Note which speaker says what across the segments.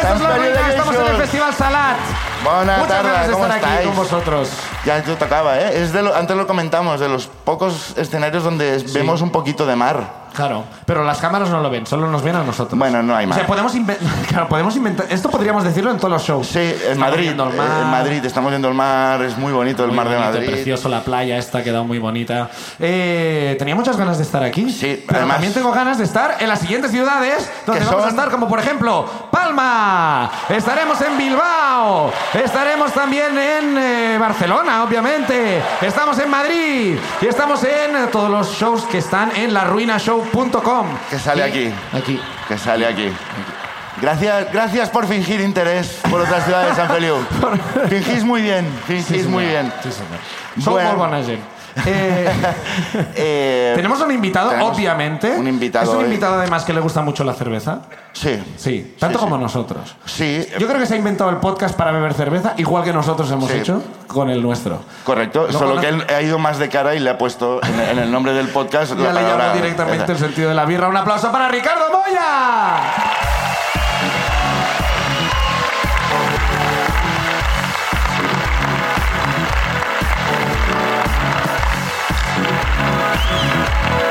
Speaker 1: Carlos Lorena, estamos en el
Speaker 2: Edition.
Speaker 1: Festival Salat.
Speaker 2: Buenas
Speaker 1: Muchas
Speaker 2: tardes,
Speaker 1: ganas de
Speaker 2: ¿cómo
Speaker 1: estar aquí
Speaker 2: estáis?
Speaker 1: con vosotros.
Speaker 2: Ya yo tocaba, ¿eh? Es de lo- antes lo comentamos, de los pocos escenarios donde vemos un poquito de mar.
Speaker 1: Claro, pero las cámaras no lo ven, solo nos ven a nosotros.
Speaker 2: Bueno, no hay
Speaker 1: o
Speaker 2: mar.
Speaker 1: sea, podemos, inven- claro, podemos inventar... Esto podríamos decirlo en todos los shows.
Speaker 2: Sí, en
Speaker 1: Estamos
Speaker 2: Madrid. eh,
Speaker 1: viendo el mar.
Speaker 2: En Madrid, estamos viendo el mar, es muy bonito el
Speaker 1: Muy
Speaker 2: mar de
Speaker 1: bonito,
Speaker 2: Madrid.
Speaker 1: Precioso la playa, esta ha quedado muy bonita. Eh, tenía muchas ganas de estar aquí.
Speaker 2: Sí,
Speaker 1: pero
Speaker 2: además-
Speaker 1: también tengo ganas de estar en las siguientes ciudades donde
Speaker 2: Que
Speaker 1: vamos a
Speaker 2: son-
Speaker 1: estar, como por ejemplo Palma, estaremos en Bilbao, estaremos también en eh, Barcelona, obviamente, estamos en Madrid y estamos en todos los shows que están en laruinashow.com.
Speaker 2: Que sale aquí,
Speaker 1: Aquí.
Speaker 2: que sale aquí. Gracias, gracias por fingir interés por otras ciudades de San Feliu. Fingís muy bien,
Speaker 1: Sí,
Speaker 2: fingís
Speaker 1: señor.
Speaker 2: muy bien.
Speaker 1: Sí, señor. Son
Speaker 2: Bueno.
Speaker 1: muy buena gente. Eh,
Speaker 2: Eh,
Speaker 1: Tenemos un invitado,
Speaker 2: Tenemos
Speaker 1: obviamente.
Speaker 2: un invitado
Speaker 1: Es un
Speaker 2: hoy.
Speaker 1: invitado, además, que le gusta mucho la cerveza.
Speaker 2: Sí,
Speaker 1: Sí, tanto
Speaker 2: Sí, sí.
Speaker 1: como nosotros.
Speaker 2: sí,
Speaker 1: Yo creo que se ha inventado el podcast para beber cerveza, igual que nosotros hemos
Speaker 2: Sí.
Speaker 1: hecho con el nuestro.
Speaker 2: correcto.
Speaker 1: No
Speaker 2: Solo
Speaker 1: conoce-
Speaker 2: que él ha ido más de cara y le ha puesto en, en el nombre del podcast
Speaker 1: Ya
Speaker 2: la
Speaker 1: le
Speaker 2: palabra-
Speaker 1: llamo directamente el sentido de la birra. Un aplauso para Ricardo Moya.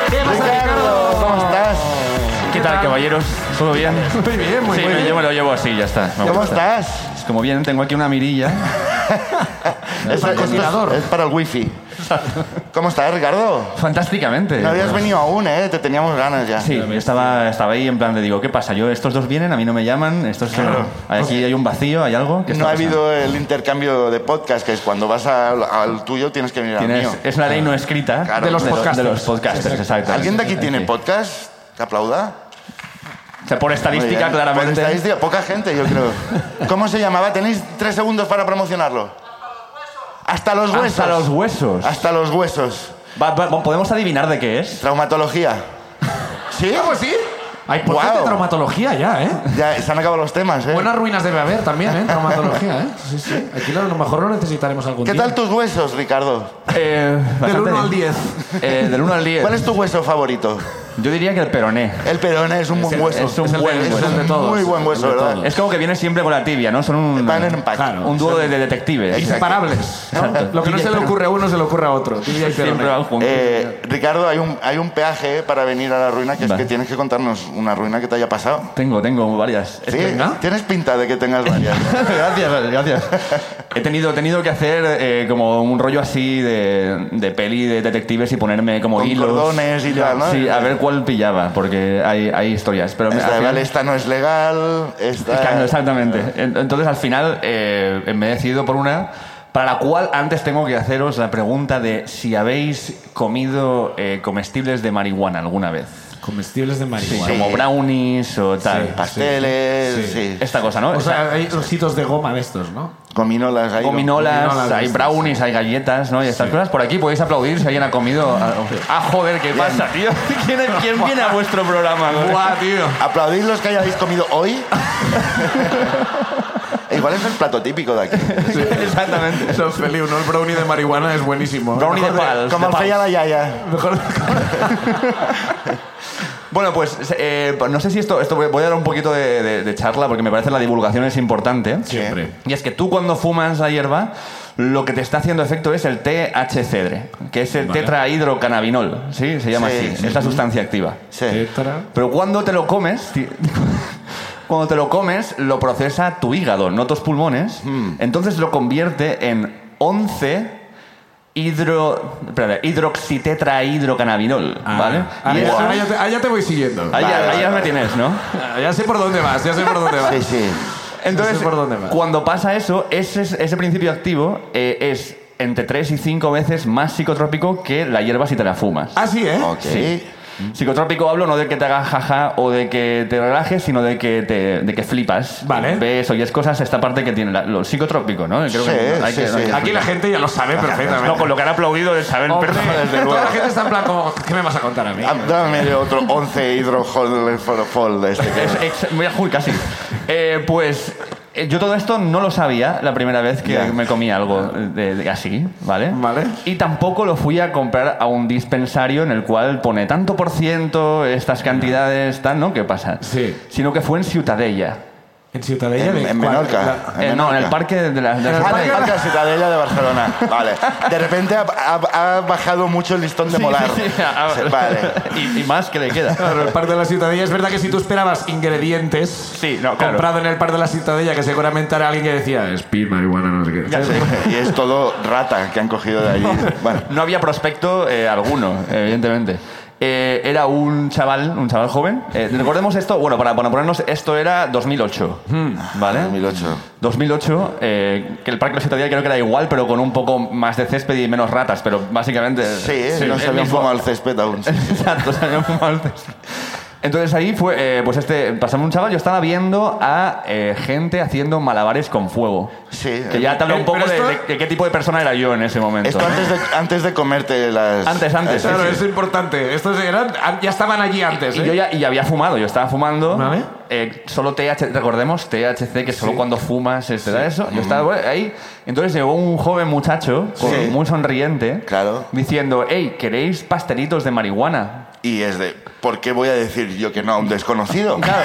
Speaker 1: ¿Qué pasa,
Speaker 2: Ricardo, ¿cómo estás?
Speaker 3: ¿Qué tal, caballeros? ¿Todo bien?
Speaker 1: Muy bien, muy
Speaker 3: sí,
Speaker 1: bien.
Speaker 3: yo me lo llevo así, ya está. Me
Speaker 2: ¿Cómo
Speaker 3: gusta.
Speaker 2: estás?
Speaker 3: Es como bien, tengo aquí una mirilla.
Speaker 2: Es,
Speaker 1: para el
Speaker 2: esto es-
Speaker 1: coordinador.
Speaker 2: es para el wifi. ¿Cómo estás, Ricardo?
Speaker 3: Fantásticamente.
Speaker 2: No habías venido aún, ¿eh? Te teníamos ganas ya.
Speaker 3: Sí, estaba, estaba ahí en plan de digo, ¿qué pasa? Yo, estos dos vienen, a mí no me llaman, estos
Speaker 2: Claro.
Speaker 3: aquí hay un vacío, hay algo. ¿Qué
Speaker 2: No
Speaker 3: está
Speaker 2: ha
Speaker 3: pasando?
Speaker 2: habido el intercambio de podcast, que es cuando vas al, al tuyo tienes que venir al
Speaker 3: Tienes-
Speaker 2: mío.
Speaker 3: es una ley no escrita
Speaker 2: Ah. Claro. De los
Speaker 3: lo-
Speaker 1: podcasters.
Speaker 3: De los podcasters, exacto.
Speaker 2: ¿Alguien de aquí
Speaker 3: Sí.
Speaker 2: tiene podcast? ¿Que aplauda?
Speaker 3: O sea, por
Speaker 2: Muy
Speaker 3: estadística,
Speaker 2: bien.
Speaker 3: claramente.
Speaker 2: Por estadística, poca gente, yo creo. ¿Cómo se llamaba? Tenéis tres segundos para promocionarlo. Hasta los huesos.
Speaker 3: Hasta los huesos.
Speaker 2: Hasta los huesos.
Speaker 3: Va- va- ¿Podemos adivinar de qué es?
Speaker 2: Traumatología. ¿Sí?
Speaker 1: Ah, pues sí. Hay por
Speaker 2: Guau.
Speaker 1: de traumatología ya, ¿eh?
Speaker 2: Ya, se han acabado los temas, ¿eh?
Speaker 1: Buenas ruinas debe haber también, ¿eh? Traumatología, ¿eh? Sí, sí. Aquí lo- a lo mejor lo necesitaremos algún
Speaker 2: ¿Qué
Speaker 1: día.
Speaker 2: tal tus huesos, Ricardo?
Speaker 3: Eh,
Speaker 1: Del
Speaker 3: bastante
Speaker 1: 1 al
Speaker 3: bien.
Speaker 1: 10.
Speaker 3: Eh, del 1 al 10.
Speaker 2: ¿Cuál es tu hueso favorito?
Speaker 3: Yo diría que el peroné.
Speaker 2: El peroné es un buen hueso.
Speaker 3: es un
Speaker 2: el de-
Speaker 3: buen
Speaker 2: es
Speaker 3: hueso.
Speaker 2: un
Speaker 1: Es el de todos.
Speaker 2: Muy buen hueso,
Speaker 1: El de
Speaker 2: ¿verdad?
Speaker 1: todos.
Speaker 3: Es como que viene siempre con la tibia, ¿no? Son un,
Speaker 2: Van en pack.
Speaker 1: Claro.
Speaker 3: un dúo de, de detectives.
Speaker 1: Inseparables. ¿no? Lo que no se le ocurre a uno se le ocurre a otro. Tibia y
Speaker 3: Siempre
Speaker 1: peroné.
Speaker 3: van juntos.
Speaker 2: Eh, Ricardo, hay un, hay un peaje para venir a la ruina que es
Speaker 3: Va.
Speaker 2: que tienes que contarnos una ruina que te haya pasado.
Speaker 3: Tengo, tengo varias.
Speaker 2: Sí,
Speaker 1: venga.
Speaker 2: tienes pinta de que tengas varias.
Speaker 3: gracias, gracias. He tenido, he tenido que hacer eh, como un rollo así de, de peli de detectives y ponerme como
Speaker 2: Con
Speaker 3: hilos.
Speaker 2: cordones y tal, ¿no?
Speaker 3: Sí, a ver cuál pillaba, porque hay, hay historias. Pero me-
Speaker 2: Esta,
Speaker 3: al final-
Speaker 2: vale, esta no es legal, esta...
Speaker 3: Claro, exactamente. En- Entonces, al final, eh, me he decidido por una para la cual antes tengo que haceros la pregunta de si habéis comido eh, comestibles de marihuana alguna vez.
Speaker 1: Comestibles de marihuana.
Speaker 3: Como brownies o tal.
Speaker 2: Pasteles, sí.
Speaker 3: Esta cosa, ¿no?
Speaker 1: O
Speaker 3: Esta-
Speaker 1: sea, hay ositos de goma de estos, ¿no?
Speaker 2: Gominolas, hay
Speaker 3: gominolas,
Speaker 1: gominolas de
Speaker 3: hay
Speaker 1: estas,
Speaker 3: brownies, hay galletas, ¿no? Y estas cosas. Por aquí podéis aplaudir si alguien ha comido. algo. Ah, joder, ¿qué pasa, tío? ¿Quién, quién viene a vuestro programa? güey?
Speaker 1: Buah, tío.
Speaker 2: ¿Aplaudís los que hayáis comido hoy? Igual es el plato típico de aquí.
Speaker 3: Exactamente.
Speaker 1: Eso es feliz, ¿no? El brownie de marihuana es buenísimo.
Speaker 3: Brownie de
Speaker 1: Mejor
Speaker 3: pal.
Speaker 2: Como el
Speaker 3: de pal.
Speaker 2: falla la yaya.
Speaker 1: Mejor
Speaker 3: Bueno, pues eh, no sé si esto, esto voy a dar un poquito de, de- de charla porque me parece la divulgación es importante.
Speaker 1: Siempre.
Speaker 3: Y es que tú cuando fumas la hierba, lo que te está haciendo efecto es el THC, cedre, que es el
Speaker 1: Vale.
Speaker 3: tetrahidrocannabinol, ¿sí? Se llama
Speaker 2: Sí,
Speaker 3: así,
Speaker 2: sí.
Speaker 3: es la sustancia activa.
Speaker 1: Eh,
Speaker 2: Sí.
Speaker 3: Pero cuando te lo comes, ti- cuando te lo comes, lo procesa tu hígado, no tus pulmones.
Speaker 1: Hmm.
Speaker 3: Entonces lo convierte en 11 hidro, espera, hidroxitetrahidrocannabinol, ¿vale?
Speaker 1: Ah,
Speaker 3: Y
Speaker 1: ya-
Speaker 3: eso-
Speaker 1: ahora ya te- ah, ya te voy siguiendo.
Speaker 3: Ahí,
Speaker 2: Vale,
Speaker 3: ya- ahí
Speaker 2: vale,
Speaker 3: ya me
Speaker 2: vale.
Speaker 3: tienes, ¿no?
Speaker 1: Ah, Ya sé por dónde vas, ya sé por dónde vas.
Speaker 2: Sí, sí.
Speaker 3: Entonces,
Speaker 1: No sé por dónde va.
Speaker 3: cuando pasa eso, ese, ese principio activo eh, es entre 3 y 5 veces más psicotrópico que la hierba si te la fumas.
Speaker 1: Ah, sí, ¿eh?
Speaker 2: Ok.
Speaker 3: Sí. Psicotrópico hablo no de que te haga jaja o de que te relajes, sino de que, te, de que flipas.
Speaker 1: Vale.
Speaker 3: Ves, oyes cosas, esta parte que tiene la- lo psicotrópico, ¿no? Creo
Speaker 2: Sí,
Speaker 3: que no- hay
Speaker 2: sí,
Speaker 3: que- no hay
Speaker 2: sí.
Speaker 3: que-
Speaker 1: Aquí la gente ya lo sabe perfectamente.
Speaker 3: No, con lo que han aplaudido de saber
Speaker 1: Oh, Hombre,
Speaker 3: perdón, desde
Speaker 1: toda
Speaker 3: luego.
Speaker 1: la gente está en plan como, ¿qué me vas a contar a mí?
Speaker 2: Ah, Dame otro 11 hidrojol de este. que-
Speaker 3: Es- ex- mira, uy, casi. Eh, pues eh, yo todo esto no lo sabía la primera vez que
Speaker 2: Ya.
Speaker 3: me comí algo de, de- así, ¿vale?
Speaker 1: Vale.
Speaker 3: Y tampoco lo fui a comprar a un dispensario en el cual pone tanto por ciento, estas cantidades, tal, ¿no? ¿Qué pasa?
Speaker 1: Sí.
Speaker 3: Sino que fue en Ciutadella.
Speaker 1: En Ciutadella.
Speaker 2: En-
Speaker 1: de-
Speaker 2: Ah, en
Speaker 1: ¿cuál?
Speaker 2: Menorca.
Speaker 1: La-
Speaker 3: Eh, no, en el parque de la... de la-
Speaker 2: Ah, en el Parque de la Ciutadella de Barcelona. Vale. De repente ha, ha- ha bajado mucho el listón de
Speaker 3: Sí,
Speaker 2: molar.
Speaker 3: sí, sí, ah,
Speaker 2: Sí, Vale.
Speaker 3: y, y más que le queda.
Speaker 1: Claro, el par de la Ciutadella es verdad que si tú esperabas ingredientes
Speaker 3: Sí, no, claro.
Speaker 1: comprado en el par de la Ciutadella, que seguramente era alguien que decía es pi, marihuana, no sé qué.
Speaker 2: Ya sé. Y es todo rata que han cogido de allí. Bueno,
Speaker 3: No había prospecto eh, alguno, evidentemente. Eh, era un chaval, un chaval joven. Eh, recordemos esto, bueno, para, para ponernos, esto era 2008,
Speaker 2: Hmm.
Speaker 3: ¿vale?
Speaker 2: 2008.
Speaker 3: 2008, eh, que el Parque de la Ciutadella creo que era igual, pero con un poco más de césped y menos ratas, pero básicamente...
Speaker 2: Sí, ¿eh? no
Speaker 3: el
Speaker 2: se habían
Speaker 3: mismo-
Speaker 2: fumado el césped aún.
Speaker 3: Exacto, se habían fumado el césped. Entonces ahí fue, eh, pues este, pasando un chaval, yo estaba viendo a eh, gente haciendo malabares con fuego.
Speaker 2: Sí.
Speaker 3: Que ya te habla un
Speaker 1: Eh, pero
Speaker 3: poco de,
Speaker 1: esto-
Speaker 3: de- de qué tipo de persona era yo en ese momento.
Speaker 2: Esto
Speaker 3: ¿no?
Speaker 2: antes de, antes de comerte las...
Speaker 3: Antes, antes.
Speaker 2: Sí,
Speaker 1: Claro,
Speaker 2: sí.
Speaker 1: es importante. Estos eran, ya estaban allí antes.
Speaker 3: Y
Speaker 1: ¿eh?
Speaker 3: yo ya, y ya había fumado, yo estaba fumando.
Speaker 1: Vale.
Speaker 3: Eh, solo THC, recordemos, THC, que solo cuando fumas eh, te da eso. Yo estaba bueno, ahí. Entonces llegó un joven muchacho, con-
Speaker 2: Sí.
Speaker 3: muy sonriente,
Speaker 2: Claro.
Speaker 3: diciendo, hey, ¿queréis pastelitos de marihuana?
Speaker 2: Y es de, ¿por qué voy a decir yo que no a un desconocido?
Speaker 3: Claro.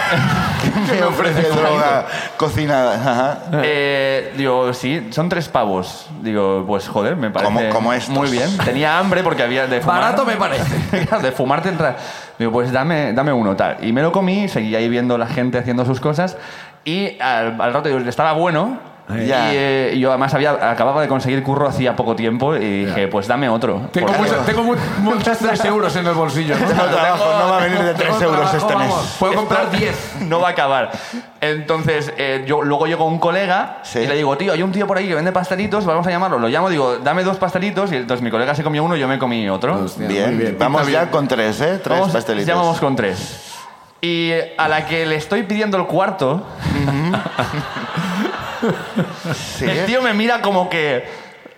Speaker 2: Que me ofrece droga cocinada. Ajá.
Speaker 3: Eh, digo, sí, son tres pavos. Digo, pues joder, me parece
Speaker 2: Como- como estos.
Speaker 3: muy bien. Tenía hambre porque había de fumar.
Speaker 1: Barato me parece.
Speaker 3: Claro, de fumarte entra. Digo, pues dame, dame uno, tal. Y me lo comí, seguí ahí viendo la gente haciendo sus cosas. Y al, al rato digo, estaba bueno.
Speaker 2: Ya.
Speaker 3: Y eh, yo además había, acababa de conseguir curro hacía poco tiempo y dije, pues dame otro.
Speaker 1: Tengo,
Speaker 3: Porque-
Speaker 1: mucho- tengo mu- muchos 3 euros en el bolsillo. ¿no?
Speaker 2: Tengo trabajo, no va a venir de
Speaker 1: Tengo
Speaker 2: 3 euros
Speaker 1: trabajo,
Speaker 2: este mes.
Speaker 1: vamos, Puedo comprar 10.
Speaker 3: no va a acabar. Entonces, eh, yo, luego llegó un colega
Speaker 2: Sí.
Speaker 3: y le digo, tío, hay un tío por ahí que vende pastelitos, vamos a llamarlo. Lo llamo, digo, dame dos pastelitos y entonces mi colega se comió uno y yo me comí otro.
Speaker 2: Bien, vamos ya con tres, ¿eh? Tres
Speaker 3: Vamos,
Speaker 2: pastelitos.
Speaker 3: Ya vamos con tres. Y eh, a la que le estoy pidiendo el cuarto,
Speaker 2: Sí, ¿eh?
Speaker 3: el tío me mira como que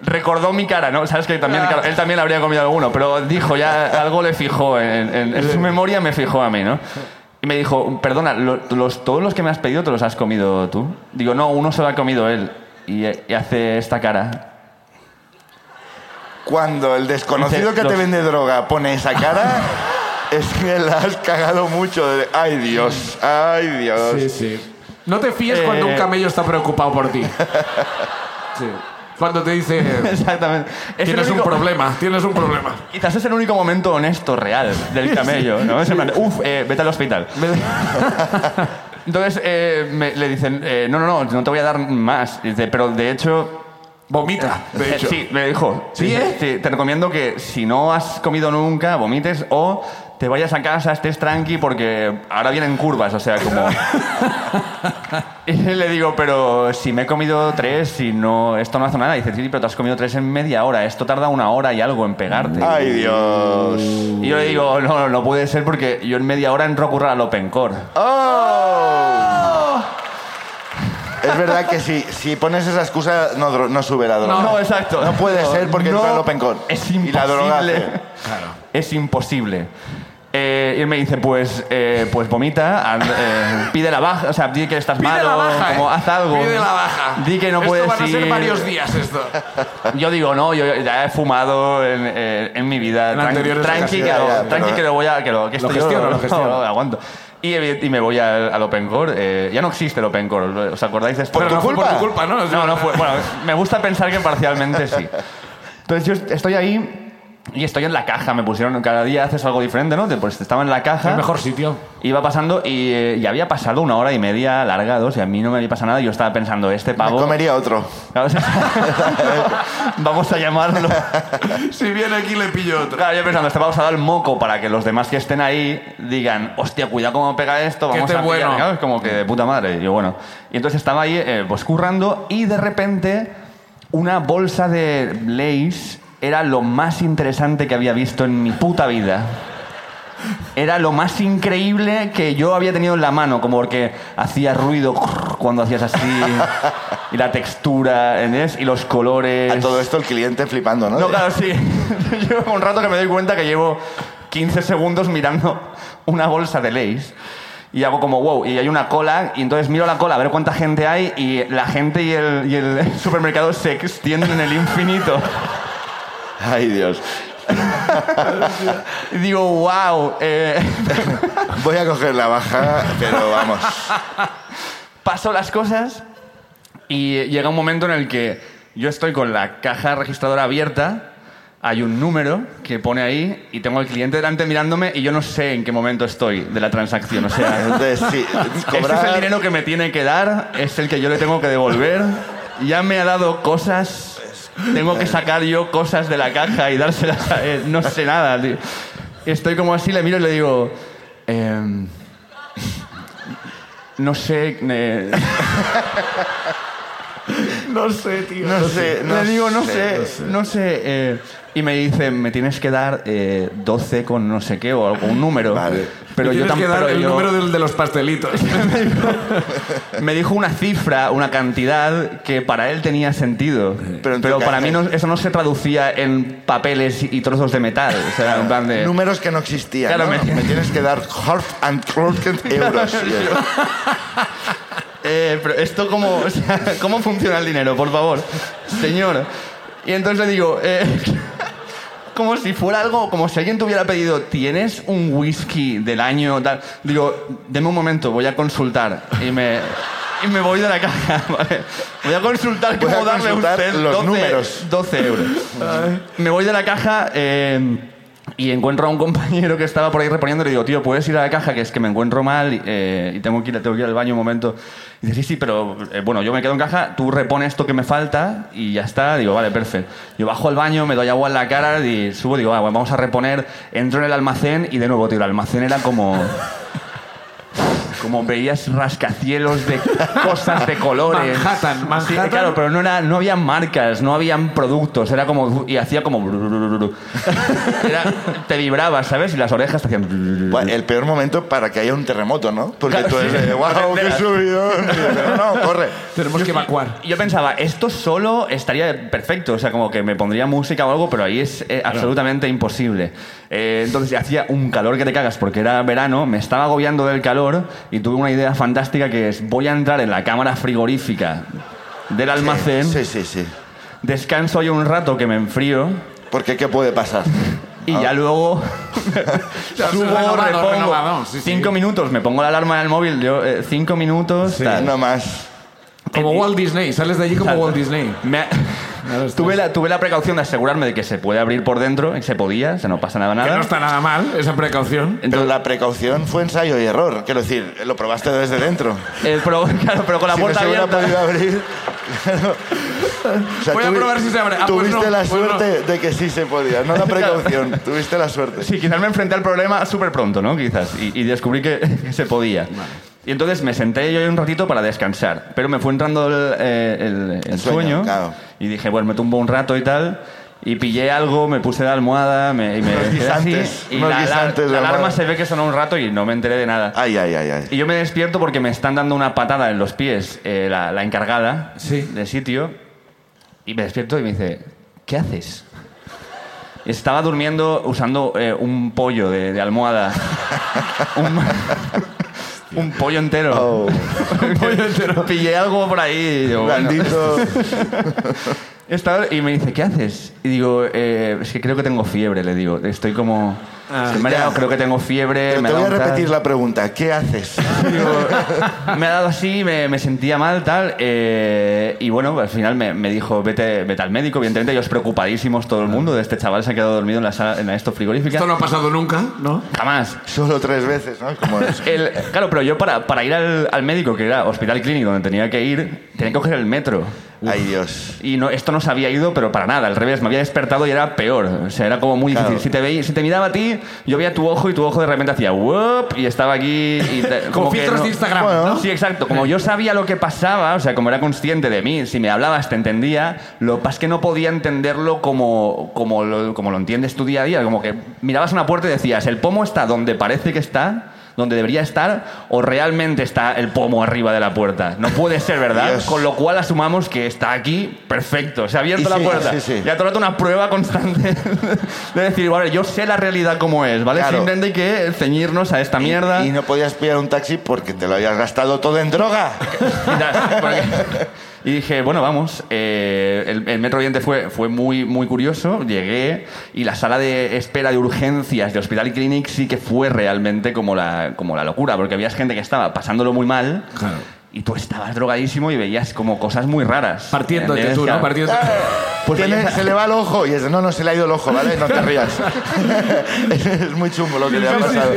Speaker 3: recordó mi cara, ¿no? Sabes que también, claro, él también habría comido alguno, pero dijo, ya algo le fijó, en, en- en su memoria me fijó a mí, ¿no? Y me dijo, perdona, lo- los, todos los que me has pedido te los has comido tú. Digo, no, uno se lo ha comido él. Y, eh, y hace esta cara.
Speaker 2: Cuando el desconocido que
Speaker 3: Los-
Speaker 2: te vende droga pone esa cara, es que la has cagado mucho. de- Ay, Dios, ay, Dios.
Speaker 1: Sí, sí. No te fíes
Speaker 3: Eh,
Speaker 1: cuando un camello está preocupado por ti. Sí. Cuando te dice,
Speaker 3: Exactamente. Es el
Speaker 1: tienes un
Speaker 3: único-
Speaker 1: problema, tienes un problema.
Speaker 3: Quizás es el único momento honesto, real, del camello, ¿no? Es en plan, Uf, eh, vete al hospital. Entonces eh, me- le dicen, eh, no, no, no, no te voy a dar más. Y dice, pero de hecho...
Speaker 1: Vomita, de
Speaker 3: eh,
Speaker 1: hecho.
Speaker 3: sí, me dijo.
Speaker 1: ¿Sí, eh?
Speaker 3: sí, te recomiendo que si no has comido nunca, vomites o te vayas a casa, estés tranqui, porque ahora vienen curvas, o sea, como... y le digo, pero si me he comido tres y no... Esto no hace nada. Y dice, sí, pero te has comido tres en media hora. Esto tarda una hora y algo en pegarte.
Speaker 2: Ay, Dios.
Speaker 3: Y yo le digo, no, no, no puede ser porque yo en media hora entro a currar al Open Core.
Speaker 2: ¡Oh! Es verdad que si, si pones esa excusa, no, dro- no sube la droga.
Speaker 3: No, exacto.
Speaker 2: No puede ser porque entra el Open Core.
Speaker 3: Es
Speaker 2: Y la droga
Speaker 3: imposible.
Speaker 2: hace.
Speaker 3: Es imposible. Eh, y él me dice, pues, eh, pues vomita, and- eh, pide la baja, o sea, di que estás
Speaker 1: Pide
Speaker 3: malo,
Speaker 1: la baja.
Speaker 3: como
Speaker 1: eh.
Speaker 3: haz algo.
Speaker 1: Pide la baja.
Speaker 3: Di que no
Speaker 1: esto
Speaker 3: puedes
Speaker 1: van a ser
Speaker 3: ir.
Speaker 1: varios días esto.
Speaker 3: Yo digo, no, yo ya he fumado en, eh, en mi vida.
Speaker 1: En
Speaker 3: Tran-
Speaker 1: anteriores
Speaker 3: tranqui, que
Speaker 2: ocasiones,
Speaker 3: lo,
Speaker 2: ya, ya,
Speaker 3: tranqui
Speaker 2: pero-
Speaker 3: que lo voy a. Que lo, que
Speaker 1: Lo
Speaker 3: esto yo
Speaker 1: gestiono, lo gestiono.
Speaker 3: aguanto. Y, evi- y me voy al, al Open Core. eh, ya no existe el Open Core, ¿os acordáis de esto?
Speaker 2: ¿Por
Speaker 1: Pero
Speaker 2: tu
Speaker 1: no fue
Speaker 2: culpa?
Speaker 1: por tu culpa, ¿no?
Speaker 3: No, no fue. Bueno, me gusta pensar que parcialmente sí. Entonces yo estoy ahí y estoy en la caja. Me pusieron cada día haces algo diferente, ¿no? Te- Pues estaba en la caja.
Speaker 1: El mejor sitio.
Speaker 3: Iba pasando y, eh, y había pasado una hora y media larga, dos, y a mí no me había pasado nada. Yo estaba pensando, este
Speaker 2: Me
Speaker 3: pavo.
Speaker 2: comería otro.
Speaker 3: Vamos a llamarlo.
Speaker 1: Si viene aquí le pillo otro.
Speaker 3: Claro, yo pensando, este pavo se ha dado el moco para que los demás que estén ahí digan, hostia, cuidado cómo pega esto,
Speaker 1: Que
Speaker 3: vamos
Speaker 1: esté
Speaker 3: a pillar".
Speaker 1: bueno.
Speaker 3: Claro, es como que de puta madre. Y yo, bueno. Y entonces estaba ahí, eh, pues currando, y de repente una bolsa de Lays era lo más interesante que había visto en mi puta vida. Era lo más increíble que yo había tenido en la mano, como porque hacía ruido cuando hacías así, y la textura, ¿entendés? Y los colores.
Speaker 2: A todo esto el cliente flipando, ¿no?
Speaker 3: No, claro, sí. Llevo un rato que me doy cuenta que llevo 15 segundos mirando una bolsa de Lays. Y hago como, wow, y hay una cola, y entonces miro la cola a ver cuánta gente hay, y la gente y el, y el supermercado se extienden en el infinito.
Speaker 2: Ay, Dios.
Speaker 3: Y digo, wow. eh,
Speaker 2: Voy a coger la baja, pero vamos.
Speaker 3: paso las cosas y llega un momento en el que yo estoy con la caja registradora abierta, hay un número que pone ahí y tengo al cliente delante mirándome y yo no sé en qué momento estoy de la transacción. O sea,
Speaker 2: Entonces, sí,
Speaker 3: este es el
Speaker 2: cobrar...
Speaker 3: dinero que me tiene que dar, es el que yo le tengo que devolver. Ya me ha dado cosas, tengo que sacar yo cosas de la caja y dárselas a él. No sé nada, tío. Estoy como así, le miro y le digo... "Em, no sé... eh,
Speaker 1: No sé, tío.
Speaker 2: No sé, no
Speaker 3: le digo, no sé,
Speaker 2: no
Speaker 3: no sé. eh, y me dice, me tienes que dar eh, 12 con no sé qué o algún número.
Speaker 2: Vale.
Speaker 3: Pero yo
Speaker 1: Tienes que dar
Speaker 3: tampoco...
Speaker 1: el número del- de los pastelitos.
Speaker 3: me dijo una cifra, una cantidad que para él tenía sentido.
Speaker 2: Pero en
Speaker 3: Pero,
Speaker 2: tu caso-
Speaker 3: para mí no- eso no se traducía en papeles y trozos de metal. O sea, en plan de.
Speaker 2: Números que no existían.
Speaker 3: Claro,
Speaker 2: ¿no?
Speaker 3: me-
Speaker 2: Me tienes que dar half and quarter euros.
Speaker 3: Eh, pero esto cómo, o sea, cómo funciona el dinero, por favor, señor. Y entonces le digo, eh, como si fuera algo, como si alguien te hubiera pedido, ¿tienes un whisky del año? Tal? Digo, deme un momento, voy a consultar. Y me, y me voy de la caja, ¿vale? Voy a consultar
Speaker 2: Voy
Speaker 3: cómo
Speaker 2: a
Speaker 3: darle a
Speaker 2: consultar
Speaker 3: usted
Speaker 2: los
Speaker 3: 12,
Speaker 2: números.
Speaker 3: 12 euros. me voy de la caja eh, y encuentro a un compañero que estaba por ahí reponiendo y le digo, tío, ¿puedes ir a la caja? Que es que me encuentro mal eh, y tengo que, ir, tengo que ir al baño un momento. Y dice, sí, sí, pero eh, bueno, yo me quedo en caja, tú repones esto que me falta y ya está. Digo, vale, perfecto. Yo bajo al baño, me doy agua en la cara y subo, digo, ah, bueno, vamos a reponer. Entro en el almacén y de nuevo, tío, el almacén era como... Como veías rascacielos de cosas de colores.
Speaker 1: Manhattan,
Speaker 3: Sí, eh,
Speaker 1: Manhattan.
Speaker 3: claro, pero no, era, no había marcas, no habían productos, era como. Y hacía como. Era- te vibrabas, ¿sabes? Y las orejas te hacían.
Speaker 2: Buah, El peor momento para que haya un terremoto, ¿no? Porque
Speaker 3: Claro,
Speaker 2: tú
Speaker 3: sí.
Speaker 2: eres de, wow, qué subidón. Pero no, corre.
Speaker 1: Tenemos que evacuar.
Speaker 3: Y Yo pensaba, esto solo estaría perfecto, o sea, como que me pondría música o algo, pero ahí es eh, absolutamente imposible. Eh, entonces hacía un calor que te cagas porque era verano, me estaba agobiando del calor y tuve una idea fantástica que es, voy a entrar en la cámara frigorífica del almacén,
Speaker 2: Sí, sí, sí.
Speaker 3: descanso ahí un rato que me enfrío
Speaker 2: Porque ¿qué puede pasar?
Speaker 3: y ya luego subo,
Speaker 1: Ah. renovado,
Speaker 3: repongo.
Speaker 1: renovado, sí, sí.
Speaker 3: cinco minutos, me pongo la alarma en el móvil, yo, eh, cinco minutos, tal.
Speaker 2: No más.
Speaker 1: Como Walt Disney, sales de allí como
Speaker 3: Exacto.
Speaker 1: Walt Disney.
Speaker 3: Me-
Speaker 1: Claro, estás-
Speaker 3: tuve, la, tuve la precaución de asegurarme de que se puede abrir por dentro, y se podía, se no pasa nada,
Speaker 1: Que
Speaker 3: nada.
Speaker 1: no está nada mal esa precaución.
Speaker 2: Pero la precaución fue ensayo y error. Quiero decir, lo probaste desde dentro.
Speaker 3: Eh, pero, claro, pero con la
Speaker 2: Si no
Speaker 3: puerta
Speaker 2: se hubiera
Speaker 3: abierta.
Speaker 2: podido abrir. O sea,
Speaker 1: Voy a
Speaker 2: tuvi-
Speaker 1: probar si se abre. Ah, pues
Speaker 2: tuviste
Speaker 1: no,
Speaker 2: la
Speaker 1: pues no.
Speaker 2: suerte de que sí se podía, no la precaución. tuviste la suerte.
Speaker 3: Sí, quizás me enfrenté al problema súper pronto, ¿no? Quizás. Y, y descubrí que, que se podía. Y entonces me senté yo ahí un ratito para descansar. Pero me fue entrando el, eh, el- el
Speaker 2: sueño,
Speaker 3: sueño.
Speaker 2: claro.
Speaker 3: Y dije, bueno, me tumbo un rato y tal. Y pillé algo, me puse la almohada me, y me
Speaker 2: Unos
Speaker 3: quedé así,
Speaker 2: guisantes,
Speaker 3: y
Speaker 2: unos
Speaker 3: la, alar-
Speaker 2: guisantes de
Speaker 3: la alarma
Speaker 2: almohada.
Speaker 3: se ve que sonó un rato y no me enteré de nada.
Speaker 2: Ay, ay, ay, ay.
Speaker 3: Y yo me despierto porque me están dando una patada en los pies eh, la, la encargada
Speaker 1: Sí.
Speaker 3: del sitio. Y me despierto y me dice, ¿qué haces? Estaba durmiendo usando eh, un pollo de, de almohada. un, un pollo entero.
Speaker 2: Oh,
Speaker 3: un pollo entero. Pillé algo por ahí. Y
Speaker 1: Oh,
Speaker 3: digo, bueno.
Speaker 2: blandito.
Speaker 1: Eh,
Speaker 3: Estaba- y me dice, ¿qué haces? Y digo, "Eh, es que creo que tengo fiebre, le digo. Estoy como...
Speaker 1: Ah,
Speaker 3: "Se me ha
Speaker 2: ya.
Speaker 3: dado, creo que tengo fiebre.
Speaker 2: Pero
Speaker 3: me
Speaker 2: te
Speaker 3: ha
Speaker 2: voy a
Speaker 3: dado un tal".
Speaker 2: repetir la pregunta. ¿Qué haces?
Speaker 3: Digo, me ha dado así, me, me sentía mal, tal. eh, y bueno, al final me, me dijo, vete, vete al médico. Evidentemente, ellos preocupadísimos, todo el mundo, de este chaval se ha quedado dormido en la sala, en la esto frigorífica.
Speaker 1: Esto no ha pasado nunca, ¿no?
Speaker 3: Jamás.
Speaker 2: Solo tres veces, ¿no? Como es.
Speaker 3: El- claro, pero yo para, para ir al, al médico, que era hospital clínico donde tenía que ir, tenía que coger el metro.
Speaker 2: Ay, Dios.
Speaker 3: Y no, esto no se había ido, pero para nada, al revés, me había despertado y era peor. O sea, era como muy
Speaker 2: Claro.
Speaker 3: difícil. Si te, veía, si te miraba a ti, yo veía tu ojo y tu ojo de repente hacía, "Wop", y estaba aquí. Y te-
Speaker 1: Como,
Speaker 3: que
Speaker 1: filtros
Speaker 3: no-
Speaker 1: de Instagram,
Speaker 2: Bueno,
Speaker 1: ¿no?
Speaker 3: Sí, exacto. Como yo sabía lo que pasaba, o sea, como era consciente de mí, si me hablabas te entendía, lo que pasa es que no podía entenderlo como, como, lo, como lo entiendes tu día a día. Como que mirabas una puerta y decías, el pomo está donde parece que está, donde debería estar, o realmente está el pomo arriba de la puerta. No puede ser, ¿verdad?
Speaker 2: Dios.
Speaker 3: Con lo cual asumamos que está aquí, perfecto, se ha abierto
Speaker 2: Y sí,
Speaker 3: la puerta.
Speaker 2: sí, sí.
Speaker 3: Y a todo rato una prueba constante de decir, vale, yo sé la realidad como es, ¿vale?
Speaker 2: Claro.
Speaker 3: Simplemente hay que ceñirnos a esta mierda.
Speaker 2: Y no podías pillar un taxi porque te lo habías gastado todo en droga.
Speaker 3: Y nada, porque- Y dije, bueno, vamos. eh, el, el metro oyente fue, fue muy, muy curioso. Llegué y la sala de espera de urgencias de Hospital y Clinic sí que fue realmente como la, como la locura, porque había gente que estaba pasándolo muy mal.
Speaker 1: Claro.
Speaker 3: Y tú estabas drogadísimo y veías como cosas muy raras.
Speaker 1: Partiéndote
Speaker 3: ¿Entiendes?
Speaker 1: tú, ¿no? Partiéndote.
Speaker 3: Pues
Speaker 2: Tiene-
Speaker 3: oye,
Speaker 2: se le va el ojo y es, no, no, se le ha ido el ojo, ¿vale? No te rías. es, es muy chungo lo que le ha
Speaker 1: Sí, sí,
Speaker 2: pasado.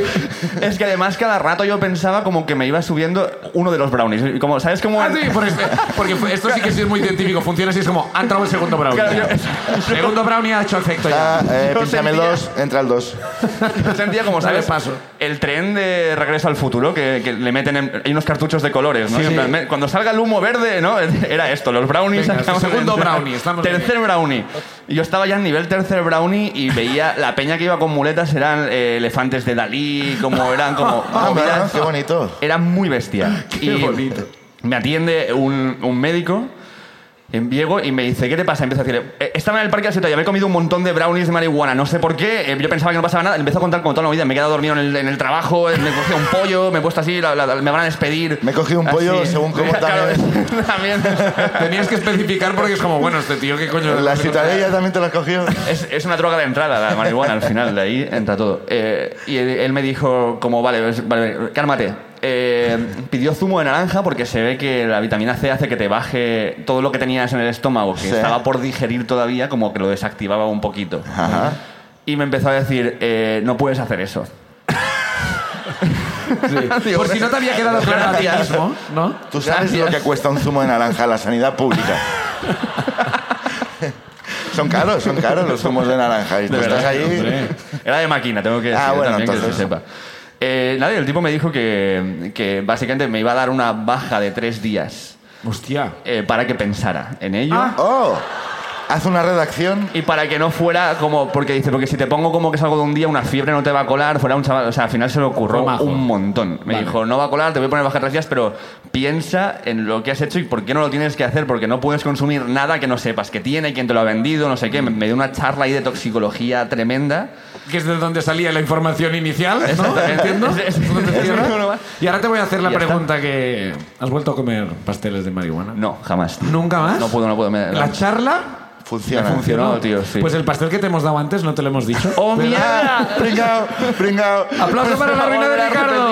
Speaker 3: Es que además cada rato yo pensaba como que me iba subiendo uno de los brownies. Y como, ¿sabes cómo?
Speaker 1: Ah, sí, por este- porque fue- esto sí que sí es muy científico. Funciona así, es como, ha entrado el segundo brownie.
Speaker 3: Claro, yo-
Speaker 1: El segundo brownie ha hecho efecto ya.
Speaker 2: Ah, eh,
Speaker 3: Yo
Speaker 2: pínchame el
Speaker 3: sentía-
Speaker 2: 2, entra el 2.
Speaker 3: Yo sentía como,
Speaker 1: Dale
Speaker 3: ¿sabes?
Speaker 1: paso.
Speaker 3: El tren de Regreso al Futuro, que, que le meten en- Hay unos cartuchos de colores, ¿no?
Speaker 1: Sí.
Speaker 3: En plan, me- cuando salga el humo verde, ¿no? Era esto, los brownies...
Speaker 1: Venga,
Speaker 3: acaban de
Speaker 1: segundo
Speaker 3: entrar.
Speaker 1: brownie, estamos
Speaker 3: Tercer brownie. Y Yo estaba ya en nivel tercer brownie y veía... La peña que iba con muletas eran eh, elefantes de Dalí, como eran como...
Speaker 2: Ah,
Speaker 3: movidas-
Speaker 2: mira, qué bonito.
Speaker 3: Era muy bestia.
Speaker 1: Qué bonito.
Speaker 3: Me atiende un, un médico en Viego y me dice, ¿qué te pasa? Empiezo a decirle, "Eh, estaba en el parque de la ciudad, ya me he comido un montón de brownies de marihuana, no sé por qué, eh, yo pensaba que no pasaba nada, empezó a contar como toda la vida, me he quedado dormido en el, en el trabajo, eh, me he cogido un pollo, me he puesto así, la- la- la- me van a despedir.
Speaker 2: Me he cogido un pollo, según como
Speaker 3: Claro,
Speaker 2: también-
Speaker 3: también.
Speaker 1: Tenías que especificar porque es como, bueno, este tío, ¿qué coño?
Speaker 2: ¿La citadella también te la has cogido?
Speaker 3: Es, es una droga de entrada, la marihuana, al final, de ahí entra todo. Eh, y él, él me dijo, como, vale, es- vale cálmate. Eh, pidió zumo de naranja porque se ve que la vitamina C hace que te baje todo lo que tenías en el estómago, que
Speaker 2: Sí.
Speaker 3: estaba por digerir todavía, como que lo desactivaba un poquito.
Speaker 2: Ajá.
Speaker 3: Y me empezó a decir, eh, no puedes hacer eso.
Speaker 1: Sí. Por si no te había quedado claro a ti
Speaker 3: Gracias.
Speaker 1: mismo, ¿no?
Speaker 2: Tú sabes
Speaker 3: Gracias.
Speaker 2: lo que cuesta un zumo de naranja a la sanidad pública. son caros, son caros los zumos de naranja. Y tú estás ahí.
Speaker 3: Era de máquina, tengo que decir
Speaker 2: Ah, bueno,
Speaker 3: también que
Speaker 2: entonces.
Speaker 3: se sepa. Eh, nada, y el tipo me dijo que, que básicamente me iba a dar una baja de tres días.
Speaker 1: Hostia.
Speaker 3: eh, para que pensara en ello.
Speaker 1: Ah.
Speaker 2: ¡Oh! Haz una redacción.
Speaker 3: Y para que no fuera como, porque dice, porque si te pongo como que es algo de un día, una fiebre no te va a colar, fuera un chaval, o sea, al final se le ocurrió
Speaker 1: Fue majo.
Speaker 3: un montón. Me
Speaker 1: Vale.
Speaker 3: dijo, no va a colar, te voy a poner baja tres días, pero piensa en lo que has hecho y por qué no lo tienes que hacer, porque no puedes consumir nada que no sepas que tiene, quién te lo ha vendido, no sé qué. Me, me dio una charla ahí de toxicología tremenda.
Speaker 1: Que es de donde salía la información inicial, ¿no?
Speaker 3: Exactamente.
Speaker 1: ¿Entiendo?
Speaker 3: Es- es- es-
Speaker 1: ¿Dónde
Speaker 3: es-
Speaker 1: cierra?
Speaker 3: es-
Speaker 1: y ahora te voy a hacer la
Speaker 3: Y ya
Speaker 1: pregunta que... ¿Has vuelto a comer pasteles de marihuana?
Speaker 3: No, jamás. tío.
Speaker 1: ¿Nunca más?
Speaker 3: No puedo, no puedo. Me,
Speaker 1: ¿La
Speaker 3: me
Speaker 1: charla?
Speaker 2: Funciona.
Speaker 3: funcionó, tío, sí.
Speaker 1: Pues el pastel que te hemos dado antes no te lo hemos dicho.
Speaker 3: ¡Oh, mierda!
Speaker 2: Ah, pringao, pringao.
Speaker 1: ¡Aplauso para la ruina de Ricardo!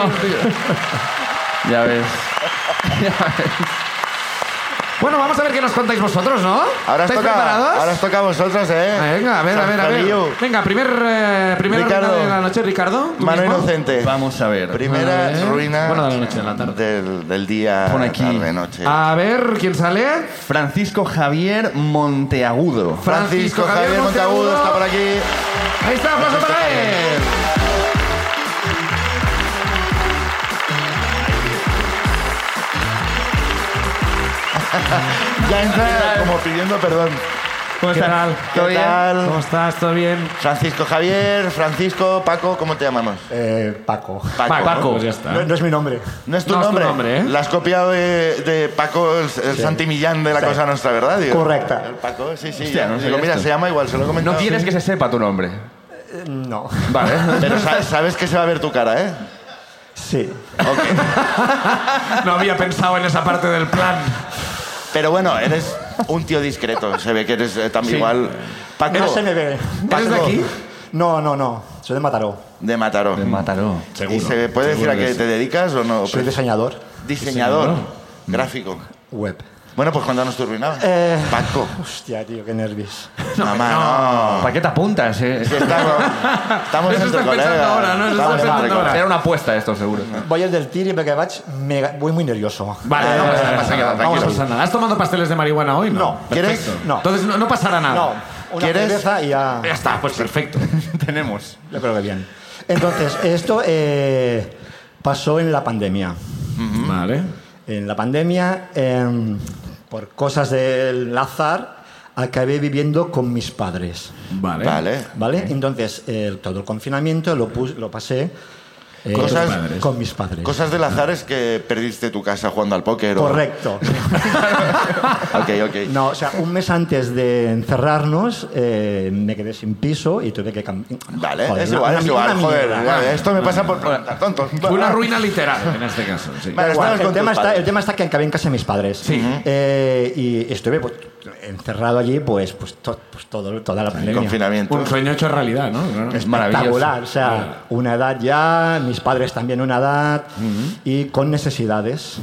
Speaker 3: Ya ves.
Speaker 1: Bueno, vamos a ver qué nos contáis vosotros, ¿no?
Speaker 2: Ahora os,
Speaker 1: ¿Estáis
Speaker 2: toca,
Speaker 1: preparados? Ah,
Speaker 2: ahora os toca a vosotros, ¿eh?
Speaker 1: Venga, a ver, a ver, a ver.
Speaker 2: Sanfeliu.
Speaker 1: Venga, primer, eh, primera
Speaker 2: Ricardo.
Speaker 1: ruina de la noche, Ricardo. ¿tú
Speaker 2: Mano
Speaker 1: mismo?
Speaker 2: inocente.
Speaker 3: Vamos a ver.
Speaker 2: Primera
Speaker 1: A ver.
Speaker 2: ruina
Speaker 1: Bueno, de la noche, de la tarde. Ah,
Speaker 2: Del, del día,
Speaker 3: Pon aquí.
Speaker 2: tarde, noche.
Speaker 1: A ver, ¿quién sale?
Speaker 3: Francisco Javier Monteagudo.
Speaker 2: Francisco Javier Montagudo está por aquí.
Speaker 1: Ahí está, aplauso para él.
Speaker 2: Ya entra como pidiendo perdón.
Speaker 3: ¿Cómo
Speaker 1: ¿Qué
Speaker 3: estás?
Speaker 1: tal?
Speaker 2: ¿Qué
Speaker 3: ¿Todo bien?
Speaker 2: tal?
Speaker 1: ¿Cómo estás? ¿Todo bien?
Speaker 2: Francisco Javier, Francisco, Paco, ¿cómo te llamamos?
Speaker 4: Eh, Paco.
Speaker 2: Paco.
Speaker 1: Paco. Pues ya está.
Speaker 4: No, no es mi nombre.
Speaker 2: No es tu
Speaker 1: No es tu
Speaker 2: nombre.
Speaker 1: nombre, ¿eh?
Speaker 2: La has copiado de, de Paco, el, el Santi Millán de la Cosa Nuestra, ¿verdad? Digo.
Speaker 4: Correcta.
Speaker 2: El Paco, sí, sí.
Speaker 3: Hostia, no
Speaker 2: Digo,
Speaker 3: sabía
Speaker 2: mira,
Speaker 3: esto.
Speaker 2: se llama igual, se lo he
Speaker 3: No
Speaker 2: comentado.
Speaker 3: quieres que se sepa tu nombre.
Speaker 4: Eh, No.
Speaker 3: Vale.
Speaker 2: Pero sa- sabes que se va a ver tu cara, ¿eh?
Speaker 4: Sí.
Speaker 1: No había pensado en esa parte del plan.
Speaker 2: Pero bueno, eres un tío discreto. Se ve que eres eh, también
Speaker 3: Sí.
Speaker 2: igual. Paco.
Speaker 4: No se me ve.
Speaker 1: ¿Eres de
Speaker 2: Paco.
Speaker 1: aquí?
Speaker 4: No, no, no. Soy de Mataró.
Speaker 2: De Mataró.
Speaker 3: Mataró.
Speaker 2: ¿Y se puede decir a qué te dedicas o no? Pues,
Speaker 4: Soy diseñador
Speaker 2: Diseñador. Gráfico.
Speaker 4: web.
Speaker 2: Bueno, pues cuéntanos tu ruina.
Speaker 4: Eh,
Speaker 2: Paco.
Speaker 4: Hostia, tío, qué nervios.
Speaker 2: Mamá, no.
Speaker 3: ¿Para qué te apuntas? eh?
Speaker 2: Sí, estamos estamos
Speaker 1: Eso
Speaker 2: entre
Speaker 1: estás pensando
Speaker 2: colegas.
Speaker 1: ahora, ¿no? Eso
Speaker 2: Estamos
Speaker 1: estás
Speaker 2: entre
Speaker 1: pensando ahora.
Speaker 2: colegas.
Speaker 3: Era una apuesta esto, seguro.
Speaker 4: Voy al del tiri porque vaig mega... voy muy nervioso.
Speaker 2: Ah,
Speaker 1: Vale, Ah, no pasa nada, pasa nada.
Speaker 2: tranquilo.
Speaker 1: Vamos a pasar nada. ¿Has tomado pasteles de marihuana hoy? No.
Speaker 4: No.
Speaker 2: ¿Quieres?
Speaker 1: Perfecto.
Speaker 4: No.
Speaker 1: Entonces no, no pasará nada.
Speaker 4: No, una
Speaker 2: ¿Quieres?
Speaker 4: cerveza y ya...
Speaker 1: Ya está, pues perfecto.
Speaker 3: Tenemos.
Speaker 4: Yo creo que bien. Entonces, esto eh, pasó en la pandemia.
Speaker 1: Vale.
Speaker 4: En la pandemia, em, por cosas del azar, acabé viviendo con mis padres.
Speaker 1: Vale.
Speaker 2: Vale.
Speaker 4: ¿Vale? Entonces, eh, todo el confinamiento lo, pus- lo pasé eh,
Speaker 2: Con tus
Speaker 1: padres.
Speaker 4: con mis padres.
Speaker 2: Cosas del azar es que perdiste tu casa jugando al póker. o-
Speaker 4: Correcto.
Speaker 2: Ok, ok.
Speaker 4: No, o sea, un mes antes de encerrarnos eh, me quedé sin piso y tuve que cambiar.
Speaker 2: Vale, es igual, es igual. Joder, vale, esto me pasa por preguntar, tonto.
Speaker 1: Ah. Una ruina literal en este caso. Sí.
Speaker 2: Vale, estabas con
Speaker 4: el,
Speaker 2: tus
Speaker 4: tema está,
Speaker 2: padres.
Speaker 4: el tema está que acabé en casa de mis padres. Eh, y estuve pues, encerrado allí pues, pues, to- pues, todo, toda la
Speaker 2: El
Speaker 4: pandemia.
Speaker 2: Ah, confinamiento.
Speaker 1: Un sueño hecho realidad, ¿no? Claro.
Speaker 3: Es maravilloso.
Speaker 4: Espectacular, o sea, una edad ya, mis padres también una edad y con necesidades.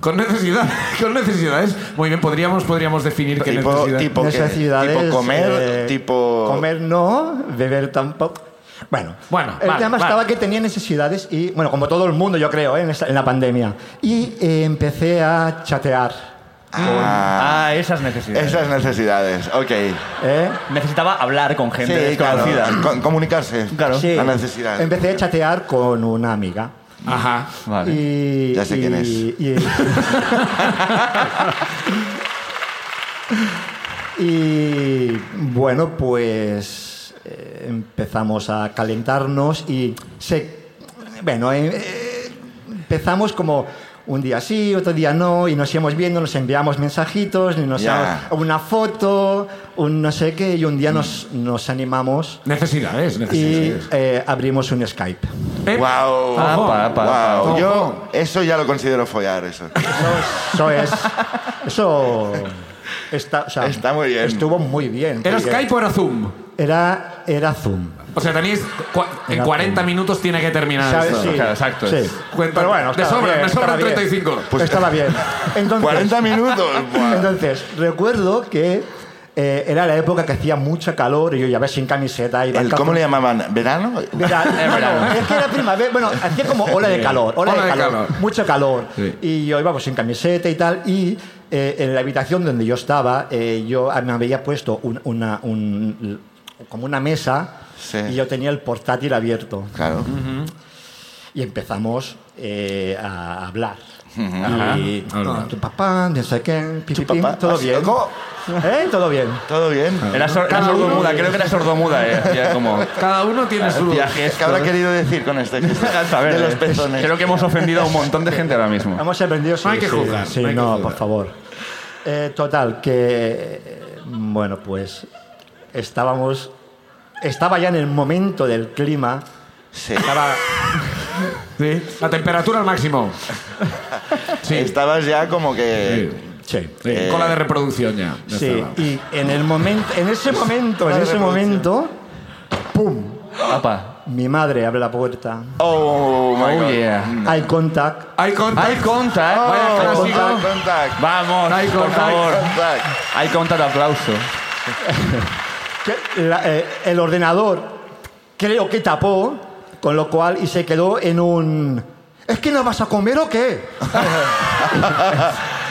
Speaker 1: Con necesidad, con necesidades. Muy bien, podríamos, podríamos definir qué
Speaker 2: Tipo-
Speaker 1: necesidad.
Speaker 2: tipo- Porque-
Speaker 4: necesidades.
Speaker 2: tipo comer,
Speaker 4: eh,
Speaker 2: tipo-
Speaker 4: Comer no, beber tampoco. Bueno,
Speaker 1: Bueno,
Speaker 4: el
Speaker 1: vale,
Speaker 4: tema
Speaker 1: vale.
Speaker 4: estaba que tenía necesidades y, bueno, como todo el mundo, yo creo, ¿eh? en, esta- en la pandemia. Y eh, empecé a chatear.
Speaker 3: Ah, esas necesidades.
Speaker 2: Esas necesidades, ok.
Speaker 4: ¿eh?
Speaker 3: Necesitaba hablar con gente
Speaker 2: Sí, claro.
Speaker 3: desconocida.
Speaker 2: Con- comunicarse.
Speaker 3: Claro.
Speaker 4: Sí.
Speaker 2: La necesidad.
Speaker 4: Empecé a chatear con una amiga.
Speaker 1: Ajá.
Speaker 3: Vale.
Speaker 4: Y,
Speaker 2: Ya sé
Speaker 4: y-
Speaker 2: quién es.
Speaker 4: y- y, bueno, pues eh, empezamos a calentarnos y se. Bueno, eh, eh, empezamos como. Un día sí, otro día no, y nos íbamos viendo, nos enviamos mensajitos, nos
Speaker 2: Ya.
Speaker 4: íbamos- una foto, un no sé qué, y un día nos,
Speaker 2: Mm.
Speaker 4: nos animamos
Speaker 1: Necesidades,
Speaker 4: y
Speaker 1: necesidades.
Speaker 4: eh, abrimos un Skype.
Speaker 1: Eh,
Speaker 2: Wow.
Speaker 3: Ah,
Speaker 1: Ojo.
Speaker 3: pa, pa, pa.
Speaker 2: Wow. Yo eso ya lo considero follar, eso.
Speaker 4: Eso es. Eso. Está, o sea,
Speaker 2: Está muy bien.
Speaker 4: Estuvo muy bien.
Speaker 1: ¿Era
Speaker 4: porque
Speaker 1: Skype o era Zoom?
Speaker 4: Era, era Zoom.
Speaker 1: O sea, tenéis. cua- En 40 minutos tiene que terminar
Speaker 4: ¿Sabes?
Speaker 1: esto.
Speaker 4: Sí.
Speaker 3: claro, exacto,
Speaker 4: Sí.
Speaker 3: es-
Speaker 1: Cuenta- me
Speaker 4: estaba
Speaker 1: sobran, me sobran
Speaker 4: estaba bien.
Speaker 1: 35.
Speaker 2: Pues-
Speaker 4: estaba bien. Entonces,
Speaker 2: 40 minutos. Buah.
Speaker 4: entonces, recuerdo que eh, era la época que hacía mucho calor y yo ya ves sin camiseta. Iba
Speaker 2: El- ¿Cómo le llamaban? ¿Verano?
Speaker 4: Verano.
Speaker 3: Es verano.
Speaker 4: es que era primavera. Bueno, hacía como ola de calor. Ola, de, calor, Mucho calor.
Speaker 1: Sí.
Speaker 4: Y yo iba pues sin camiseta y tal. Y eh, en la habitación donde yo estaba, eh, yo me había puesto un- una, un- como una mesa
Speaker 2: Sí.
Speaker 4: y yo tenía el portátil abierto.
Speaker 2: Claro.
Speaker 4: Y empezamos eh, a hablar.
Speaker 1: Ajá.
Speaker 4: Y
Speaker 1: Hablar.
Speaker 4: tu papá, no sé qué, pi, pi,
Speaker 2: Tu papá.
Speaker 4: pi, todo bien.
Speaker 2: ¿Cómo?
Speaker 4: ¿Eh? Todo bien.
Speaker 2: ¿Todo bien?
Speaker 3: Era, sor- era sordomuda, creo que era sordomuda, eh. Hacía como.
Speaker 1: Cada uno tiene su.
Speaker 3: Hacía
Speaker 2: ¿Qué
Speaker 3: gestos.
Speaker 2: habrá querido decir con esto?
Speaker 3: Saber,
Speaker 2: de los
Speaker 3: eh.
Speaker 2: pezones.
Speaker 3: Creo que hemos ofendido a un montón de gente ahora mismo.
Speaker 4: Hemos aprendido. sí,
Speaker 1: hay que
Speaker 4: sí,
Speaker 1: juzgar,
Speaker 4: Sí,
Speaker 1: no hay que
Speaker 4: no,
Speaker 1: juzgar.
Speaker 4: por favor. Eh, total, que. eh, Bueno, pues. Estábamos. Estaba ya en el momento del clima.
Speaker 2: Sí.
Speaker 4: Estaba.
Speaker 1: Sí. La temperatura al máximo. Sí.
Speaker 2: Estabas ya como
Speaker 1: Sí.
Speaker 2: que...
Speaker 4: Sí.
Speaker 1: Sí, Cola de reproducción ya. Ya
Speaker 4: Sí,
Speaker 1: estaba.
Speaker 4: y en el momento. En ese momento, en
Speaker 2: Una
Speaker 4: ese
Speaker 2: revolución.
Speaker 4: momento. ¡Pum!
Speaker 3: Apa.
Speaker 4: Mi madre abre la puerta.
Speaker 2: Oh, my
Speaker 3: Oh,
Speaker 2: God.
Speaker 3: yeah.
Speaker 4: Hay contact.
Speaker 1: Hay contact.
Speaker 3: Hay contact. Vaya
Speaker 2: Oh,
Speaker 3: clásico.
Speaker 2: contact, contact,
Speaker 3: Vamos,
Speaker 1: Hay
Speaker 3: por
Speaker 1: contact.
Speaker 3: favor.
Speaker 2: contact.
Speaker 3: Hay contact, aplauso.
Speaker 4: que la- eh, el ordenador creo que tapó, con lo cual y se quedó en un. ¿Es que no vas a comer o qué?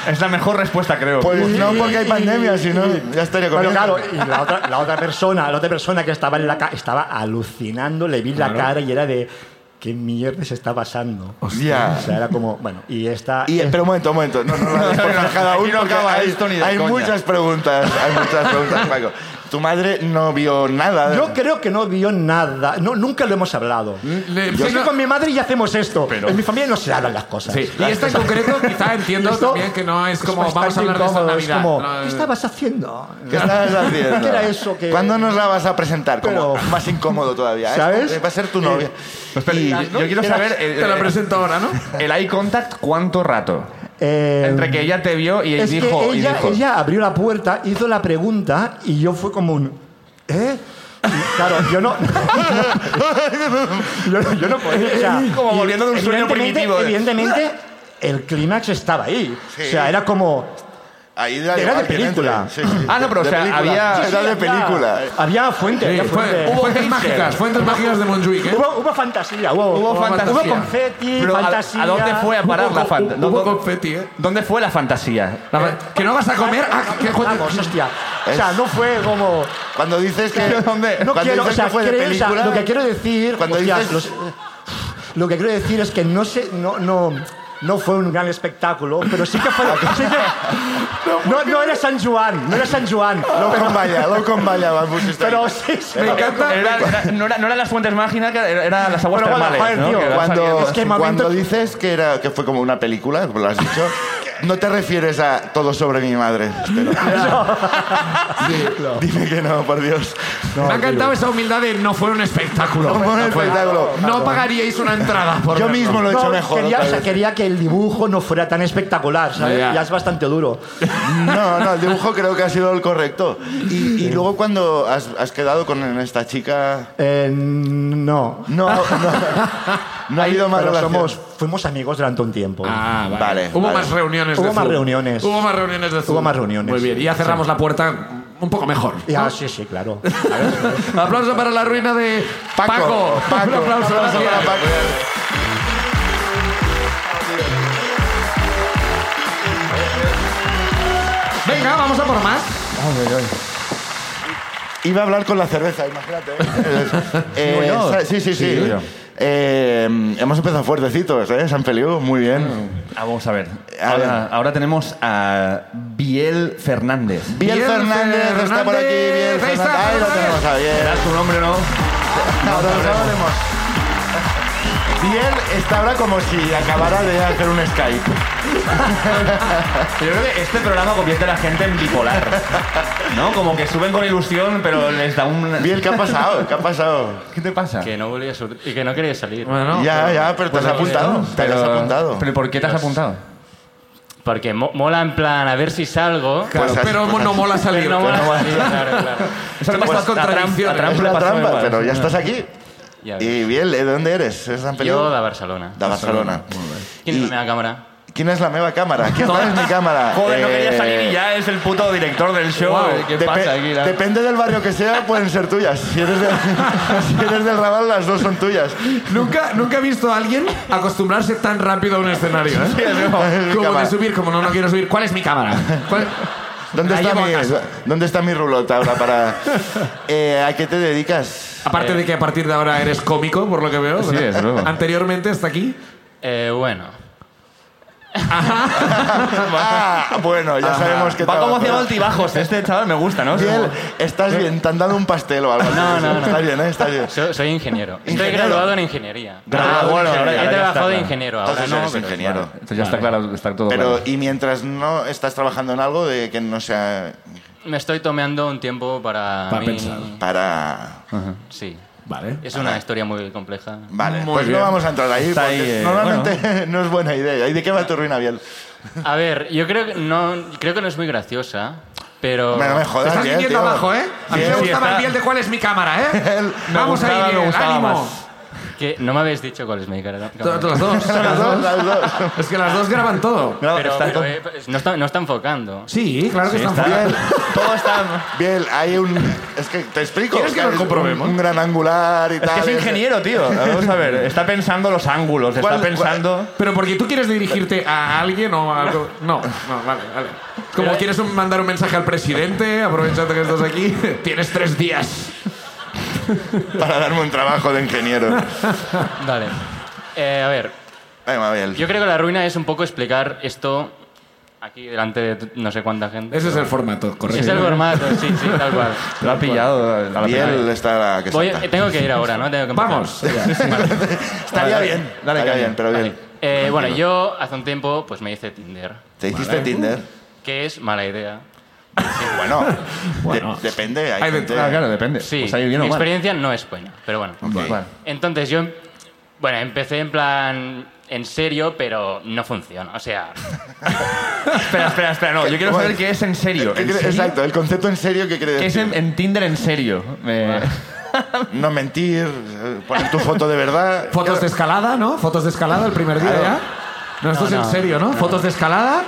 Speaker 3: Es la mejor respuesta, creo.
Speaker 2: Pues
Speaker 4: Y-
Speaker 2: no, porque hay
Speaker 4: y-
Speaker 2: pandemia, si no,
Speaker 4: y-
Speaker 2: ya estaría
Speaker 4: Bueno,
Speaker 2: comiendo.
Speaker 4: claro, y la otra, la otra persona, la otra persona que estaba en la ca- estaba alucinando, le vi la cara y era de qué mierda se está pasando.
Speaker 2: Hostia.
Speaker 4: O sea, era como, bueno, y esta
Speaker 2: Y, eh, pero un momento, un momento. No, no, no, después
Speaker 3: No, no,
Speaker 2: cada
Speaker 3: aquí
Speaker 2: uno
Speaker 3: no
Speaker 2: porque
Speaker 3: acaba
Speaker 2: hay,
Speaker 3: esto ni de
Speaker 2: hay
Speaker 3: coña.
Speaker 2: muchas preguntas, hay muchas preguntas, Paco. Tu madre no vio nada.
Speaker 4: yo creo que no vio nada, no, nunca lo hemos hablado.
Speaker 1: Le-
Speaker 4: Yo
Speaker 1: sí,
Speaker 4: estoy
Speaker 1: no-
Speaker 4: con mi madre y hacemos esto.
Speaker 3: Pero-
Speaker 4: en mi familia no se hablan las cosas.
Speaker 1: Sí, y esta en concreto quizá entiendo
Speaker 4: Esto
Speaker 1: también que no es como vamos
Speaker 4: bastante
Speaker 1: a hablar de esta
Speaker 4: incómodo,
Speaker 1: Navidad.
Speaker 4: Es como,
Speaker 1: No,
Speaker 4: ¿qué estabas haciendo?
Speaker 2: ¿Qué estabas haciendo?
Speaker 4: ¿Qué era eso que-
Speaker 2: ¿Cuándo nos la vas a presentar? Como
Speaker 4: Pero-
Speaker 2: más incómodo todavía. ¿eh?
Speaker 4: ¿Sabes?
Speaker 2: Va a ser tu
Speaker 4: Eh,
Speaker 2: novia.
Speaker 3: Pues espera,
Speaker 2: Y-
Speaker 3: yo- yo, quiero saber eh, el,
Speaker 1: Te la presento ahora, ¿no?
Speaker 3: el eye contact cuánto rato.
Speaker 4: Eh,
Speaker 3: Entre que ella te vio y,
Speaker 4: es
Speaker 3: dijo,
Speaker 4: que
Speaker 3: y
Speaker 4: ella,
Speaker 3: dijo.
Speaker 4: ella abrió la puerta, hizo la pregunta y yo fue como un... ¿Eh? Y, Claro, yo no... yo, no- yo no podía... o sea,
Speaker 3: Como volviendo de un sueño
Speaker 4: evidentemente-
Speaker 3: primitivo, eh.
Speaker 4: Evidentemente, el clímax estaba ahí. O sea, era como...
Speaker 2: Ahí da
Speaker 4: Era
Speaker 2: igual
Speaker 4: de
Speaker 2: quién
Speaker 4: película.
Speaker 2: entre. Sí, sí.
Speaker 3: Ah, no, pero, o
Speaker 2: De
Speaker 3: sea,
Speaker 2: película.
Speaker 3: había- Sí,
Speaker 2: Ah, Era de película.
Speaker 4: Había fuente, había
Speaker 1: Fue-
Speaker 4: fuente.
Speaker 1: hubo fuentes
Speaker 3: Hubo
Speaker 1: mágicas,
Speaker 3: Hazel.
Speaker 1: fuentes mágicas de Montjuic, ¿eh?
Speaker 4: Hubo, hubo fantasía, hubo,
Speaker 3: Hubo fantasía.
Speaker 4: Hubo confeti,
Speaker 3: Pero ¿a-
Speaker 4: fantasía.
Speaker 3: a dónde fue a parar la fan-
Speaker 1: Hubo,
Speaker 3: ¿Dónde-
Speaker 1: confeti, ¿eh?
Speaker 3: ¿Dónde fue la fantasía?
Speaker 1: La verdad- que no vas a comer. Ah, ¿qué jue-
Speaker 4: Vamos, hostia. O sea, no fue como...
Speaker 2: Cuando dices que...
Speaker 3: ¿Dónde?
Speaker 4: No
Speaker 2: cuando
Speaker 4: quiero, o
Speaker 2: dices
Speaker 4: sea,
Speaker 2: que fue de
Speaker 4: creo- o sea,
Speaker 2: película...
Speaker 4: lo que quiero decir...
Speaker 2: Cuando
Speaker 4: hostias,
Speaker 2: dices-
Speaker 4: los- lo que quiero decir es que no sé... No, no, no fue un gran espectáculo, pero sí que fue... sí que- no, no era San Juan, no era San Juan.
Speaker 2: Lo con valla, lo con valla, vamos. está
Speaker 4: Pero
Speaker 2: ahí.
Speaker 4: sí, sí.
Speaker 1: Me encanta.
Speaker 3: Era- era- no, era, no eran las fuentes mágicas, era- eran las aguas
Speaker 4: Bueno, bueno,
Speaker 3: termales.
Speaker 4: joder,
Speaker 3: ¿no?
Speaker 4: tío,
Speaker 3: Que vas
Speaker 2: Cuando,
Speaker 3: saliendo.
Speaker 4: Es que hay
Speaker 2: cuando
Speaker 4: momentos-
Speaker 2: dices que, era, que fue como una película, como lo has dicho, no te refieres a todo sobre mi madre. espero. Dime que no, por Dios.
Speaker 1: Me ha encantado esa humildad de no fue un espectáculo.
Speaker 2: No fue un espectáculo.
Speaker 1: No pagaríais una entrada por
Speaker 2: Yo
Speaker 1: verlo.
Speaker 2: mismo lo he hecho
Speaker 4: No,
Speaker 2: mejor.
Speaker 4: quería,
Speaker 2: otra
Speaker 4: o sea,
Speaker 2: vez.
Speaker 4: quería que el dibujo no fuera tan espectacular, ¿sabes?
Speaker 1: Ya.
Speaker 4: Ya es bastante duro.
Speaker 2: No, no, el dibujo creo que ha sido el correcto. Y, y luego cuando has, has quedado con esta chica...
Speaker 4: Eh, no.
Speaker 2: No, no, no ha habido más
Speaker 4: Pero
Speaker 2: relación.
Speaker 4: somos, fuimos amigos durante un tiempo.
Speaker 1: Ah, vale.
Speaker 2: Vale,
Speaker 1: Hubo
Speaker 2: vale.
Speaker 1: más reuniones.
Speaker 4: Hubo
Speaker 1: de
Speaker 4: más
Speaker 1: Zoom.
Speaker 4: reuniones.
Speaker 1: Hubo más reuniones de Zoom.
Speaker 4: más reuniones.
Speaker 1: Muy bien. Y ya cerramos la puerta un poco mejor.
Speaker 4: Ya, sí, sí, claro.
Speaker 1: Aplauso para la ruina de Paco.
Speaker 2: Paco, Paco,
Speaker 1: Un aplauso,
Speaker 2: un aplauso
Speaker 1: gracias.
Speaker 2: para Paco.
Speaker 1: Venga, vamos a por más.
Speaker 2: Iba a hablar con la cerveza, imagínate. Eh,
Speaker 3: Digo yo.
Speaker 2: sa- sí, sí, sí.
Speaker 3: Sí, digo yo.
Speaker 2: Eh, hemos empezado fuertecitos, ¿eh? San Feliu, muy bien.
Speaker 3: Ah, vamos a ver.
Speaker 2: A
Speaker 3: ahora, ahora tenemos a Biel Fernández.
Speaker 2: Biel
Speaker 1: Biel
Speaker 2: Fernández, está por aquí, Biel
Speaker 1: Fernández, ahí
Speaker 2: Fernández.
Speaker 1: está,
Speaker 2: Ahí lo
Speaker 1: Fernández.
Speaker 2: tenemos, a Biel.
Speaker 3: Era su nombre, ¿no?
Speaker 2: No, no, no hablemos. Biel está ahora como si acabara de hacer un Skype.
Speaker 3: Yo creo que este programa convierte a la gente en bipolar. ¿No? Como que suben con ilusión, pero les da un.
Speaker 2: Biel, ¿qué ha pasado? ¿Qué ha pasado?
Speaker 3: ¿Qué te pasa?
Speaker 5: Que no volvía a sur- y que no quería salir.
Speaker 1: Bueno,
Speaker 2: ya, ya, pero te has
Speaker 5: Bueno,
Speaker 2: apuntado.
Speaker 5: bien,
Speaker 2: Te has apuntado.
Speaker 3: ¿Pero por qué te has
Speaker 5: Dios.
Speaker 3: apuntado?
Speaker 5: Porque mo- mola en plan, a ver si salgo.
Speaker 1: claro,
Speaker 2: Pues así,
Speaker 1: pero
Speaker 2: pues
Speaker 1: no
Speaker 2: así.
Speaker 1: mola salir.
Speaker 5: Pero no mola
Speaker 1: Claro.
Speaker 5: salir, claro, claro.
Speaker 1: Son estas
Speaker 3: Pues, a Trump-
Speaker 1: contradicciones.
Speaker 3: a Trump
Speaker 2: Es
Speaker 3: le
Speaker 2: una
Speaker 3: pasó
Speaker 2: trampa,
Speaker 3: igual.
Speaker 2: pero ya estás aquí.
Speaker 5: Ya ves.
Speaker 2: Y Biel, ¿de dónde eres? ¿Es San Feliu?
Speaker 5: Yo de Barcelona.
Speaker 2: De Barcelona.
Speaker 5: ¿Quién
Speaker 2: Y-
Speaker 5: es la primera cámara?
Speaker 2: ¿Quién es la nueva cámara? ¿Quién cuál es mi cámara?
Speaker 3: Joder, no
Speaker 2: Eh,
Speaker 3: quería salir y ya es el puto director del show. eh,
Speaker 1: Guau,
Speaker 3: ¿Qué
Speaker 2: depe-
Speaker 3: pasa aquí? la-
Speaker 2: Depende del barrio que sea, pueden ser tuyas. Si eres, de- si eres del Raval, las dos son tuyas.
Speaker 1: Nunca, nunca he visto a alguien acostumbrarse tan rápido a un escenario. ¿eh?
Speaker 2: es mi
Speaker 1: como
Speaker 2: cámara.
Speaker 1: de subir, como no, no quiero subir. ¿Cuál es mi cámara? ¿Cuál-
Speaker 2: ¿Dónde
Speaker 1: La
Speaker 2: está,
Speaker 1: llevo
Speaker 2: mi,
Speaker 1: a casa.
Speaker 2: ¿Dónde está mi rulota ahora para...? Eh, ¿A qué te dedicas?
Speaker 1: Aparte de que a partir de ahora eres cómico, por lo que veo.
Speaker 3: Sí,
Speaker 1: ¿verdad?
Speaker 3: desde luego.
Speaker 1: Anteriormente hasta aquí.
Speaker 5: Eh, bueno,
Speaker 2: Ah, bueno, ya sabemos que...
Speaker 3: Va como
Speaker 2: trabajo.
Speaker 3: haciendo altibajos. Este chaval me gusta, ¿no?
Speaker 2: Biel, estás bien, te han dado un pastel o algo. así.
Speaker 5: No, no, no.
Speaker 2: Estás bien, ¿eh? Estás bien.
Speaker 5: so- soy ingeniero. Estoy
Speaker 2: ¿Ingeniero?
Speaker 5: graduado en ingeniería. Ah,
Speaker 2: Graduado en
Speaker 3: bueno,
Speaker 2: ingeniería.
Speaker 3: ahora
Speaker 5: He
Speaker 3: ya está,
Speaker 5: trabajado de
Speaker 3: claro.
Speaker 5: ingeniero, ahora
Speaker 2: Entonces
Speaker 5: no,
Speaker 2: eres
Speaker 5: pero-
Speaker 2: ingeniero.
Speaker 3: Entonces ya está claro, está todo
Speaker 2: Pero,
Speaker 3: claro.
Speaker 2: y mientras no estás trabajando en algo de que no sea
Speaker 5: Me estoy tomando un tiempo para
Speaker 1: Para
Speaker 5: mí.
Speaker 1: pensar.
Speaker 2: para...
Speaker 5: Sí.
Speaker 1: Vale.
Speaker 5: Es una historia muy compleja.
Speaker 2: Vale,
Speaker 1: Muy
Speaker 2: pues
Speaker 1: bien.
Speaker 2: no vamos a entrar ahí,
Speaker 3: Está
Speaker 2: porque
Speaker 3: ahí, eh,
Speaker 2: normalmente no es buena idea. ¿Y de qué va tu ruina, Biel?
Speaker 5: A ver, yo creo que no, creo que no es muy graciosa, pero...
Speaker 2: Bueno, me
Speaker 1: Te
Speaker 2: jodas,
Speaker 1: estás
Speaker 2: Biel,
Speaker 1: viniendo
Speaker 2: tío.
Speaker 1: abajo, ¿eh? A mí
Speaker 2: Biel,
Speaker 1: me gustaba
Speaker 3: está-
Speaker 1: el piel de cuál es mi cámara, ¿eh?
Speaker 3: Me
Speaker 1: Vamos
Speaker 3: gustaba,
Speaker 1: a ir,
Speaker 3: me gustaba
Speaker 1: ánimo.
Speaker 3: más.
Speaker 5: que no me habéis dicho cuál es mi cara.
Speaker 1: To- to- Las dos.
Speaker 2: Las dos, las dos.
Speaker 1: es que las dos graban todo.
Speaker 3: No,
Speaker 5: Pero,
Speaker 3: está-
Speaker 5: pero, eh, pues, no, está, no está enfocando.
Speaker 1: Sí, claro que
Speaker 3: Sí,
Speaker 1: están
Speaker 3: está.
Speaker 1: fuera.
Speaker 2: Biel,
Speaker 3: todo está...
Speaker 2: Biel, hay un... Es que te explico.
Speaker 1: ¿Quieres que
Speaker 2: es
Speaker 1: nos comprobemos?
Speaker 2: Un, un gran angular y
Speaker 3: Es
Speaker 2: tal.
Speaker 3: que es ingeniero, tío. Vamos a ver. Está pensando los ángulos,
Speaker 2: ¿Cuál-
Speaker 3: está
Speaker 2: cuál-
Speaker 3: pensando...
Speaker 1: Pero porque tú quieres dirigirte a alguien o a algo. No, no, vale, vale. Es Como quieres un- mandar un mensaje al presidente, aprovechando que estás aquí. Tienes tres días.
Speaker 2: Para darme un trabajo de ingeniero.
Speaker 5: Vale. Eh, a ver,
Speaker 2: Venga, Biel.
Speaker 5: yo creo que la ruina es un poco explicar esto aquí delante de t- no sé cuánta gente.
Speaker 1: Ese es el formato, correcto.
Speaker 5: Es el formato, sí, sí, tal cual.
Speaker 3: Lo ha pillado a la
Speaker 2: Biel está la que
Speaker 5: Voy-
Speaker 2: salta.
Speaker 5: eh, tengo que ir ahora, ¿no? Tengo que empezar.
Speaker 1: Vamos.
Speaker 2: Estaría
Speaker 3: Dale,
Speaker 2: bien.
Speaker 3: dale
Speaker 2: Estaría
Speaker 3: caña.
Speaker 2: bien, pero Biel.
Speaker 5: Eh, bueno, yo hace un tiempo pues me hice Tinder,
Speaker 2: ¿Te hiciste Tinder?
Speaker 5: que es mala idea.
Speaker 2: Sí, bueno. de-
Speaker 1: Bueno.
Speaker 2: depende. Hay
Speaker 1: Hay de-
Speaker 2: gente...
Speaker 3: Ah, claro, depende.
Speaker 5: Sí,
Speaker 3: Pues ahí
Speaker 5: mi
Speaker 3: viene o mal.
Speaker 5: experiencia no es buena, pero bueno.
Speaker 2: Ok.
Speaker 3: Vale.
Speaker 5: Entonces yo, bueno, empecé en plan en serio, pero no funciona. O sea,
Speaker 3: Espera, espera, espera. No, yo quiero
Speaker 2: ¿Cómo
Speaker 3: saber
Speaker 2: es?
Speaker 3: qué es en serio.
Speaker 2: ¿Qué
Speaker 3: ¿En
Speaker 2: quiere-
Speaker 3: serio?
Speaker 2: Exacto, el concepto en serio que quiere
Speaker 3: ¿Qué
Speaker 2: decir.
Speaker 3: es en, en Tinder en serio? Me-
Speaker 2: No mentir, eh, poner tu foto de verdad.
Speaker 1: Fotos de escalada, ¿no? Fotos de escalada el primer día ya. No, esto es en serio, ¿no? Fotos de escalada.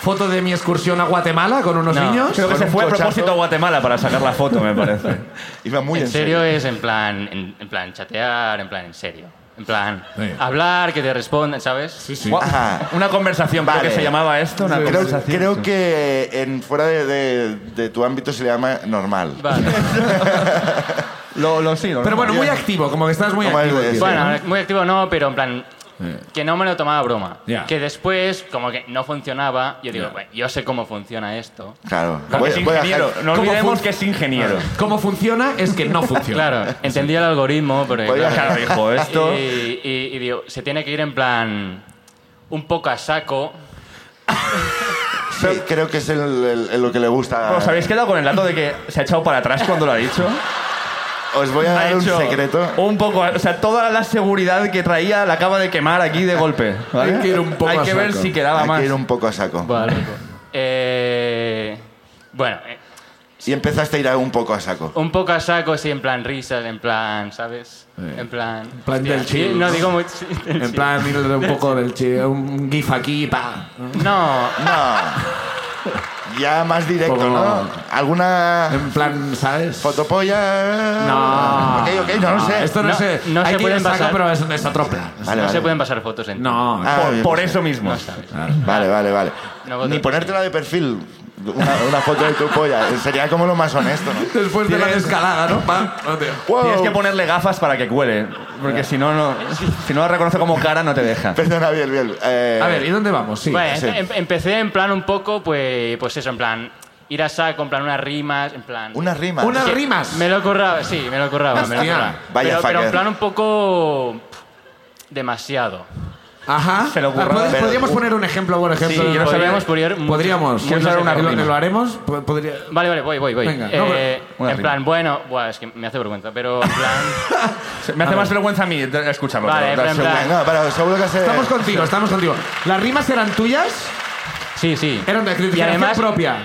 Speaker 1: Foto de mi excursión a Guatemala con unos
Speaker 5: No.
Speaker 1: niños.
Speaker 3: Creo que
Speaker 2: Con
Speaker 3: se
Speaker 2: un
Speaker 3: fue a
Speaker 2: cochazo.
Speaker 3: propósito a Guatemala para sacar la foto, me parece.
Speaker 2: Iba muy en,
Speaker 5: en serio es en plan, en, en plan chatear, en plan en serio. En plan,
Speaker 1: Sí.
Speaker 5: hablar, que te respondan, ¿sabes?
Speaker 1: Guau.
Speaker 2: Ajá.
Speaker 3: Una conversación, creo
Speaker 2: Vale.
Speaker 3: que se llamaba esto. Una
Speaker 2: Creo,
Speaker 3: conversación.
Speaker 2: creo que en fuera de, de- de tu ámbito se le llama normal.
Speaker 5: Vale.
Speaker 3: Lo, lo sí, lo-
Speaker 1: Pero bueno, muy activo, como que estás muy
Speaker 2: Como
Speaker 1: activo.
Speaker 2: es de-
Speaker 1: tío.
Speaker 5: bueno, muy activo no, pero en plan, que no me lo tomaba a broma.
Speaker 1: Ya.
Speaker 5: Que después, como que no funcionaba, yo digo, bueno, yo sé cómo funciona esto.
Speaker 2: Claro.
Speaker 3: Porque es
Speaker 2: a- Ah.
Speaker 3: ingeniero. No
Speaker 1: ¿Cómo
Speaker 3: olvidemos
Speaker 1: fun-
Speaker 3: que es ingeniero.
Speaker 1: Cómo funciona es que no funciona.
Speaker 5: Claro, entendí el algoritmo, pero...
Speaker 2: Voy a-
Speaker 5: claro,
Speaker 3: Claro, hijo, esto...
Speaker 5: Y, y- y digo, se tiene que ir en plan un poco a saco.
Speaker 2: sí, creo que es el- el- el lo que le gusta.
Speaker 3: ¿Os habéis quedado con el dato de que se ha echado para atrás cuando lo ha dicho?
Speaker 2: Os voy a
Speaker 3: Ha
Speaker 2: dar Ah, un
Speaker 3: hecho
Speaker 2: secreto.
Speaker 3: Un poco, o sea, toda la seguridad que traía la acaba de quemar aquí de golpe. ¿vale?
Speaker 1: Hay que ir un poco
Speaker 3: Hay
Speaker 1: a
Speaker 3: que ver
Speaker 1: saco.
Speaker 3: si quedaba
Speaker 2: Hay
Speaker 3: más.
Speaker 2: que ir un poco a saco.
Speaker 5: Eh, bueno, eh,
Speaker 2: Y empezaste a ir a un poco a saco.
Speaker 5: un poco a saco, sí, en plan risas, en plan, ¿sabes? En plan. En
Speaker 1: plan del chill.
Speaker 5: No digo mucho.
Speaker 1: En plan, ir de un poco del chi- un gif aquí, pa.
Speaker 5: No,
Speaker 2: No. Ya más directo,
Speaker 1: Poco-
Speaker 2: ¿no? ¿Alguna
Speaker 1: En plan, ¿sabes?
Speaker 2: fotopolla?
Speaker 1: No.
Speaker 2: Ok, ok, no lo sé.
Speaker 1: Esto no,
Speaker 5: No,
Speaker 1: sé.
Speaker 5: no
Speaker 1: Hay
Speaker 5: se
Speaker 1: que ir
Speaker 5: pueden
Speaker 1: a saco,
Speaker 5: pasar.
Speaker 1: pero es, es otro plan.
Speaker 2: Vale,
Speaker 5: no
Speaker 2: vale.
Speaker 5: se pueden pasar fotos en
Speaker 1: No.
Speaker 2: Ah,
Speaker 3: Por,
Speaker 2: yo
Speaker 3: por
Speaker 2: pensé.
Speaker 3: eso mismo.
Speaker 5: No sabes.
Speaker 2: Vale, vale, vale.
Speaker 5: No voto.
Speaker 2: Ni ponértela de perfil. Una, una foto de tu polla. eh, Sería como lo más honesto, ¿no?
Speaker 1: Después de la escalada, ¿no? Pa. No, tío.
Speaker 3: Tienes
Speaker 2: Wow.
Speaker 3: que ponerle gafas para que cuele. Porque si no, no si no la reconoce como cara, no te deja.
Speaker 2: Perdona, Biel, Biel. Eh,
Speaker 1: A ver, ¿y dónde vamos? Sí.
Speaker 5: Bueno,
Speaker 2: sí.
Speaker 5: em- empecé en plan un poco, pues, pues eso, en plan ir a saco, en plan unas rimas, en plan.
Speaker 2: Unas rimas.
Speaker 1: Unas
Speaker 5: Sí,
Speaker 1: rimas.
Speaker 5: Me lo curraba, sí, me lo curraba, me lo
Speaker 1: Hostia,
Speaker 5: curraba.
Speaker 2: vaya
Speaker 5: pero, pero
Speaker 2: fucker.
Speaker 5: en plan un poco pff, demasiado.
Speaker 1: Ajá.
Speaker 3: Se lo curraba.
Speaker 1: ¿Pod-
Speaker 2: Pero-
Speaker 1: podríamos poner un ejemplo, por ejemplo.
Speaker 5: Sí,
Speaker 1: de-
Speaker 5: yo sabíamos poner mucho-
Speaker 1: Podríamos.
Speaker 5: muchos
Speaker 1: ¿Quieres dar una
Speaker 5: ejemplos.
Speaker 1: rima? ¿Lo haremos? Po- Podría.
Speaker 5: Vale, vale, voy, voy, voy.
Speaker 1: Venga, no,
Speaker 5: Eh,
Speaker 1: pero-
Speaker 3: una
Speaker 5: en
Speaker 3: rima.
Speaker 5: plan, bueno, buah, es que me hace vergüenza, pero en plan,
Speaker 3: Me
Speaker 2: Ah,
Speaker 3: hace más vergüenza a mí de- escucharlo.
Speaker 5: Vale,
Speaker 3: pero-
Speaker 5: pero en
Speaker 3: seguro.
Speaker 5: plan-
Speaker 2: No, pero seguro que se...
Speaker 1: Estamos contigo, estamos contigo. ¿Las rimas eran tuyas?
Speaker 5: sí, sí.
Speaker 1: Eran de
Speaker 5: Y
Speaker 1: crítica
Speaker 5: además-
Speaker 1: propia.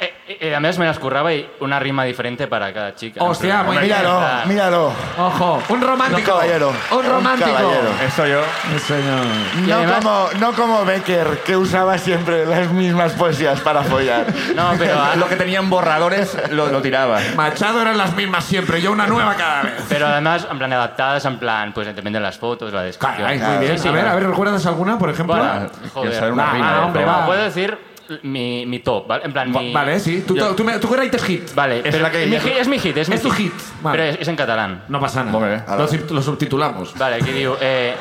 Speaker 5: Eh, eh, además me las curraba y una rima diferente para cada chica.
Speaker 1: Hostia, pues muy
Speaker 5: En plan,
Speaker 1: bien.
Speaker 2: Míralo,
Speaker 5: en plan,
Speaker 2: míralo.
Speaker 1: Ojo, un romántico.
Speaker 2: Un caballero.
Speaker 1: Un romántico.
Speaker 2: Un caballero.
Speaker 3: Eso yo.
Speaker 1: Sí, señor.
Speaker 5: Y
Speaker 2: No,
Speaker 5: además-
Speaker 2: como, no como Becker, que usaba siempre las mismas poesías para follar.
Speaker 5: No, pero, a-
Speaker 3: Lo que tenían borradores lo, lo tiraba.
Speaker 1: Machado eran las mismas siempre, yo una nueva cada vez.
Speaker 5: pero además, en plan, adaptadas, en plan, pues depende de las fotos, la descripción.
Speaker 1: Caray, muy bien.
Speaker 5: Sí, sí,
Speaker 1: a ver,
Speaker 5: no.
Speaker 1: a ver, ¿recuerdas alguna, por ejemplo?
Speaker 5: Bueno,
Speaker 3: Quiero saber
Speaker 5: joder.
Speaker 3: una
Speaker 1: Va,
Speaker 3: rima,
Speaker 1: va,
Speaker 3: eh,
Speaker 1: hombre,
Speaker 3: por
Speaker 1: va.
Speaker 3: favor.
Speaker 5: Puedo decir mi, mi top, ¿vale? En plan,
Speaker 1: Va-
Speaker 5: mi...
Speaker 1: Vale, sí. Tú, tú, me- tú writes hit.
Speaker 5: Vale, pero
Speaker 3: la que-
Speaker 5: mi hit- es mi hit, es mi
Speaker 1: Es tu hit, vale.
Speaker 5: Pero es, es en catalán.
Speaker 1: No pasa nada.
Speaker 3: Hombre,
Speaker 1: lo, sub- lo subtitulamos.
Speaker 5: Vale, aquí digo... Eh,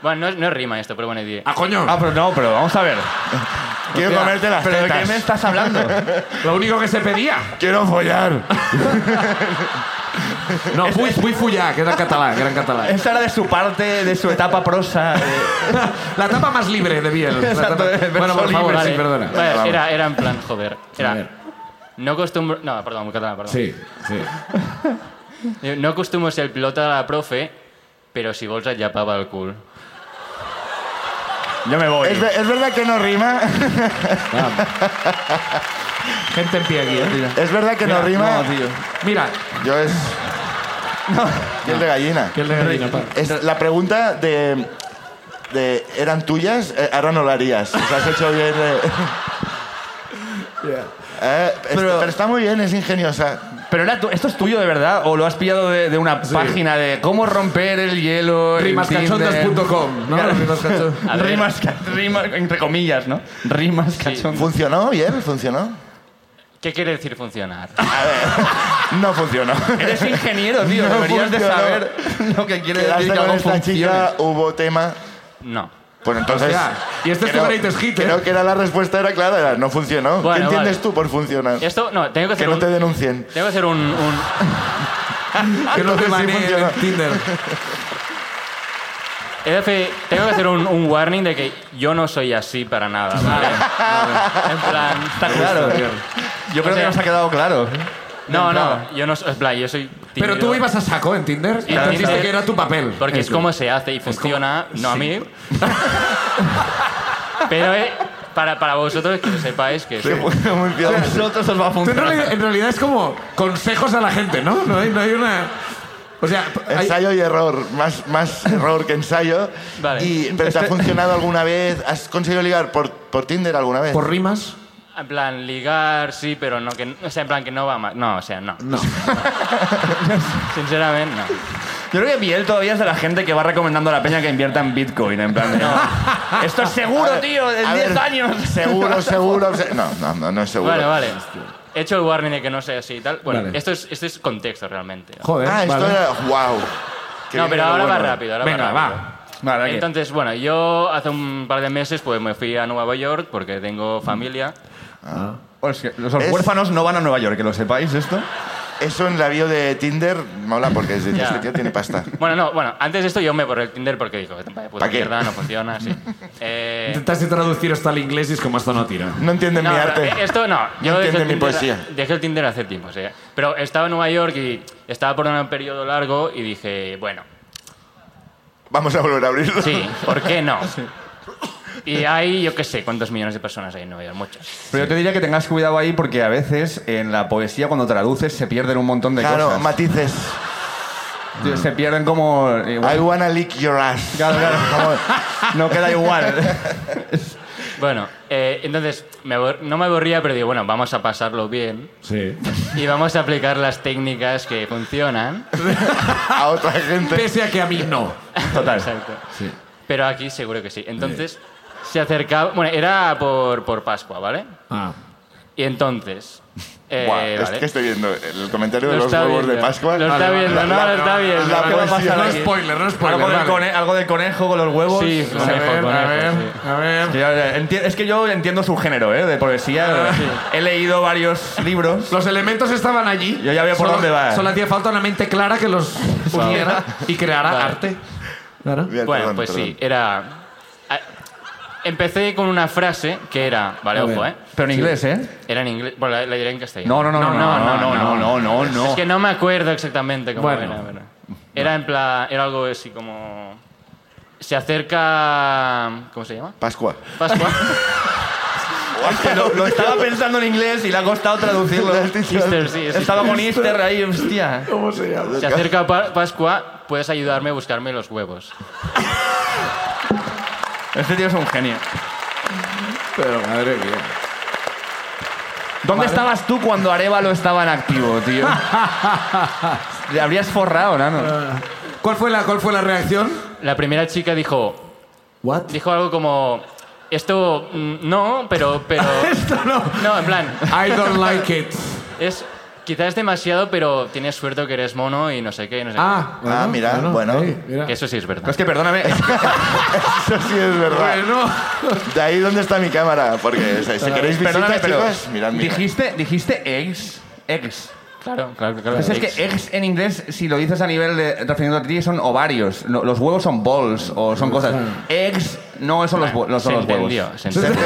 Speaker 5: bueno, no es, no es rima esto, pero bueno, digo...
Speaker 1: ¡Ah, coño!
Speaker 3: Ah, pero no, pero vamos a ver.
Speaker 2: Quiero
Speaker 1: Hostia,
Speaker 2: comerte las
Speaker 3: ¿Pero de qué
Speaker 2: tetas.
Speaker 3: me estás hablando?
Speaker 1: Lo único que se pedía.
Speaker 2: Quiero follar.
Speaker 1: No, fui, fui fullá, que era en catalán, que era en catalán.
Speaker 3: Esta era de su parte, de su etapa prosa. de-
Speaker 1: La etapa más libre de Biel. La
Speaker 3: Exacto,
Speaker 1: etapa-
Speaker 3: el verso
Speaker 1: Bueno, por favor,
Speaker 3: libre,
Speaker 1: sí,
Speaker 5: Vale,
Speaker 1: perdona.
Speaker 5: vale,
Speaker 2: vamos.
Speaker 5: era, era en plan, joder.
Speaker 1: A ver.
Speaker 5: Era... No acostumbro... No, perdón, muy catalán, perdón.
Speaker 1: Sí, sí.
Speaker 5: Diu, No acostumo a ser el pilota de la profe, pero si vols et llapava el cul.
Speaker 3: Yo me voy.
Speaker 2: ¿Es, ve- es verdad que no rima?
Speaker 1: Gente en pie aquí, ¿eh?
Speaker 2: ¿Es verdad que
Speaker 3: Mira,
Speaker 2: no rima?
Speaker 3: no, tío.
Speaker 1: Mira,
Speaker 2: Yo es... Piel de gallina.
Speaker 1: que el de gallina, pa.
Speaker 2: Es la pregunta de... de ¿Eran tuyas? Eh, ahora no lo harías. O sea, has hecho bien... eh. Eh, es- pero, está muy bien, es ingeniosa.
Speaker 3: Pero era tu- esto es tuyo de verdad o lo has pillado de, de una página de cómo romper el hielo. en
Speaker 1: Rimascachondas.com, ¿no?
Speaker 3: Claro.
Speaker 1: Rimascachondas.
Speaker 3: Tinder? Rimas, ca- rimas, entre comillas, ¿no? Rimas cachondas.
Speaker 2: ¿Funcionó, bien? ¿Funcionó?
Speaker 5: ¿Qué quiere decir funcionar?
Speaker 2: No funcionó.
Speaker 1: Eh,
Speaker 3: Eres ingeniero, tío.
Speaker 2: No
Speaker 3: deberías de
Speaker 2: funcionó.
Speaker 3: saber lo que quiere
Speaker 2: Quedaste
Speaker 3: decir que
Speaker 2: con
Speaker 3: algo
Speaker 2: esta
Speaker 3: funcione.
Speaker 2: chica, hubo tema.
Speaker 5: No.
Speaker 2: Pues entonces.
Speaker 1: Hostia, y este es tu greatest hit, ¿eh?
Speaker 2: creo que era la respuesta era clara, era, no funcionó. ¿Qué
Speaker 5: Bueno,
Speaker 2: entiendes
Speaker 5: vale.
Speaker 2: tú por funcionar?
Speaker 5: Esto, no, tengo que
Speaker 2: Que
Speaker 5: hacer
Speaker 2: no
Speaker 5: un...
Speaker 2: te denuncien.
Speaker 5: Tengo que hacer un... un-
Speaker 1: Que no te
Speaker 2: Sí,
Speaker 1: baneen
Speaker 2: funciona.
Speaker 1: en Tinder.
Speaker 5: he de fer- tengo que hacer un, un warning de que yo no soy así para nada, ¿vale? En plan... Está
Speaker 3: Claro. Yo creo
Speaker 5: O sea-
Speaker 3: que nos ha quedado claro.
Speaker 5: No, no, yo no soy... En plan, yo soy tímido.
Speaker 1: Pero tú ibas a saco en Tinder y
Speaker 5: en
Speaker 1: te dijiste
Speaker 5: Tinder.
Speaker 1: que era tu papel.
Speaker 5: Porque es como se hace y funciona, no a mí. Pero eh, para, para vosotros que lo sepáis que...
Speaker 2: Sí, muy
Speaker 3: A
Speaker 2: bien.
Speaker 3: nosotros os va a
Speaker 1: Tú en,
Speaker 3: funcionar.
Speaker 1: realidad, en realidad es como consejos a la gente, ¿no? No hay, no hay una. O sea, hay-
Speaker 2: Ensayo y error, más, más error que ensayo.
Speaker 5: Vale. Este-
Speaker 2: Y, ¿Pero te ha funcionado alguna vez? ¿Has conseguido ligar por, por Tinder alguna vez?
Speaker 1: por rimas.
Speaker 5: En plan, ligar, sí, pero no que... O sea, en plan, que no va mal. No, o sea, no.
Speaker 1: No.
Speaker 5: Sinceramente, no.
Speaker 3: Yo creo que Biel todavía es de la gente que va recomendando a la peña que invierta en Bitcoin. En plan, de, "Ah, esto es seguro, tío,
Speaker 2: A
Speaker 3: en
Speaker 2: ver,
Speaker 3: 10 años.
Speaker 2: Seguro, seguro. se- No, no, no, no es seguro.
Speaker 5: Vale, vale. He hecho el warning de que no sea así y tal. Bueno,
Speaker 1: Vale.
Speaker 5: esto, es, esto es contexto realmente.
Speaker 1: Joder.
Speaker 2: Ah, esto
Speaker 1: vale.
Speaker 2: era. ¡Wow! Qué
Speaker 5: no,
Speaker 2: bien
Speaker 5: pero
Speaker 2: era
Speaker 5: ahora va
Speaker 2: bueno.
Speaker 5: rápido, ahora
Speaker 1: Venga,
Speaker 5: va. rápido.
Speaker 1: va.
Speaker 3: Vale, aquí.
Speaker 5: Entonces, bueno, yo hace un par de meses pues me fui a Nueva York porque tengo familia.
Speaker 3: O es Pues que los
Speaker 2: Es-
Speaker 3: huérfanos no van a Nueva York, que lo sepáis esto.
Speaker 2: Eso en la bio de Tinder mola porque dices,
Speaker 5: Ya.
Speaker 2: este tío tiene pasta.
Speaker 5: Bueno, no, bueno, antes de esto yo me borré el Tinder porque dijo, vaya puta
Speaker 2: ¿Pa' qué?
Speaker 5: mierda, no funciona, sí. Eh,
Speaker 1: Intentaste traducir esto al inglés y es como esto no tira.
Speaker 2: No entienden
Speaker 5: no,
Speaker 2: mi
Speaker 5: pero,
Speaker 2: arte.
Speaker 5: eh, Esto no. Yo
Speaker 2: entiende
Speaker 5: dejé el
Speaker 2: mi
Speaker 5: Tinder-
Speaker 2: poesía.
Speaker 5: Dejé el Tinder hace tiempo, o sea. Pero estaba en Nueva York y estaba por un periodo largo y dije, bueno,
Speaker 2: Vamos a volver a abrirlo.
Speaker 5: sí, ¿por qué no? Y hay, yo qué sé, ¿cuántos millones de personas hay en Nueva York? Muchos.
Speaker 3: Pero yo te diría que tengas cuidado ahí porque a veces en la poesía cuando traduces se pierden un montón de
Speaker 2: Claro,
Speaker 3: cosas.
Speaker 2: matices.
Speaker 3: Tío, se pierden como... igual-
Speaker 2: I wanna lick your ass.
Speaker 3: Claro, claro, como- no queda igual.
Speaker 5: Bueno, eh, entonces, me abor- no me aburría, pero digo, bueno, vamos a pasarlo bien
Speaker 1: Sí.
Speaker 5: y vamos a aplicar las técnicas que funcionan.
Speaker 2: A otra gente.
Speaker 1: Pese a que a mí no.
Speaker 3: Total.
Speaker 5: Exacto. Pero aquí seguro que sí. Entonces, se acercaba... Bueno, era por, por Pascua, ¿vale?
Speaker 1: Ah.
Speaker 5: Y entonces... eh,
Speaker 2: Buah, es
Speaker 5: vale.
Speaker 2: que estoy viendo el comentario de
Speaker 5: Lo
Speaker 2: los
Speaker 5: está
Speaker 2: huevos de
Speaker 5: viendo.
Speaker 2: Pascua.
Speaker 5: Lo está viendo, no, lo está viendo.
Speaker 2: La
Speaker 5: ¿Qué va a
Speaker 2: poesía.
Speaker 1: No spoiler, no spoiler.
Speaker 3: Algo del,
Speaker 1: vale.
Speaker 3: cone- algo del conejo con los huevos.
Speaker 5: Sí,
Speaker 3: O
Speaker 1: A
Speaker 3: sea,
Speaker 5: conejo.
Speaker 1: ver, a ver,
Speaker 5: sí.
Speaker 1: a ver.
Speaker 3: que ya- enti- es que yo entiendo su género, ¿eh? De poesía. He leído varios libros.
Speaker 1: Los elementos estaban allí.
Speaker 3: Yo ya veo por
Speaker 1: Solo-
Speaker 3: dónde va.
Speaker 1: Solo hacía falta una mente clara que los uniera y creara
Speaker 5: Vale.
Speaker 1: arte. Claro.
Speaker 2: Bien,
Speaker 5: Bueno,
Speaker 2: perdón,
Speaker 5: pues sí,
Speaker 2: perdón.
Speaker 5: era... a- Empecé con una frase que era... Vale,
Speaker 1: A ver.
Speaker 5: ojo, ¿eh?
Speaker 3: Pero en inglés, ¿eh?
Speaker 5: Era en inglés... Bueno, la, la diré en castellano.
Speaker 3: No, no, no, no, no, no, no, no, no, no,
Speaker 5: Es que no me acuerdo exactamente cómo
Speaker 1: Bueno.
Speaker 5: era. pero Era en plan... Era algo así como... Se acerca... ¿Cómo se llama?
Speaker 2: Pascua.
Speaker 5: Pascua.
Speaker 3: Que lo, lo estaba pensando en inglés y le ha costado traducirlo.
Speaker 5: Easter, sí, es
Speaker 3: Estaba con Easter ahí, hostia.
Speaker 5: Se acerca Pa- Pascua, puedes ayudarme a buscarme los huevos.
Speaker 3: Este tío es un genio.
Speaker 1: Pero madre mía.
Speaker 3: ¿Dónde estabas tú cuando Arevalo estaba en activo, tío? Le habrías forrado, nano.
Speaker 1: ¿Cuál fue la, cuál fue la reacción?
Speaker 5: La primera chica dijo,
Speaker 1: What?
Speaker 5: dijo algo como, esto mm, no, pero, pero,
Speaker 1: Esto no.
Speaker 5: no, en plan,
Speaker 1: I don't like it.
Speaker 5: es quizás es demasiado, pero tienes suerte que eres mono y no sé qué, y no sé
Speaker 1: Ah,
Speaker 2: Ah, mira, bueno.
Speaker 1: sí, mira.
Speaker 5: qué. Que eso sí es verdad.
Speaker 3: Es que perdóname, es que-
Speaker 2: Eso sí es verdad.
Speaker 1: Bueno,
Speaker 2: De ahí dónde está mi cámara, porque o sea, si queréis
Speaker 3: perdóname,
Speaker 2: visitas,
Speaker 3: pero
Speaker 2: chicos, mirad mi
Speaker 3: dijiste, dijiste ex, ex.
Speaker 5: Claro, claro, claro.
Speaker 3: Pues es que ex en inglés, si lo dices a nivel de refiriendo a ti, son ovarios. No, los huevos son balls o son cosas. Ex no son los, hue- no son
Speaker 5: se
Speaker 3: los huevos.
Speaker 5: entendió, se entendió.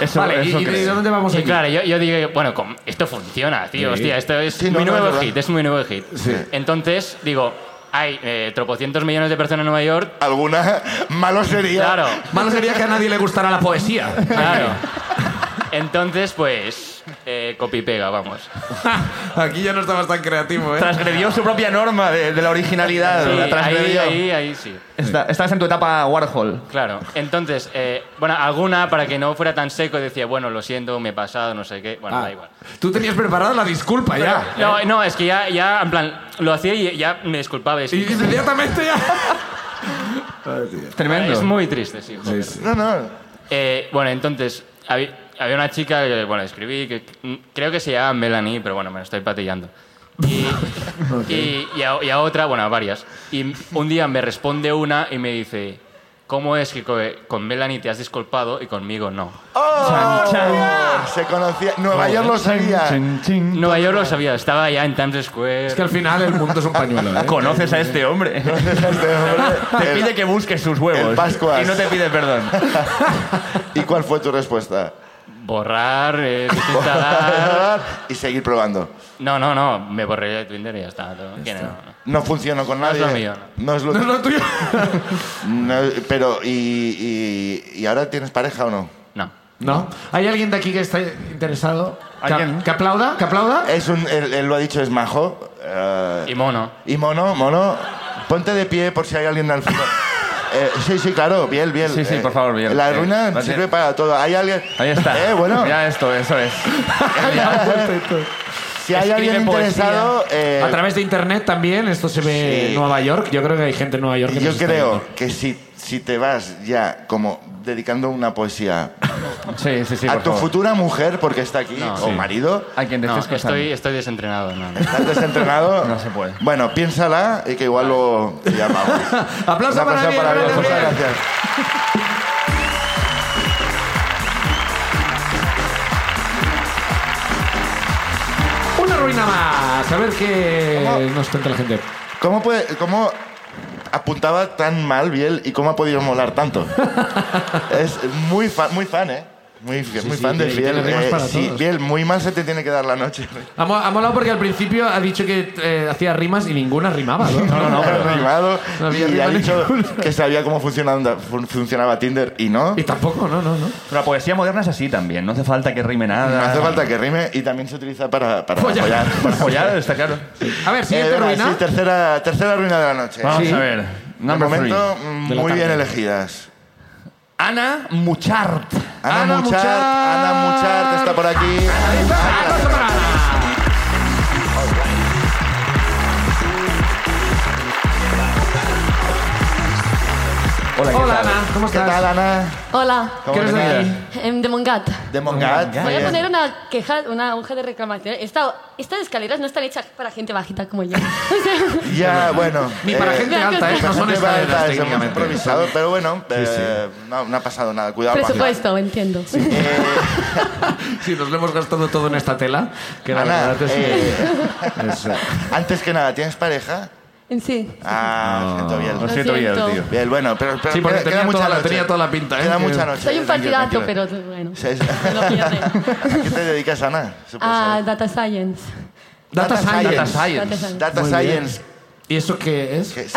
Speaker 3: Eso,
Speaker 1: vale, ¿y,
Speaker 3: eso
Speaker 1: y de
Speaker 3: creo.
Speaker 1: dónde vamos
Speaker 5: Y
Speaker 1: aquí?
Speaker 5: claro, yo, yo dije, bueno, com- esto funciona, tío, hostia, esto es
Speaker 2: Sí, no,
Speaker 5: muy
Speaker 2: no, es
Speaker 5: nuevo
Speaker 2: verdad.
Speaker 5: hit, es muy nuevo hit. Entonces, digo, hay eh, tropocientos millones de personas en Nueva York,
Speaker 2: alguna malo sería.
Speaker 5: claro,
Speaker 1: Malo sería que a nadie le gustara la poesía.
Speaker 5: claro. Entonces, pues, eh, copy y pega, vamos.
Speaker 1: Aquí ya no estabas tan creativo, ¿eh?
Speaker 3: Transgredió su propia norma de, de la originalidad.
Speaker 5: Sí,
Speaker 3: la
Speaker 5: ahí,
Speaker 3: transgredió.
Speaker 5: ahí, ahí sí.
Speaker 3: Está- estás en tu etapa Warhol.
Speaker 5: Claro. Entonces, eh, bueno, alguna para que no fuera tan seco decía, bueno, lo siento, me he pasado, no sé qué. Bueno,
Speaker 1: Ah,
Speaker 5: da igual.
Speaker 1: Tú tenías preparada la disculpa ya.
Speaker 5: No, no, es que ya, ya, en plan, lo hacía y ya me disculpaba. y sí.
Speaker 1: Y inmediatamente ya.
Speaker 3: Tremendo.
Speaker 5: es muy triste, sí. joder.
Speaker 2: No, no.
Speaker 5: Eh, bueno, entonces, habí- había una chica que, bueno, escribí, que mm, creo que se llamaba Melanie, pero bueno, me lo estoy patillando. Y, y- y a, y a otra, bueno, a varias. Y un día me responde una y me dice, ¿cómo es que co- con Melanie te has disculpado y conmigo no?
Speaker 2: Se conocía. Nueva York lo sabía.
Speaker 5: Nueva York lo sabía, estaba ya en Times Square.
Speaker 1: Es que al final el mundo es un pañuelo, ¿eh?
Speaker 3: Conoces a este hombre. Te
Speaker 2: El-
Speaker 3: pide que busques sus huevos.
Speaker 2: el Pascuas.
Speaker 3: Y no te pide perdón.
Speaker 2: ¿Y cuál fue tu respuesta?
Speaker 5: Borrar, eh, desinstalar.
Speaker 2: y seguir probando.
Speaker 5: no, no, no, me borré de Twitter y ya está. todo. Que no, no.
Speaker 2: No funcionó con nadie.
Speaker 5: es lo mío.
Speaker 2: No es lo-
Speaker 1: No es lo tuyo.
Speaker 2: no, pero, ¿y, y, y ahora tienes pareja o no?
Speaker 5: No.
Speaker 1: No. ¿Hay alguien de aquí que está interesado? ¿Que,
Speaker 3: ¿Alguien?
Speaker 1: que aplauda? ¿Que aplauda?
Speaker 2: Es un, él, él lo ha dicho, es majo. eh,
Speaker 5: Y mono.
Speaker 2: y mono, mono, ponte de pie por si hay alguien al final. Eh, sí, sí, claro, bien, bien.
Speaker 3: Sí, sí, por favor, Biel.
Speaker 2: La
Speaker 3: Eh,
Speaker 2: ruina
Speaker 3: va a ser-
Speaker 2: sirve para todo. Hay alguien.
Speaker 3: Ahí está.
Speaker 2: Eh, bueno,
Speaker 3: Mira esto, eso es.
Speaker 2: si hay
Speaker 3: escribe
Speaker 2: alguien
Speaker 3: poesía.
Speaker 2: interesado. eh,
Speaker 1: A través de internet también, esto se ve
Speaker 2: Sí.
Speaker 1: en Nueva York. Yo creo que hay gente en Nueva York que
Speaker 2: Yo
Speaker 1: nos está
Speaker 2: creo
Speaker 1: viendo.
Speaker 2: que si, si te vas ya como dedicando una poesía
Speaker 3: Sí, sí, sí.
Speaker 2: a
Speaker 3: por
Speaker 2: tu
Speaker 3: favor.
Speaker 2: futura mujer, porque está aquí, o
Speaker 5: sí.
Speaker 2: marido,
Speaker 3: A quien te
Speaker 5: No,
Speaker 3: estés casando.
Speaker 5: estoy, estoy desentrenado. No, no.
Speaker 2: estás desentrenado.
Speaker 3: No se puede.
Speaker 2: Bueno, piénsala y que igual lo te llamamos.
Speaker 1: Aplauso
Speaker 2: Una
Speaker 1: para
Speaker 2: cosa
Speaker 1: Ariel,
Speaker 2: para
Speaker 1: gracias,
Speaker 2: Ariel, muchas
Speaker 1: Ariel.
Speaker 2: gracias.
Speaker 1: Una ruina una más. A ver qué
Speaker 2: ¿Cómo?
Speaker 1: nos cuenta la gente.
Speaker 2: ¿Cómo, puede, ¿Cómo apuntaba tan mal Biel y cómo ha podido molar tanto? es muy, fan, muy fan, ¿eh? Muy, muy
Speaker 1: sí,
Speaker 2: fan de
Speaker 1: tiene-
Speaker 2: Biel.
Speaker 1: tiene rimas
Speaker 2: eh,
Speaker 1: para
Speaker 2: sí,
Speaker 1: todos.
Speaker 2: Biel, muy mal se te tiene que dar la noche.
Speaker 1: Ha, mo- ha molado porque al principio ha dicho que eh, hacía rimas y ninguna rimaba. ¿no?
Speaker 2: No, no, pero rimado.
Speaker 1: No había
Speaker 2: y ha
Speaker 1: rima
Speaker 2: dicho que sabía cómo funcionaba, fun- funcionaba Tinder y no.
Speaker 1: Y tampoco, no, no, no.
Speaker 3: Pero la poesía moderna es así también, no hace falta que rime
Speaker 2: No
Speaker 3: nada.
Speaker 2: hace falta que rime y también se utiliza para, para
Speaker 1: Follar.
Speaker 2: follar. Para
Speaker 3: Follar, está claro.
Speaker 1: A ver,
Speaker 2: Eh,
Speaker 1: siguiente
Speaker 2: venga,
Speaker 1: ruina.
Speaker 2: sí, tercera, tercera ruina de la noche.
Speaker 3: Vamos
Speaker 1: Sí.
Speaker 3: a ver.
Speaker 2: De
Speaker 3: Number
Speaker 2: momento,
Speaker 3: three.
Speaker 2: mm,
Speaker 1: De la
Speaker 2: muy bien
Speaker 1: tarde.
Speaker 2: elegidas.
Speaker 3: Ana Muchart.
Speaker 2: Ana,
Speaker 1: Ana
Speaker 2: Muchart,
Speaker 1: Muchart.
Speaker 2: Ana Muchart está por aquí.
Speaker 1: Ahí está, Alonso Parada.
Speaker 3: Hola, ¿qué
Speaker 1: Hola,
Speaker 3: tal?
Speaker 1: Ana, ¿cómo
Speaker 2: ¿Qué
Speaker 1: estás?
Speaker 2: tal, Ana?
Speaker 6: Hola,
Speaker 2: ¿Cómo
Speaker 1: ¿Qué eres de
Speaker 2: estás?
Speaker 1: aquí?
Speaker 6: em, de Mongat.
Speaker 2: De Mongat.
Speaker 3: Mongat.
Speaker 2: muy
Speaker 6: Voy a
Speaker 2: bien.
Speaker 6: poner una queja, una aguja de reclamación. Esta- estas escaleras no están hechas para gente bajita como yo. O sea,
Speaker 2: Ya, bueno.
Speaker 1: Ni para
Speaker 2: eh,
Speaker 1: gente
Speaker 6: Gracias.
Speaker 1: alta, ¿eh?
Speaker 2: para
Speaker 1: No son
Speaker 2: gente
Speaker 1: escaleras
Speaker 2: barata, es hemos
Speaker 1: técnicamente.
Speaker 2: improvisado, pero bueno, eh, no, no ha pasado nada. Cuidado. Eh, Paco.
Speaker 6: presupuesto, entiendo.
Speaker 1: Sí, nos lo hemos gastado todo en esta tela. Que la
Speaker 2: Ana,
Speaker 1: verdad es
Speaker 2: eh,
Speaker 1: que...
Speaker 2: antes que nada, ¿tienes pareja?
Speaker 6: En sí.
Speaker 2: Ah, siento
Speaker 3: Lo
Speaker 2: bien.
Speaker 3: siento bien,
Speaker 6: siento.
Speaker 3: tío.
Speaker 2: Bien, bueno, pero, pero
Speaker 1: Sí, porque
Speaker 2: queda-
Speaker 1: tenía
Speaker 2: queda mucha
Speaker 1: toda la-
Speaker 2: noche.
Speaker 1: tenía toda la pinta, ¿eh?
Speaker 2: Queda
Speaker 1: Que-
Speaker 2: mucha noche.
Speaker 6: Soy un
Speaker 2: tranquilo,
Speaker 6: partidazo,
Speaker 2: tranquilo.
Speaker 6: pero bueno.
Speaker 2: Sí, sí.
Speaker 6: me lo pierden.
Speaker 2: ¿A qué te dedicas, Ana? Se puede
Speaker 6: Ah,
Speaker 2: saber.
Speaker 6: data science.
Speaker 1: Data Science.
Speaker 2: Data
Speaker 6: Data
Speaker 2: Science.
Speaker 6: science.
Speaker 2: Data
Speaker 1: Muy bien.
Speaker 2: Science.
Speaker 1: ¿Y eso qué es?
Speaker 2: que es-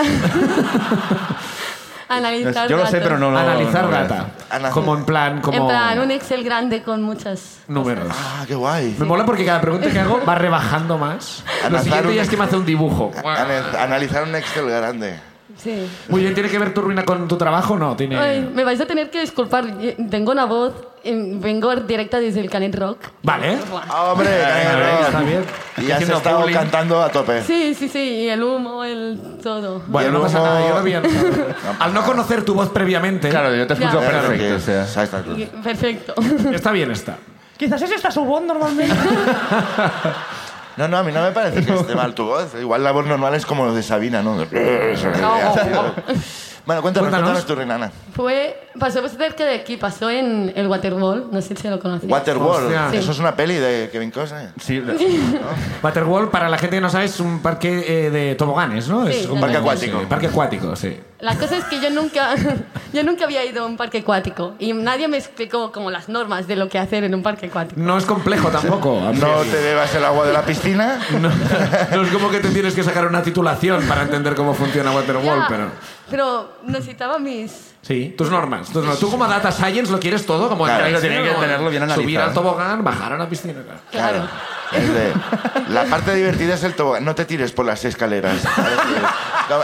Speaker 6: Analizar
Speaker 3: Yo lo sé,
Speaker 6: datos.
Speaker 3: pero no lo.
Speaker 1: Analizar
Speaker 3: no lo-
Speaker 1: data.
Speaker 2: Ana-
Speaker 1: Como en plan, como...
Speaker 6: En plan, un Excel grande con muchas.
Speaker 1: Números.
Speaker 2: Ah, qué guay.
Speaker 1: Me mola porque cada pregunta que hago va rebajando más. Lo
Speaker 2: Analizar
Speaker 1: siguiente
Speaker 2: un-
Speaker 1: ya es que me hace un dibujo.
Speaker 2: Ana- Analizar un Excel grande.
Speaker 6: Sí.
Speaker 1: Muy bien, ¿tiene que ver tu ruina con tu trabajo o no? Tiene...
Speaker 6: Ay, me vais a tener que disculpar. eh, Tengo una voz. eh, Vengo directa desde el Canet Rock.
Speaker 1: Vale.
Speaker 2: Ah, ¡Hombre!
Speaker 1: Venga,
Speaker 2: cabrón.
Speaker 1: venga, está bien.
Speaker 2: Y ya se
Speaker 1: Haciendo
Speaker 2: estaba
Speaker 1: bullying.
Speaker 2: cantando a tope.
Speaker 6: Sí, sí, sí. Y el humo, el todo.
Speaker 1: Bueno,
Speaker 2: Y
Speaker 1: no
Speaker 2: el
Speaker 1: pasa
Speaker 2: humo-
Speaker 1: nada, yo lo había notado. Al no conocer tu voz previamente,
Speaker 3: Claro, yo te escucho
Speaker 6: Ya.
Speaker 2: Claro
Speaker 3: perfecto.
Speaker 2: que-
Speaker 3: o sea.
Speaker 2: Ah, está claro.
Speaker 6: Perfecto.
Speaker 1: está bien está.
Speaker 7: Quizás ese está su voz normalmente.
Speaker 2: No, no, a mí no me parece que esté mal tu voz. Igual la voz normal es como de Sabina, ¿no? bueno, cuéntanos, cuéntanos tu renana.
Speaker 6: Fue, pasó pues cerca de aquí, pasó en el Waterworld, no sé si lo conocéis.
Speaker 2: Waterworld.
Speaker 1: Hostia.
Speaker 2: Eso es una peli de Kevin Costner.
Speaker 3: Sí, lo-
Speaker 1: Waterworld, para la gente que no sabe, es un parque eh, de toboganes, ¿no?
Speaker 6: Sí,
Speaker 1: es
Speaker 6: Un
Speaker 2: parque acuático.
Speaker 1: sí, parque acuático, sí.
Speaker 6: La cosa es que yo nunca, yo nunca había ido a un parque acuático y nadie me explicó como las normas de lo que hacer en un parque acuático.
Speaker 1: No es complejo tampoco. a
Speaker 2: No
Speaker 1: priori.
Speaker 2: te bebas el agua de la piscina.
Speaker 1: No, no es como que te tienes que sacar una titulación para entender cómo funciona Waterworld,
Speaker 6: Ya,
Speaker 1: pero...
Speaker 6: pero necesitaba mis...
Speaker 1: Sí, tus normas. tus normas. Tú como data science lo quieres todo, como
Speaker 2: Claro,
Speaker 1: entrar,
Speaker 3: lo tienen
Speaker 1: ¿no?
Speaker 3: que
Speaker 1: Como
Speaker 3: tenerlo bien
Speaker 1: Subir
Speaker 3: analizado.
Speaker 1: al tobogán, bajar a la piscina. claro.
Speaker 6: Claro.
Speaker 2: Es de- la parte divertida es el tobogán. No te tires por las escaleras.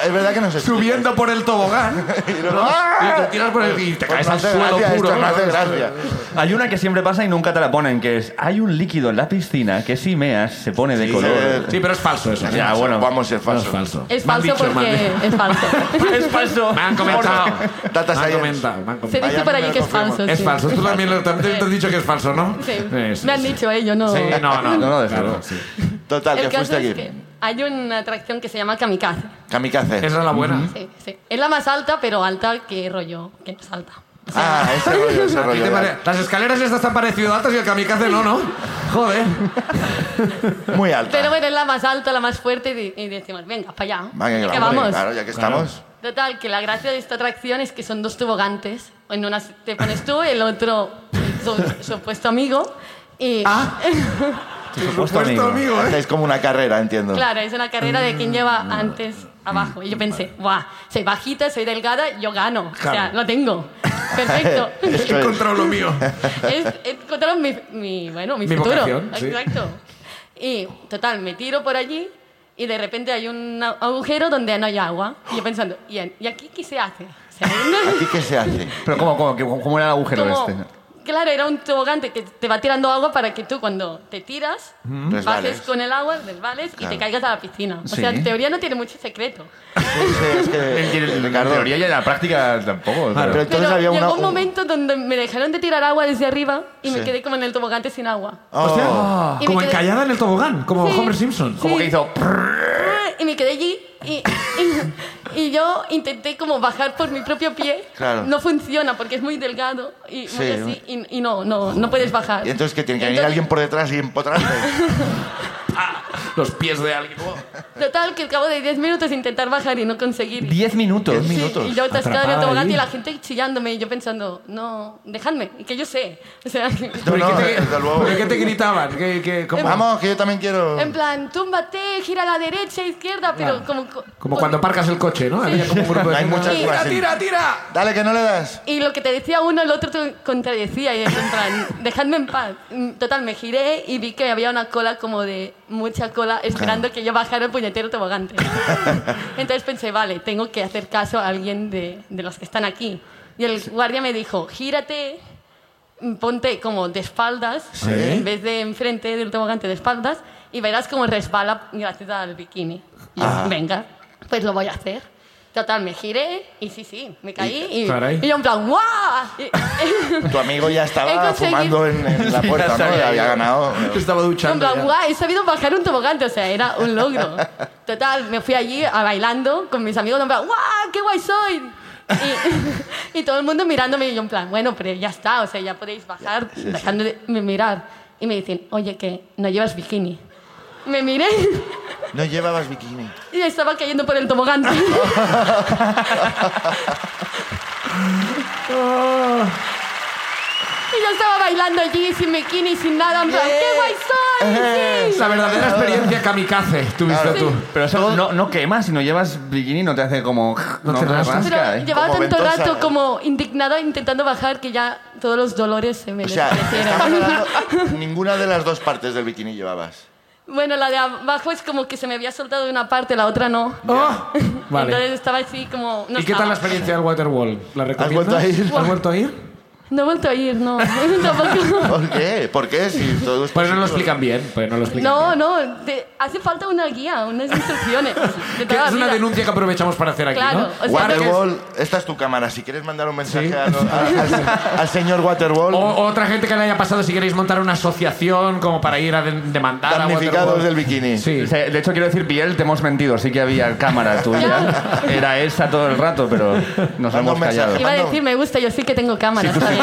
Speaker 2: Es verdad que no se
Speaker 1: Subiendo por el tobogán. ¿no? Y te tiras por el y te caes
Speaker 2: Pues no
Speaker 1: al
Speaker 2: hace
Speaker 1: suelo
Speaker 2: gracia,
Speaker 1: puro.
Speaker 2: esto no
Speaker 1: ¿no?
Speaker 2: hace gracia.
Speaker 3: Hay una que siempre pasa y nunca te la ponen, que es hay un líquido en la piscina que si meas se pone de color.
Speaker 1: Sí, pero es falso eso.
Speaker 3: Ya, bueno.
Speaker 2: Vamos a ser
Speaker 1: No es
Speaker 2: falsos.
Speaker 1: falso.
Speaker 6: Es
Speaker 1: Me han dicho,
Speaker 6: falso
Speaker 1: me han
Speaker 6: porque
Speaker 1: dicho.
Speaker 6: es falso.
Speaker 3: Es falso.
Speaker 1: Me han comentado.
Speaker 2: Data
Speaker 1: me han
Speaker 2: science.
Speaker 1: comentado. me han
Speaker 6: Se
Speaker 1: comentado.
Speaker 6: dice
Speaker 2: Vaya,
Speaker 6: por
Speaker 2: me
Speaker 6: ahí
Speaker 2: lo
Speaker 6: que es
Speaker 2: confirmo.
Speaker 6: falso.
Speaker 1: Es
Speaker 6: sí.
Speaker 1: falso. Tú también lo- también te has dicho que es falso, ¿no?
Speaker 6: Sí.
Speaker 1: Eso,
Speaker 6: Me han
Speaker 1: sí.
Speaker 6: dicho ello, no.
Speaker 1: Sí, no, no.
Speaker 3: No, no, desde
Speaker 1: claro,
Speaker 3: luego.
Speaker 1: sí.
Speaker 2: Total, que
Speaker 6: El caso
Speaker 2: fuiste
Speaker 6: es
Speaker 2: aquí.
Speaker 6: que hay una atracción que se llama Kamikaze.
Speaker 2: Kamikaze.
Speaker 1: Esa es la buena.
Speaker 6: Sí, sí. Es la más alta, pero alta que rollo, que no es alta.
Speaker 2: Ah, ese rollo, ese
Speaker 1: ¿A ti
Speaker 2: rollo.
Speaker 1: te
Speaker 2: ya.
Speaker 1: pare- Las escaleras estas han parecido altas y el kamikaze no, ¿no? Joder.
Speaker 2: Muy alta.
Speaker 6: Pero bueno, es la más alta, la más fuerte y, y decimos, venga, para allá.
Speaker 2: Venga,
Speaker 6: Ya que
Speaker 2: vamos,
Speaker 6: vamos.
Speaker 2: Claro, ya que estamos.
Speaker 6: Total, que la gracia de esta atracción es que son dos tobogantes. En una te pones tú, el otro su supuesto amigo. Y
Speaker 1: Ah.
Speaker 3: Por supuesto,
Speaker 1: Puesto
Speaker 3: amigo.
Speaker 1: amigo, ¿eh?
Speaker 2: Hacéis como una carrera, entiendo.
Speaker 6: claro, es una carrera de quién lleva
Speaker 2: Mm.
Speaker 6: antes abajo. Y yo pensé, guau, soy bajita, soy delgada, yo gano. O sea,
Speaker 1: Claro.
Speaker 6: lo tengo. Perfecto.
Speaker 2: Eso
Speaker 1: He
Speaker 2: es.
Speaker 1: encontrado lo mío.
Speaker 6: es, es contra mi, mi- bueno, mi,
Speaker 1: Mi
Speaker 6: futuro.
Speaker 1: vocación, sí.
Speaker 6: Exacto. Y, total, me tiro por allí y de repente hay un a- agujero donde no hay agua. Y yo pensando, ¿y, en- y aquí qué se hace? O sea, no-
Speaker 2: ¿Aquí qué se hace?
Speaker 3: Pero ¿cómo, cómo, qué- cómo era el agujero
Speaker 6: como-
Speaker 3: este?
Speaker 6: Claro, era un tobogán que te va tirando agua para que tú cuando te tiras,
Speaker 2: Resbales.
Speaker 6: bajes con el agua, resbales y
Speaker 2: Claro.
Speaker 6: te caigas a la piscina. O
Speaker 3: Sí.
Speaker 6: sea, en teoría no tiene mucho secreto.
Speaker 2: Sí, es que,
Speaker 3: En
Speaker 2: Ricardo,
Speaker 3: teoría y en la práctica tampoco.
Speaker 1: Claro.
Speaker 2: Pero entonces
Speaker 6: Pero
Speaker 2: había una...
Speaker 6: llegó un momento donde me dejaron de tirar agua desde arriba y
Speaker 2: Sí.
Speaker 6: me quedé como en el tobogante sin agua.
Speaker 2: Oh,
Speaker 1: Hostia. Como
Speaker 6: Y me quedé-
Speaker 1: encallada en el tobogán, como
Speaker 6: Sí.
Speaker 1: Homer Simpson.
Speaker 3: Como
Speaker 6: Sí.
Speaker 3: que hizo...
Speaker 6: Ah, Y me quedé allí y, y- y yo intenté como bajar por mi propio pie.
Speaker 2: Claro.
Speaker 6: No funciona porque es muy delgado y, muy
Speaker 2: Sí.
Speaker 6: así, y, y no, no, no puedes bajar.
Speaker 2: ¿Y entonces que tiene que venir
Speaker 6: Entonces-
Speaker 2: alguien por detrás y empotrarte?
Speaker 1: los pies de alguien.
Speaker 6: Total, que al cabo de 10 minutos intentar bajar y no conseguir.
Speaker 3: Diez minutos.
Speaker 6: Sí, y yo atascada en el
Speaker 1: Atrapada
Speaker 6: tobogán
Speaker 1: ahí.
Speaker 6: y la gente chillándome y yo pensando, no, dejadme, y que yo sé. O sea,
Speaker 2: No, no,
Speaker 1: ¿Qué te-
Speaker 2: desde luego.
Speaker 1: ¿Pero qué te gritaban? ¿Qué, qué- cómo?
Speaker 2: Vamos, que yo también quiero.
Speaker 6: en plan, túmbate, gira a la derecha, izquierda, pero como... co-
Speaker 1: Como cuando parcas el coche, ¿no? Había como un grupo de
Speaker 2: Hay
Speaker 1: gente,
Speaker 2: muchas
Speaker 1: ¡Tira,
Speaker 2: frases.
Speaker 1: tira, tira!
Speaker 2: Dale, que no le das.
Speaker 6: Y lo que te decía uno, el otro te contradecía. Y es en plan, dejadme en paz. Mm, Total, me giré y vi que había una cola como de mucha cola esperando que yo bajara el puñetero tobogante. Entonces pensé, vale, tengo que hacer caso a alguien de, de los que están aquí. Y el guardia me dijo, gírate, mm, ponte como de espaldas, en vez de enfrente del tobogante de espaldas, y verás cómo resbala gracias al bikini. Y yo, venga, pues lo voy a hacer. Total, me giré y sí, sí, me caí y,
Speaker 1: Caray.
Speaker 6: y yo en plan, ¡guau! Y-
Speaker 2: Tu amigo ya
Speaker 6: He
Speaker 2: estaba
Speaker 6: conseguido-
Speaker 2: fumando en, en la puerta, ¿no? Ya había ganado.
Speaker 1: Estaba
Speaker 6: Yo en
Speaker 1: duchando.
Speaker 6: plan,
Speaker 1: ya.
Speaker 6: guau, he sabido bajar un tobogante, o sea, era un logro. Total, me fui allí a bailando con mis amigos, en plan, guau, qué guay soy. Y, y todo el mundo mirándome y yo en plan, bueno, pero ya está, o sea, ya podéis bajar dejando de mirar. Y me dicen, oye, que no llevas bikini. Me miré
Speaker 2: No llevabas bikini.
Speaker 6: y estaba cayendo por el tobogante. Y yo estaba bailando allí sin bikini, sin nada, en plan, qué guay soy. sí".
Speaker 1: La verdadera experiencia kamikaze tuviste
Speaker 2: Claro.
Speaker 1: tú.
Speaker 3: Pero eso no, no quema, si no llevas bikini no te hace como...
Speaker 1: No te rasca.
Speaker 6: Pero
Speaker 3: ¿eh?
Speaker 6: llevaba
Speaker 2: Como
Speaker 6: tanto
Speaker 2: ventosa,
Speaker 6: rato
Speaker 2: ¿eh?
Speaker 6: como indignada intentando bajar que ya todos los dolores se me
Speaker 2: O sea, estamos
Speaker 6: desaparecieron.
Speaker 2: hablando- ninguna de las dos partes del bikini llevabas.
Speaker 6: bueno, la de abajo es como que se me había soltado de una parte, la otra no.
Speaker 1: Oh, vale.
Speaker 6: Entonces estaba así como... No
Speaker 1: ¿Y qué
Speaker 6: estaba.
Speaker 1: tal la experiencia del Waterwall? ¿La recomiendas?
Speaker 2: vuelto a ir?
Speaker 1: ¿Has vuelto a ir?
Speaker 6: No he vuelto a ir, no. Tampoco.
Speaker 2: ¿Por qué? ¿Por qué? Si todo es
Speaker 1: Pues no lo
Speaker 2: positivo.
Speaker 1: explican bien. Pues no lo explican
Speaker 6: No,
Speaker 1: bien.
Speaker 6: no, te- hace falta una guía, unas instrucciones. de
Speaker 1: Que
Speaker 6: toda
Speaker 1: es
Speaker 6: la
Speaker 1: una
Speaker 6: vida.
Speaker 1: denuncia que aprovechamos para hacer aquí,
Speaker 6: Claro,
Speaker 1: ¿no?
Speaker 6: o sea,
Speaker 2: Waterwall, esta es tu cámara. Si quieres mandar un mensaje
Speaker 1: Sí. Oh,
Speaker 2: a- a- al, al señor Waterwall,
Speaker 1: O otra gente que le haya pasado si queréis montar una asociación como para ir a de- demandar a
Speaker 2: damnificados
Speaker 1: Waterworld.
Speaker 2: del bikini.
Speaker 1: Sí.
Speaker 3: O sea, De hecho, quiero decir, Biel, te hemos mentido. Sí que había cámara tuya. Era esa todo el rato, pero nos
Speaker 2: Manda
Speaker 3: hemos
Speaker 2: un mensaje.
Speaker 3: callado.
Speaker 6: Iba a
Speaker 2: mando-
Speaker 6: decir, me gusta, yo sí que tengo cámaras también.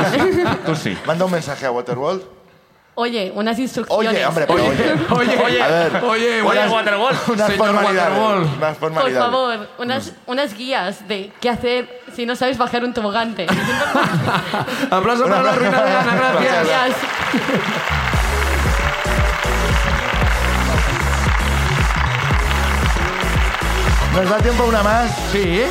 Speaker 3: Tú sí.
Speaker 2: Manda un mensaje a Waterwall.
Speaker 6: Oye, unas instrucciones.
Speaker 2: Oye, hombre, pero oye.
Speaker 1: Oye, oye,
Speaker 2: A ver.
Speaker 1: oye, Waterwall.
Speaker 2: Unas
Speaker 1: Señor
Speaker 2: formalidades.
Speaker 1: Waterwall.
Speaker 2: Unas
Speaker 6: Por
Speaker 2: formalidades.
Speaker 6: favor, unas, unas guías de qué hacer si no sabes bajar un tobogante.
Speaker 1: Aplauso para la ruina de Ana, gracias.
Speaker 6: Gracias.
Speaker 2: ¿Nos da tiempo a una más?
Speaker 1: Sí, ¿eh?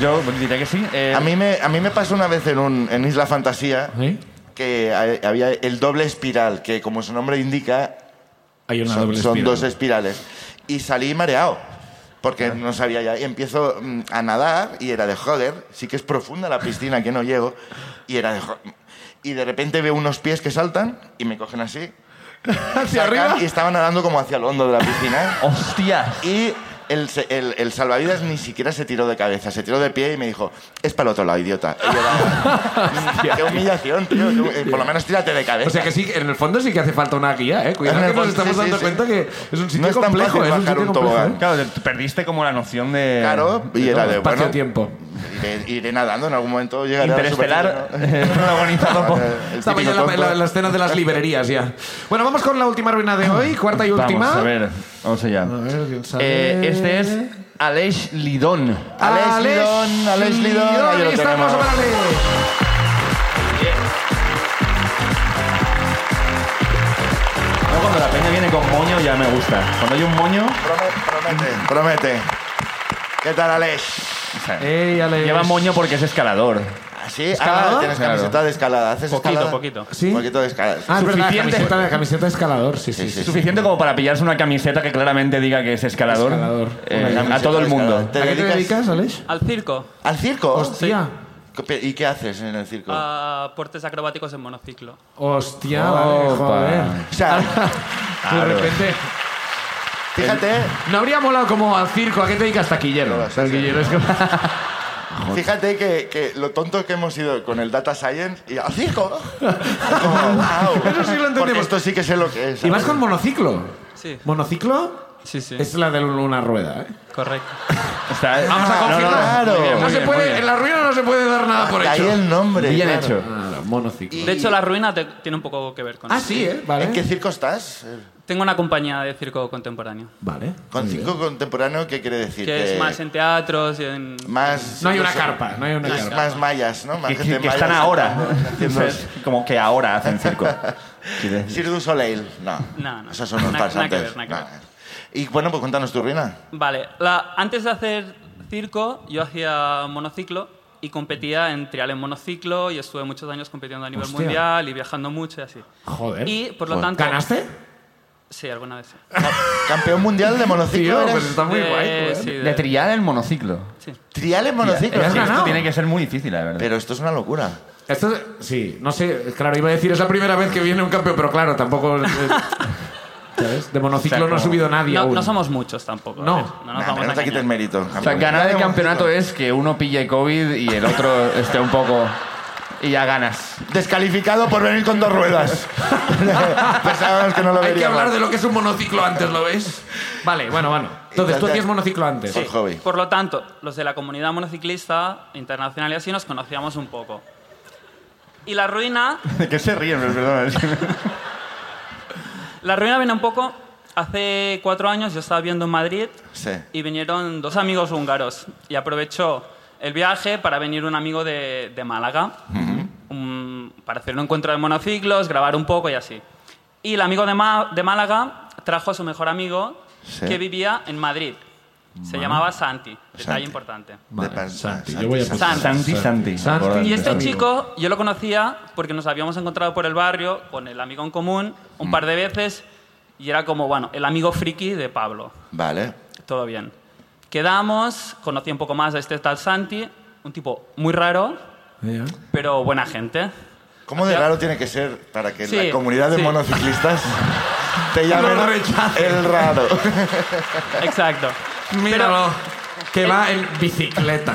Speaker 3: Yo diría que sí. Eh,
Speaker 2: A mí me, a mí me pasó una vez en, un, en Isla Fantasía
Speaker 1: ¿Sí?
Speaker 2: que ha- había el doble espiral, que como su nombre indica,
Speaker 1: Hay una
Speaker 2: son,
Speaker 1: doble
Speaker 2: son
Speaker 1: espiral.
Speaker 2: dos espirales. Y salí mareado, porque no sabía ya. Y empiezo mm, a nadar y era de joder, sí que es profunda la piscina, que no llego. Y era de joder. Y de repente veo unos pies que saltan y me cogen así.
Speaker 1: ¿Hacia
Speaker 2: sacan,
Speaker 1: arriba?
Speaker 2: Y estaban nadando como hacia el hondo de la piscina.
Speaker 3: ¡Hostia!
Speaker 2: Y el, se- el- el salvavidas ni siquiera se tiró de cabeza, se tiró de pie y me dijo, es para el otro lado, idiota. Y yo era, qué humillación, tío. qué- eh, Por lo menos tírate de cabeza.
Speaker 1: O sea que sí, en el fondo sí que hace falta una guía, ¿eh? Cuidado
Speaker 2: En el
Speaker 1: que nos
Speaker 2: fondo,
Speaker 1: estamos
Speaker 2: sí,
Speaker 1: dando
Speaker 2: sí,
Speaker 1: cuenta
Speaker 2: sí.
Speaker 1: que es un sitio
Speaker 2: No es tan
Speaker 1: complejo,
Speaker 2: fácil
Speaker 1: es un
Speaker 2: bajar
Speaker 1: sitio
Speaker 2: un
Speaker 1: complejo.
Speaker 2: tobogán.
Speaker 1: ¿eh?
Speaker 3: Claro, te- perdiste como la noción de...
Speaker 2: Claro, y era de bueno.
Speaker 1: Espacio-tiempo.
Speaker 2: Iré, iré nadando, en algún momento llegaré a la
Speaker 3: Interestelar,
Speaker 2: superficie,
Speaker 3: eh, protagonizado por-
Speaker 2: Eh, el
Speaker 1: Estaba ya en
Speaker 2: típico
Speaker 1: la, en la-
Speaker 2: tonto.
Speaker 1: en la escena de las librerías ya. Bueno, vamos con la última ruina de hoy, cuarta y última.
Speaker 3: Vamos a ver, vamos allá. Eh, este es Aleix Lidón.
Speaker 2: Alex Lidón, Alex Lidón, ahí lo
Speaker 1: está,
Speaker 2: tenemos.
Speaker 1: aplauso para Alex.
Speaker 3: Yo cuando la peña viene con moño ya me gusta. Cuando hay un moño,
Speaker 2: Promete, promete. ¿Qué tal, Alex?
Speaker 3: o sea,
Speaker 1: Ey, Ah, Alex.
Speaker 3: lleva moño porque es escalador.
Speaker 2: ¿Así? Ah,
Speaker 1: ¿Escalada?
Speaker 2: tienes
Speaker 3: Claro.
Speaker 2: camiseta de escalada. ¿Haces
Speaker 5: Poquito,
Speaker 2: escalada?
Speaker 5: poquito.
Speaker 1: ¿Sí?
Speaker 2: Poquito de escalada.
Speaker 1: Ah, es verdad,
Speaker 3: Suficiente.
Speaker 1: camiseta, de- camiseta de escalador, sí, sí.
Speaker 2: Sí,
Speaker 1: sí.
Speaker 2: sí, sí.
Speaker 3: Suficiente como para pillarse una camiseta que claramente diga que es escalador.
Speaker 1: Escalador.
Speaker 3: Eh,
Speaker 2: Una
Speaker 3: a
Speaker 2: camiseta
Speaker 3: todo
Speaker 2: de
Speaker 3: el mundo.
Speaker 2: escalada.
Speaker 1: ¿A qué te dedicas, Alex?
Speaker 8: Al circo,
Speaker 2: ¿Al circo?
Speaker 1: Hostia,
Speaker 2: ¿Qué- ¿Y qué haces en el circo?
Speaker 5: Ah.
Speaker 8: a portes acrobáticos en monociclo.
Speaker 1: hostia, vale,
Speaker 3: Opa.
Speaker 1: joder.
Speaker 2: O sea,
Speaker 1: De repente...
Speaker 2: fíjate,
Speaker 1: No habría molado como al circo, ¿a qué te dedicas taquillero?
Speaker 2: No lo sé,
Speaker 1: Taquillero es como-
Speaker 2: fíjate que, que lo tonto que hemos sido con el data science y al circo. Como, wow.
Speaker 1: Eso sí lo entendemos.
Speaker 2: Porque esto sí que sé lo que es.
Speaker 1: Y vas
Speaker 2: ¿sabes?
Speaker 1: con monociclo.
Speaker 8: Sí.
Speaker 1: ¿Monociclo?
Speaker 8: Sí, sí,
Speaker 1: Es la de una rueda, ¿eh?
Speaker 8: correcto.
Speaker 3: Está-
Speaker 1: Vamos a
Speaker 2: Ah,
Speaker 1: confirmar.
Speaker 2: claro.
Speaker 1: No se puede, en la ruina no se puede dar nada por
Speaker 2: De ahí
Speaker 1: hecho.
Speaker 2: el nombre.
Speaker 3: Bien
Speaker 2: claro.
Speaker 3: hecho.
Speaker 1: Claro, Monociclo.
Speaker 2: Y-
Speaker 8: De hecho, la ruina te- tiene un poco que ver con
Speaker 1: Ah,
Speaker 8: eso.
Speaker 1: sí, ¿eh? Vale.
Speaker 2: ¿En qué circo estás? Eh,
Speaker 8: Tengo una compañía de circo contemporáneo.
Speaker 1: Vale.
Speaker 2: Con
Speaker 1: muy
Speaker 2: circo contemporáneo, ¿qué quiere decir?
Speaker 8: Que
Speaker 2: Que
Speaker 8: es más en teatros y en...
Speaker 2: más-
Speaker 1: bien. No hay una
Speaker 2: sé,
Speaker 1: carpa, no hay una
Speaker 2: Más,
Speaker 1: carpa.
Speaker 2: más mayas, ¿no? Más
Speaker 3: Que,
Speaker 2: gente
Speaker 3: que- que están
Speaker 2: maya.
Speaker 3: ahora. como que ahora hacen circo. Quiere-
Speaker 2: Cirque du Soleil, no.
Speaker 8: No, no.
Speaker 2: Esos son los
Speaker 8: Nada- nada que
Speaker 2: farsantes.
Speaker 8: ver, nada que
Speaker 2: No. Y bueno, pues cuéntanos tu ruina.
Speaker 8: Vale, la- antes de hacer circo, yo hacía monociclo y competía en trial en monociclo y estuve muchos años compitiendo a nivel
Speaker 1: Hostia.
Speaker 8: mundial y viajando mucho y así.
Speaker 1: Joder.
Speaker 8: Y, por lo
Speaker 3: Joder.
Speaker 8: tanto...
Speaker 1: ¿Ganaste?
Speaker 8: Sí, alguna vez. sí.
Speaker 2: Campeón mundial de monociclo.
Speaker 1: Tío,
Speaker 2: eres.
Speaker 1: pues está muy
Speaker 8: De-
Speaker 1: guay. joder.
Speaker 8: Eh, sí,
Speaker 3: De trial en monociclo.
Speaker 8: sí.
Speaker 2: Trial en monociclo.
Speaker 3: Esto-
Speaker 1: has
Speaker 2: sí.
Speaker 1: ganado.
Speaker 3: Esto tiene que ser muy difícil, la verdad.
Speaker 2: Pero esto es una locura.
Speaker 1: Esto es- sí, no sé, claro, iba a decir, es la primera vez que viene un campeón, pero claro, tampoco... eh, ¿Sabes? De monociclo
Speaker 3: O sea,
Speaker 1: no ha
Speaker 3: como-
Speaker 1: subido nadie
Speaker 8: No,
Speaker 1: aún.
Speaker 8: no somos muchos tampoco.
Speaker 1: No.
Speaker 8: a ver, no nos
Speaker 2: Nah,
Speaker 8: vamos
Speaker 2: pero no
Speaker 8: a
Speaker 2: te quites
Speaker 8: engañar.
Speaker 2: mérito.
Speaker 3: O sea, ganar el
Speaker 2: de
Speaker 3: campeonato
Speaker 2: monociclo.
Speaker 3: es que uno pille COVID y el otro esté un poco... Y ya ganas.
Speaker 2: Descalificado por venir con dos ruedas. Pensábamos que no lo
Speaker 1: Hay que
Speaker 2: veríamos.
Speaker 1: hablar de lo que es un monociclo antes, ¿lo ves? Vale, bueno, bueno. Entonces, tú
Speaker 2: Entonces-
Speaker 1: hacías monociclo antes.
Speaker 2: Sí. hobby.
Speaker 8: Por lo tanto, los de la comunidad monociclista internacional y así nos conocíamos un poco. Y la ruina,
Speaker 3: ¿De qué se ríen? Perdona.
Speaker 8: la ruina viene un poco. Hace cuatro años yo estaba viendo en Madrid
Speaker 2: Sí.
Speaker 8: y vinieron dos amigos húngaros y aprovechó el viaje para venir un amigo de, de Málaga un- para hacer un encuentro de monociclos, grabar un poco y así. Y el amigo de, Ma- de Málaga trajo a su mejor amigo
Speaker 2: Sí.
Speaker 8: que vivía en Madrid. Se llamaba Santi, detalle
Speaker 2: Santi.
Speaker 8: importante.
Speaker 1: Vale,
Speaker 2: De pan-
Speaker 1: Santi,
Speaker 2: Santi,
Speaker 1: yo voy a
Speaker 2: Santi.
Speaker 1: apuntar.
Speaker 3: Santi, Santi.
Speaker 1: Santi.
Speaker 3: Acuérdate.
Speaker 8: Y este
Speaker 1: Amigo.
Speaker 8: chico yo lo conocía porque nos habíamos encontrado por el barrio con el amigo en común
Speaker 2: Mm.
Speaker 8: un par de veces y era como, bueno, el amigo friki de Pablo.
Speaker 2: Vale.
Speaker 8: Todo bien. Quedamos, conocí un poco más a este tal Santi, un tipo muy raro,
Speaker 1: Ya.
Speaker 8: pero buena gente.
Speaker 2: ¿Cómo de
Speaker 8: Ya.
Speaker 2: raro tiene que ser para que
Speaker 8: Sí,
Speaker 2: la comunidad de
Speaker 8: sí.
Speaker 2: monociclistas te llamen
Speaker 1: Lo rechacen.
Speaker 2: el raro?
Speaker 8: Exacto.
Speaker 1: Míralo, que va en bicicleta.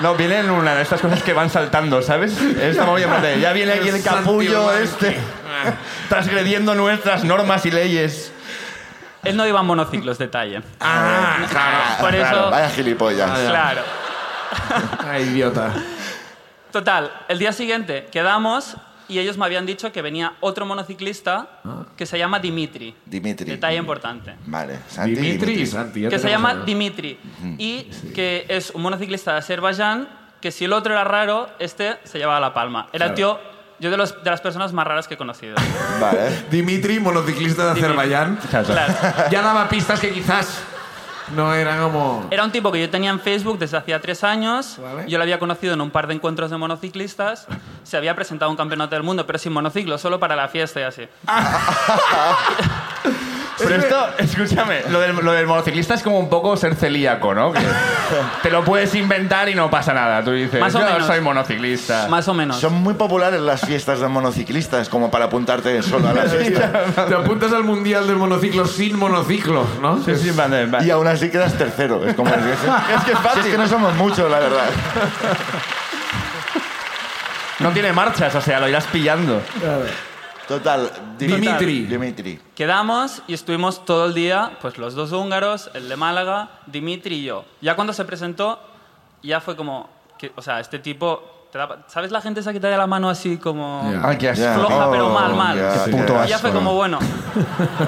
Speaker 3: No, vienen una de estas cosas que van saltando, ¿sabes? Esta movida en plan de, ya viene aquí el capullo
Speaker 1: Santi
Speaker 3: este,
Speaker 8: Ah.
Speaker 3: transgrediendo nuestras normas y leyes.
Speaker 8: Él no iba en monociclos, detalle.
Speaker 1: Ah, claro.
Speaker 8: Por
Speaker 2: Raro,
Speaker 8: eso-
Speaker 2: Vaya gilipollas.
Speaker 8: Claro.
Speaker 1: Ay, idiota.
Speaker 8: Total, el día siguiente quedamos y ellos me habían dicho que venía otro monociclista que se llama Dimitri.
Speaker 2: Dimitri.
Speaker 8: Detalle importante.
Speaker 2: Vale. Santi,
Speaker 1: Dimitri y Santi. ya
Speaker 8: que se
Speaker 1: tenemos
Speaker 8: llama
Speaker 1: a-
Speaker 8: Dimitri y que es un monociclista de Azerbaiyán que si el otro era raro, este se llevaba la palma. Era tío, yo de, los- de las personas más raras que he conocido.
Speaker 2: Vale.
Speaker 1: Dimitri, monociclista de
Speaker 8: Dimitri.
Speaker 1: Azerbaiyán.
Speaker 8: Claro.
Speaker 1: Ya daba pistas que quizás no era como...
Speaker 8: Era un tipo que yo tenía en Facebook desde hacía tres años.
Speaker 1: Vale.
Speaker 8: Yo lo había conocido en un par de encuentros de monociclistas. Se había presentado a un campeonato del mundo, pero sin monociclo, solo para la fiesta y así.
Speaker 3: Pero esto, escúchame, lo del, lo del monociclista es como un poco ser celíaco, ¿no? Que te lo puedes inventar y no pasa nada. Tú dices,
Speaker 8: Más o
Speaker 3: yo
Speaker 8: menos.
Speaker 3: soy monociclista.
Speaker 8: Más o menos.
Speaker 2: Son muy populares las fiestas de monociclistas, como para apuntarte solo a la fiesta.
Speaker 1: Te apuntas al mundial del monociclo sin monociclo, ¿no?
Speaker 3: Sí, sí, en plan de- va.
Speaker 2: Y aún así quedas tercero. Es como es que es fácil. es que no somos muchos, la verdad.
Speaker 3: No tiene marchas, o sea, lo irás pillando.
Speaker 2: Total.
Speaker 1: Dimitri.
Speaker 2: Dimitri.
Speaker 8: Quedamos y estuvimos todo el día, pues los dos húngaros, el de Málaga, Dimitri y yo. Ya cuando se presentó, ya fue como, que, o sea, este tipo, te da- ¿sabes la gente esa que te da la mano así como
Speaker 1: Ya.
Speaker 3: Ay, qué asco.
Speaker 2: Ya.
Speaker 8: floja pero mal,
Speaker 2: Oh,
Speaker 8: mal?
Speaker 2: ya,
Speaker 3: Qué puto
Speaker 2: ya.
Speaker 8: Y ya fue
Speaker 2: asco.
Speaker 8: como, bueno,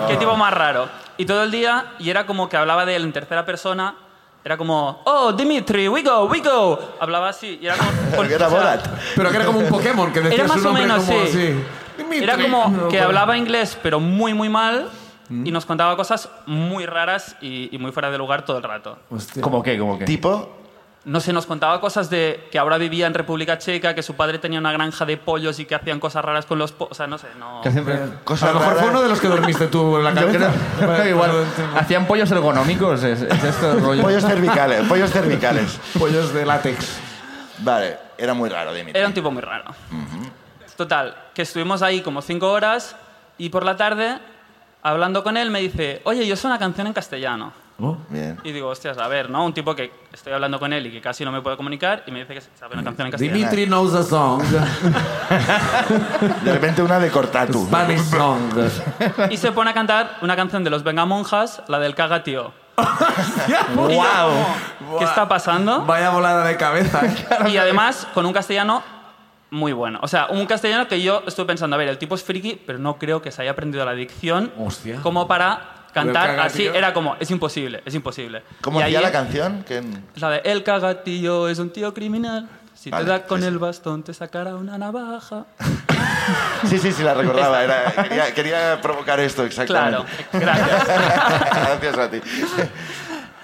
Speaker 8: qué tipo más raro. Y todo el día, y era como que hablaba de él en tercera persona, era como, oh, Dimitri, we go, we go. Hablaba así, y era como...
Speaker 2: Porque era
Speaker 8: Pues, o sea,
Speaker 2: Borat.
Speaker 1: Pero que era como un Pokémon, que decía
Speaker 8: Era más
Speaker 1: su
Speaker 8: o
Speaker 1: nombre
Speaker 8: menos,
Speaker 1: como
Speaker 8: sí.
Speaker 1: así.
Speaker 8: Era
Speaker 1: Dimitri.
Speaker 8: como que
Speaker 1: No,
Speaker 8: hablaba inglés, pero muy, muy mal. Y nos contaba cosas muy raras y, y muy fuera de lugar todo el rato.
Speaker 1: Hostia.
Speaker 3: ¿Cómo qué? ¿Cómo qué?
Speaker 2: Tipo,
Speaker 8: No sé, nos contaba cosas de que ahora vivía en República Checa, que su padre tenía una granja de pollos y que hacían cosas raras con los pollos. O sea, no sé, no.
Speaker 3: Que siempre-
Speaker 2: cosas
Speaker 1: a lo mejor
Speaker 2: raras.
Speaker 1: fue uno de los que dormiste tú en la
Speaker 3: Yo creo-
Speaker 1: cabeza.
Speaker 3: creo que igual. Hacían pollos ergonómicos, es, es esto el rollo.
Speaker 2: Pollos cervicales, pollos cervicales.
Speaker 1: Pollos de látex.
Speaker 2: Vale, era muy raro, Dimitri.
Speaker 8: Era un tipo muy raro. Total, que estuvimos ahí como cinco horas y por la tarde, hablando con él, me dice, oye, yo soy una canción en castellano.
Speaker 2: Bien.
Speaker 8: Y digo, hostias, a ver, ¿no? Un tipo que estoy hablando con él y que casi no me puedo comunicar y me dice que sabe una canción en castellano.
Speaker 1: Dimitri knows a song,
Speaker 2: De repente una de Cortatu.
Speaker 1: Spanish song.
Speaker 8: Y se pone a cantar una canción de los Vengamonjas, la del caga tío. Y yo como, ¿Qué está pasando?
Speaker 1: Vaya volada de cabeza.
Speaker 8: Y además con un castellano muy bueno. O sea, un castellano que yo estoy pensando, a ver, el tipo es friki, pero no creo que se haya aprendido la dicción
Speaker 1: Hostia.
Speaker 8: como para cantar
Speaker 2: caga,
Speaker 8: así.
Speaker 2: tío.
Speaker 8: Era como, es imposible, es imposible.
Speaker 2: ¿Cómo
Speaker 8: Y
Speaker 2: hacía
Speaker 8: ahí
Speaker 2: la
Speaker 8: es-
Speaker 2: canción? Que...
Speaker 8: La de El cagatillo es un tío criminal. Si
Speaker 2: Vale,
Speaker 8: te da con
Speaker 2: sí, sí.
Speaker 8: el bastón, te sacará una navaja.
Speaker 2: Sí, sí, sí, la recordaba. Era, quería, quería provocar esto,
Speaker 8: Claro,
Speaker 2: exactamente.
Speaker 8: gracias.
Speaker 2: Gracias a ti.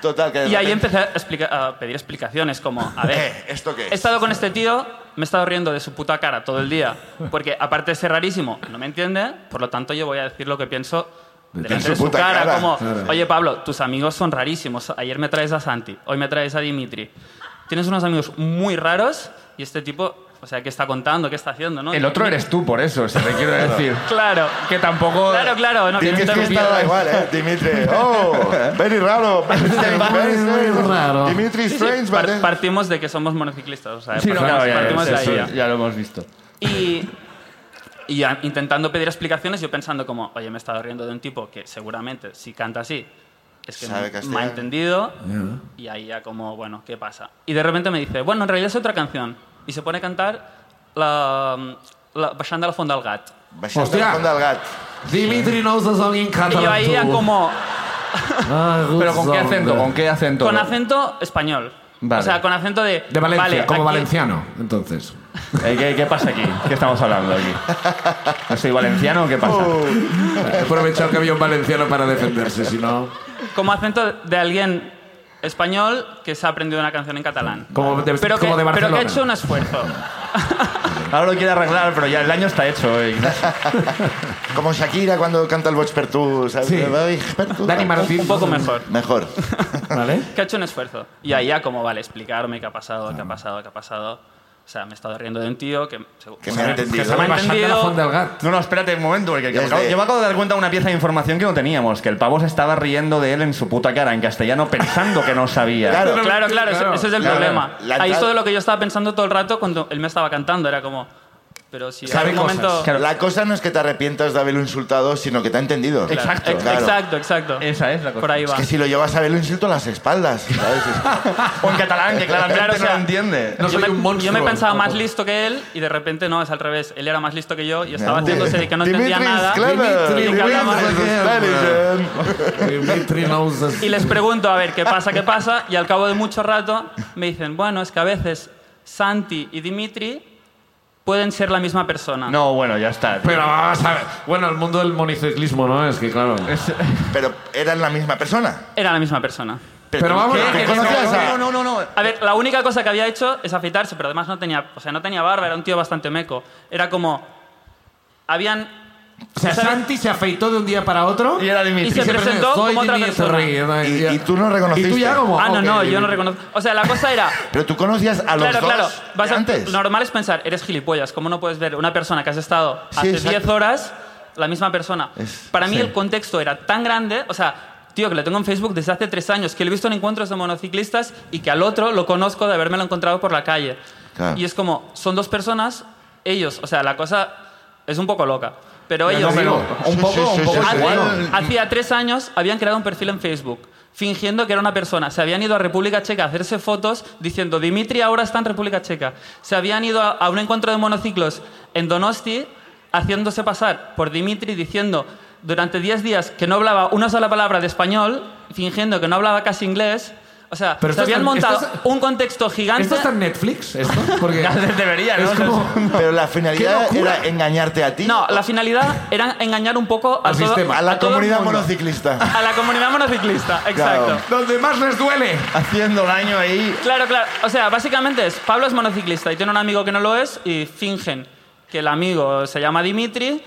Speaker 2: Total, que de
Speaker 8: Y ahí
Speaker 2: repente-
Speaker 8: empecé a, explica- a pedir explicaciones como, a ver,
Speaker 2: Eh, ¿esto qué
Speaker 8: he
Speaker 2: es?
Speaker 8: estado con este tío, me he estado riendo de su puta cara todo el día, porque aparte de ser rarísimo, no me entiende, por lo tanto yo voy a decir lo que pienso delante
Speaker 2: su
Speaker 8: de su
Speaker 2: puta
Speaker 8: cara,
Speaker 2: cara,
Speaker 8: como,
Speaker 2: claro.
Speaker 8: oye Pablo, tus amigos son rarísimos, ayer me traes a Santi, hoy me traes a Dimitri, tienes unos amigos muy raros y este tipo, o sea, ¿qué está contando? ¿Qué está haciendo? ¿no?
Speaker 3: El otro eres tú, por eso, se te quiero decir.
Speaker 8: Claro,
Speaker 3: Que tampoco...
Speaker 8: claro, claro, no,
Speaker 2: Es que
Speaker 8: yo
Speaker 2: es
Speaker 8: también-
Speaker 2: fiesta da igual, ¿eh? Dimitri. ¡Oh! ¡Very raro! very strange, very strange.
Speaker 1: Muy raro.
Speaker 2: Dimitri
Speaker 8: Sí, sí,
Speaker 2: Strange,
Speaker 8: par-
Speaker 2: but-
Speaker 8: partimos de que somos monociclistas, o sea,
Speaker 3: Sí, no,
Speaker 8: partimos,
Speaker 3: claro, ya,
Speaker 8: partimos
Speaker 3: ya,
Speaker 8: de ahí.
Speaker 3: sí,
Speaker 8: ya.
Speaker 3: sí, ya lo hemos visto.
Speaker 8: Y, y a- intentando pedir explicaciones, yo pensando como, oye, me he estado riendo de un tipo que seguramente si canta así es que
Speaker 2: Sabe
Speaker 8: me- me ha
Speaker 2: castellano.
Speaker 8: entendido. Y ahí ya como, bueno, ¿qué pasa? Y de repente me dice, bueno, en realidad es otra canción. Y se pone a cantar la, la Baixant de la Fonda al Gat.
Speaker 2: Baixant
Speaker 1: Hostia.
Speaker 2: del fondo del gat.
Speaker 1: Dimitri knows the song in
Speaker 8: Y
Speaker 1: Catalan
Speaker 8: yo ahí ya
Speaker 1: too.
Speaker 8: como,
Speaker 1: Ah, good
Speaker 3: Pero ¿con qué
Speaker 1: song,
Speaker 3: acento?
Speaker 1: bro.
Speaker 3: ¿Con qué acento?
Speaker 8: con acento español.
Speaker 3: Vale.
Speaker 8: O sea, con acento de...
Speaker 1: De Valencia,
Speaker 8: vale,
Speaker 1: como
Speaker 8: aquí-
Speaker 1: valenciano, entonces.
Speaker 3: Eh, ¿Qué, qué pasa aquí? ¿Qué estamos hablando aquí? ¿No soy valenciano o qué pasa?
Speaker 2: Oh.
Speaker 1: He aprovechado que había un valenciano para defenderse, si no...
Speaker 8: Como acento de alguien español que se ha aprendido una canción en catalán.
Speaker 1: Como de,
Speaker 8: Pero que,
Speaker 1: como de
Speaker 8: pero que
Speaker 1: Barcelona.
Speaker 8: ha hecho un esfuerzo.
Speaker 3: Ahora lo quiere arreglar, pero ya el año está hecho. eh.
Speaker 2: Como Shakira cuando canta el Vox per tu, ¿sabes?
Speaker 1: Sí.
Speaker 2: Vox per tu.
Speaker 1: Dani Martín.
Speaker 8: Un poco mejor.
Speaker 2: Mejor.
Speaker 1: ¿Vale?
Speaker 8: que ha hecho un esfuerzo. Y ahí ya como, vale, explicarme qué ha pasado, qué ha pasado, qué ha pasado. O sea, me he estado riendo de un tío que...
Speaker 1: Pues
Speaker 2: Que me ha entendido. ¿eh?
Speaker 8: se me ha entendido.
Speaker 3: No, no, espérate un momento, porque que me
Speaker 2: Desde-
Speaker 3: acabo- yo me acabo de dar cuenta de una pieza de información que no teníamos, que el pavo se estaba riendo de él en su puta cara, en castellano, pensando que no sabía.
Speaker 2: Claro.
Speaker 8: Claro, claro,
Speaker 1: Claro.
Speaker 8: ese, ese es el
Speaker 2: Claro.
Speaker 8: problema.
Speaker 2: La
Speaker 8: Ahí
Speaker 2: entrada-
Speaker 8: todo lo que yo estaba pensando todo el rato cuando él me estaba cantando era como... Pero si
Speaker 1: Sabe
Speaker 8: en algún
Speaker 1: cosas.
Speaker 8: momento...
Speaker 3: Claro.
Speaker 2: La cosa no es que te arrepientas de haberlo insultado, sino que te ha entendido.
Speaker 8: Claro,
Speaker 3: Exacto.
Speaker 8: ex-
Speaker 2: Claro.
Speaker 8: Exacto, exacto.
Speaker 3: Esa es la cosa.
Speaker 8: Por ahí
Speaker 2: Es
Speaker 8: va.
Speaker 2: que si lo llevas a ver, lo insulto a las espaldas. ¿sabes?
Speaker 3: O en catalán, que claramente
Speaker 8: Claro, o sea,
Speaker 3: no lo entiende.
Speaker 1: No
Speaker 8: yo,
Speaker 1: soy
Speaker 8: me,
Speaker 1: un monstruo.
Speaker 8: yo me pensaba más listo que él y de repente no, es al revés. Él era más listo que yo y estaba
Speaker 2: Claro.
Speaker 8: haciéndose de que no entendía
Speaker 2: Dimitris,
Speaker 8: nada.
Speaker 2: claro.
Speaker 1: Dimitri,
Speaker 2: Dimitris,
Speaker 8: Dimitris,
Speaker 2: Dimitris,
Speaker 1: Dimitri knows the-
Speaker 8: Y les pregunto a ver qué pasa, qué pasa, y al cabo de mucho rato me dicen, bueno, es que a veces Santi y Dimitri pueden ser la misma persona.
Speaker 3: No, bueno, ya está. tío.
Speaker 1: Pero vamos a ver. Bueno, el mundo del moniciclismo, ¿no? Es que claro.
Speaker 2: Pero eran la misma persona.
Speaker 8: Era la misma persona.
Speaker 1: Pero vamos
Speaker 2: ¿qué?
Speaker 1: a ver.
Speaker 2: ¿Tú conocías a-
Speaker 3: No, no, no, no.
Speaker 8: A ver, la única cosa que había hecho es afeitarse, pero además no tenía, o sea, no tenía barba, era un tío bastante meco. Era como habían
Speaker 1: O sea,
Speaker 8: ¿sabes?
Speaker 1: Santi se afeitó de un día para otro.
Speaker 3: Y era
Speaker 8: y
Speaker 3: Dimitri.
Speaker 8: se presentó
Speaker 1: Soy
Speaker 8: como otra
Speaker 1: Dimitri,
Speaker 8: persona.
Speaker 2: Y,
Speaker 1: ya.
Speaker 2: y tú no reconociste.
Speaker 1: ¿Y tú ya como?
Speaker 8: Ah, no,
Speaker 1: Oh, ok,
Speaker 8: no, yo no
Speaker 1: Dimitri.
Speaker 8: reconozco. O sea, la cosa era
Speaker 2: Pero tú conocías a los
Speaker 8: Claro,
Speaker 2: dos
Speaker 8: claro.
Speaker 2: de
Speaker 8: Vas a-
Speaker 2: antes.
Speaker 8: Lo normal es pensar, eres gilipollas. ¿Cómo no puedes ver una persona que has estado
Speaker 2: Sí,
Speaker 8: hace
Speaker 2: exacto.
Speaker 8: 10 horas, la misma persona?
Speaker 2: Es-
Speaker 8: Para mí
Speaker 2: sí.
Speaker 8: el contexto era tan grande, o sea, tío, que lo tengo en Facebook desde hace tres años, que lo he visto en encuentros de monociclistas y que al otro lo conozco de haberme lo encontrado por la calle.
Speaker 2: Claro.
Speaker 8: Y es como, son dos personas, ellos, o sea, la cosa es un poco loca. Pero ellos,
Speaker 2: Un poco, un poco
Speaker 8: Hace- Hacía tres años habían creado un perfil en Facebook fingiendo que era una persona. Se habían ido a República Checa a hacerse fotos diciendo Dimitri ahora está en República Checa. Se habían ido a, a un encuentro de monociclos en Donosti haciéndose pasar por Dimitri diciendo durante 10 días que no hablaba una sola palabra de español, fingiendo que no hablaba casi inglés. O sea,
Speaker 1: Pero
Speaker 8: se
Speaker 1: esto es
Speaker 8: habían
Speaker 1: tan-
Speaker 8: montado
Speaker 1: esto es-
Speaker 8: un contexto gigante.
Speaker 1: ¿Esto está en Netflix? ¿Esto? Porque
Speaker 3: Debería, ¿no?
Speaker 1: es como...
Speaker 2: Pero la finalidad
Speaker 1: ¡Qué locura!
Speaker 2: era engañarte a ti.
Speaker 8: No, la finalidad era engañar un poco a,
Speaker 1: Al
Speaker 8: todo-
Speaker 1: sistema.
Speaker 2: A la
Speaker 8: todo el
Speaker 2: comunidad
Speaker 8: mundo.
Speaker 2: monociclista.
Speaker 8: A la comunidad monociclista, exacto.
Speaker 1: Donde más les duele.
Speaker 3: Haciendo daño ahí.
Speaker 8: Claro, claro. O sea, básicamente es, Pablo es monociclista y tiene un amigo que no lo es y fingen que el amigo se llama Dimitri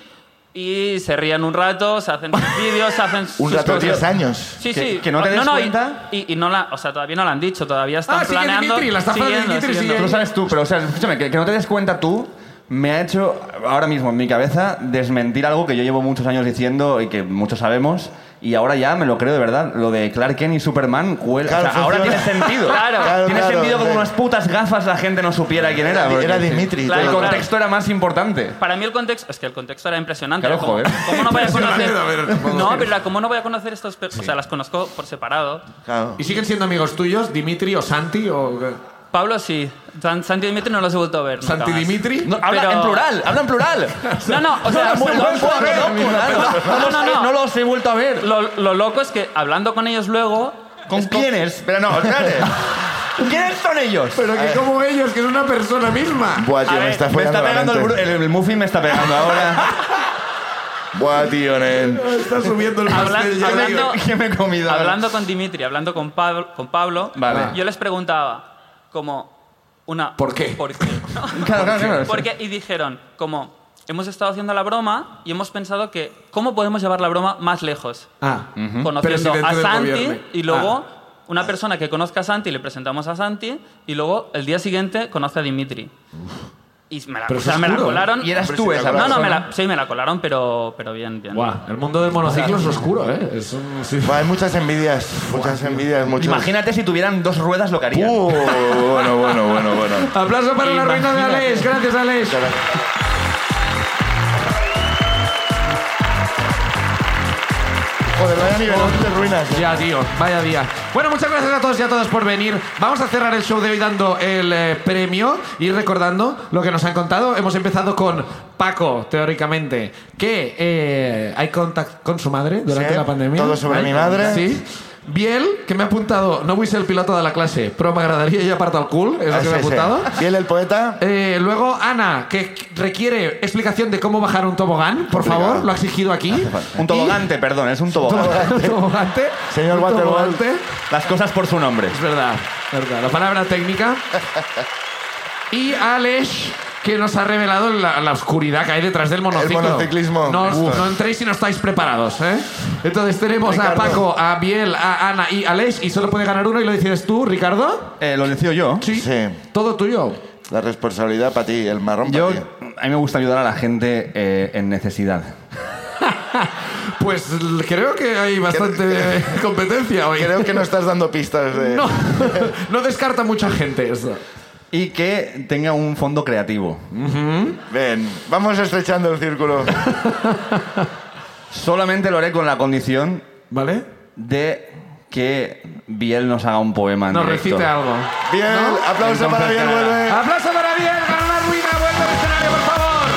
Speaker 8: y se ríen un rato, se hacen sus vídeos, se hacen
Speaker 2: Un
Speaker 8: sus
Speaker 2: rato de
Speaker 8: cosas.
Speaker 2: 10 años.
Speaker 8: Sí,
Speaker 3: Que-
Speaker 8: sí.
Speaker 3: que no te des
Speaker 8: y-
Speaker 3: cuenta.
Speaker 8: Y, y no la, o sea, todavía no la han dicho, todavía están
Speaker 1: Ah, sigue
Speaker 8: planeando.
Speaker 1: Dimitri, la estafa de
Speaker 8: siguiendo,
Speaker 1: Dimitri
Speaker 8: siguiendo.
Speaker 1: sigue.
Speaker 3: Tú sabes tú, pero o sea, escúchame, que, que no te des cuenta tú, me ha hecho ahora mismo en mi cabeza desmentir algo que yo llevo muchos años diciendo y que muchos sabemos, y ahora ya me lo creo de verdad. Lo de Clark Kent y Superman, cuela-
Speaker 2: Claro,
Speaker 3: o sea, ahora tiene
Speaker 2: funciona.
Speaker 3: sentido.
Speaker 8: Claro.
Speaker 2: Claro,
Speaker 3: tiene
Speaker 2: claro,
Speaker 3: sentido que con
Speaker 2: sí.
Speaker 3: unas putas gafas la gente no supiera quién era.
Speaker 2: Era-
Speaker 3: porque
Speaker 2: era
Speaker 3: sí.
Speaker 2: Dimitri,
Speaker 8: Claro,
Speaker 3: el
Speaker 8: claro.
Speaker 3: contexto era más importante.
Speaker 8: Para mí el contexto, es que el contexto era impresionante.
Speaker 3: Claro,
Speaker 8: era como,
Speaker 3: joder.
Speaker 8: ¿Cómo no voy a conocer?
Speaker 1: Impresionante, a ver, tampoco-
Speaker 8: No, pero era, ¿cómo no voy a conocer estas personas? O sea, las conozco por separado.
Speaker 2: Claro.
Speaker 1: ¿Y siguen siendo amigos tuyos, Dimitri o Santi? O...
Speaker 8: Pablo sí. San- Santi Dimitri no los he vuelto a ver. nunca
Speaker 1: Santi
Speaker 8: más.
Speaker 1: Dimitri.
Speaker 3: No, habla
Speaker 8: Pero-
Speaker 3: en plural, habla en plural.
Speaker 8: No, no, o sea,
Speaker 3: Muy buen cuadro, loco, no, no, no, no, no los he vuelto a ver.
Speaker 8: lo, lo loco es que hablando con ellos luego.
Speaker 3: ¿Con quiénes?
Speaker 2: Pero no, espérate.
Speaker 3: ¿Quiénes son ellos?
Speaker 1: Pero que como ellos, que es una persona misma.
Speaker 2: Buah, tío,
Speaker 8: A
Speaker 2: me
Speaker 8: ver,
Speaker 2: está
Speaker 3: Me
Speaker 2: follando
Speaker 3: está
Speaker 2: la
Speaker 3: pegando el,
Speaker 2: mente.
Speaker 3: bru- el, el Muffin me está pegando ahora.
Speaker 2: Buah, tío, nen.
Speaker 1: Está subiendo el
Speaker 8: Habla-
Speaker 1: pastel. ya
Speaker 8: hablando-
Speaker 1: digo.
Speaker 3: ¿Qué me he comido? ahora?
Speaker 8: Hablando con Dimitri, hablando con Pablo, con Pablo
Speaker 3: Vale.
Speaker 8: yo les preguntaba como una...
Speaker 1: ¿Por qué?
Speaker 8: ¿Por qué?
Speaker 3: Claro, claro, claro.
Speaker 8: ¿Por qué? Y dijeron como, hemos estado haciendo la broma y hemos pensado que cómo podemos llevar la broma más lejos.
Speaker 1: Ah,
Speaker 8: Mm. Conociendo
Speaker 1: Pero si
Speaker 8: a
Speaker 1: dentro del
Speaker 8: Santi
Speaker 1: gobierno.
Speaker 8: y luego una persona que conozca a Santi le presentamos a Santi y luego el día siguiente conoce a Dimitri. Y me la,
Speaker 1: Pero
Speaker 8: o sea,
Speaker 1: eso es
Speaker 8: me la
Speaker 1: duro, ¿eh?
Speaker 8: colaron.
Speaker 3: Y eras
Speaker 2: Hombre,
Speaker 3: tú
Speaker 2: si me la
Speaker 3: esa
Speaker 8: No, no,
Speaker 3: persona.
Speaker 8: me la, sí, me la colaron, pero, pero bien, bien.
Speaker 1: Buah, el mundo del monociclo es oscuro, ¿eh? Es un... sí.
Speaker 2: Buah, hay muchas envidias, muchas envidias, muchos...
Speaker 3: Imagínate si tuvieran dos ruedas lo que harían.
Speaker 2: Uh, bueno, bueno, bueno, bueno.
Speaker 1: Aplauso para la ruina de Alex. Gracias, Alex.
Speaker 2: Joder, vaya nivelón de ruinas. eh.
Speaker 1: Ya, tío, vaya día. Bueno, muchas gracias a todos y a todas por venir. Vamos a cerrar el show de hoy dando el eh, premio y recordando lo que nos han contado. Hemos empezado con Paco, teóricamente, que eh, hay contacto con su madre durante
Speaker 2: Sí,
Speaker 1: la pandemia.
Speaker 2: todo sobre
Speaker 1: Ay,
Speaker 2: mi madre.
Speaker 1: Sí. Biel, que me ha apuntado, no voy a ser el piloto de la clase, pero me agradaría y aparta el cool, es lo que me ha
Speaker 2: Ese, ese.
Speaker 1: apuntado.
Speaker 2: Fiel el poeta.
Speaker 1: Eh, luego, Ana, que requiere explicación de cómo bajar un tobogán, por favor, lo ha exigido aquí.
Speaker 3: Un tobogante, perdón, es un tobogante.
Speaker 1: Y- Un tobogante.
Speaker 2: Señor
Speaker 1: Un
Speaker 2: Waterworld.
Speaker 1: tobogante.
Speaker 3: Las cosas por su nombre.
Speaker 1: Es verdad, verdad. La palabra técnica. Y Alex, que nos ha revelado la, la oscuridad que hay detrás del monociclo.
Speaker 2: monociclismo.
Speaker 1: No, os-
Speaker 2: Uf.
Speaker 1: no entréis si no estáis preparados, ¿eh? Entonces tenemos a
Speaker 2: Ricardo.
Speaker 1: Paco, a Biel, a Ana y a Alex, y solo puede ganar uno y lo decides tú, Ricardo.
Speaker 3: Eh, lo decido yo.
Speaker 2: Sí.
Speaker 1: Todo tuyo.
Speaker 2: La responsabilidad para ti, el marrón
Speaker 3: Yo,
Speaker 2: para ti.
Speaker 3: a mí me gusta ayudar a la gente eh, en necesidad.
Speaker 1: Pues l- creo que hay bastante competencia hoy.
Speaker 2: Creo que no estás dando pistas de...
Speaker 1: No, no descarta mucha gente eso.
Speaker 3: Y que tenga un fondo creativo.
Speaker 2: Ven, vamos estrechando el círculo.
Speaker 3: Solamente lo haré con la condición
Speaker 1: ¿Vale?
Speaker 3: de que Biel nos haga un poema en
Speaker 1: Nos
Speaker 3: directo.
Speaker 1: recite algo.
Speaker 2: Bien, aplauso para bien, vuelve.
Speaker 1: ¡Aplauso para Biel! ¡Gana la ruina! ¡Vuelve al escenario, por favor!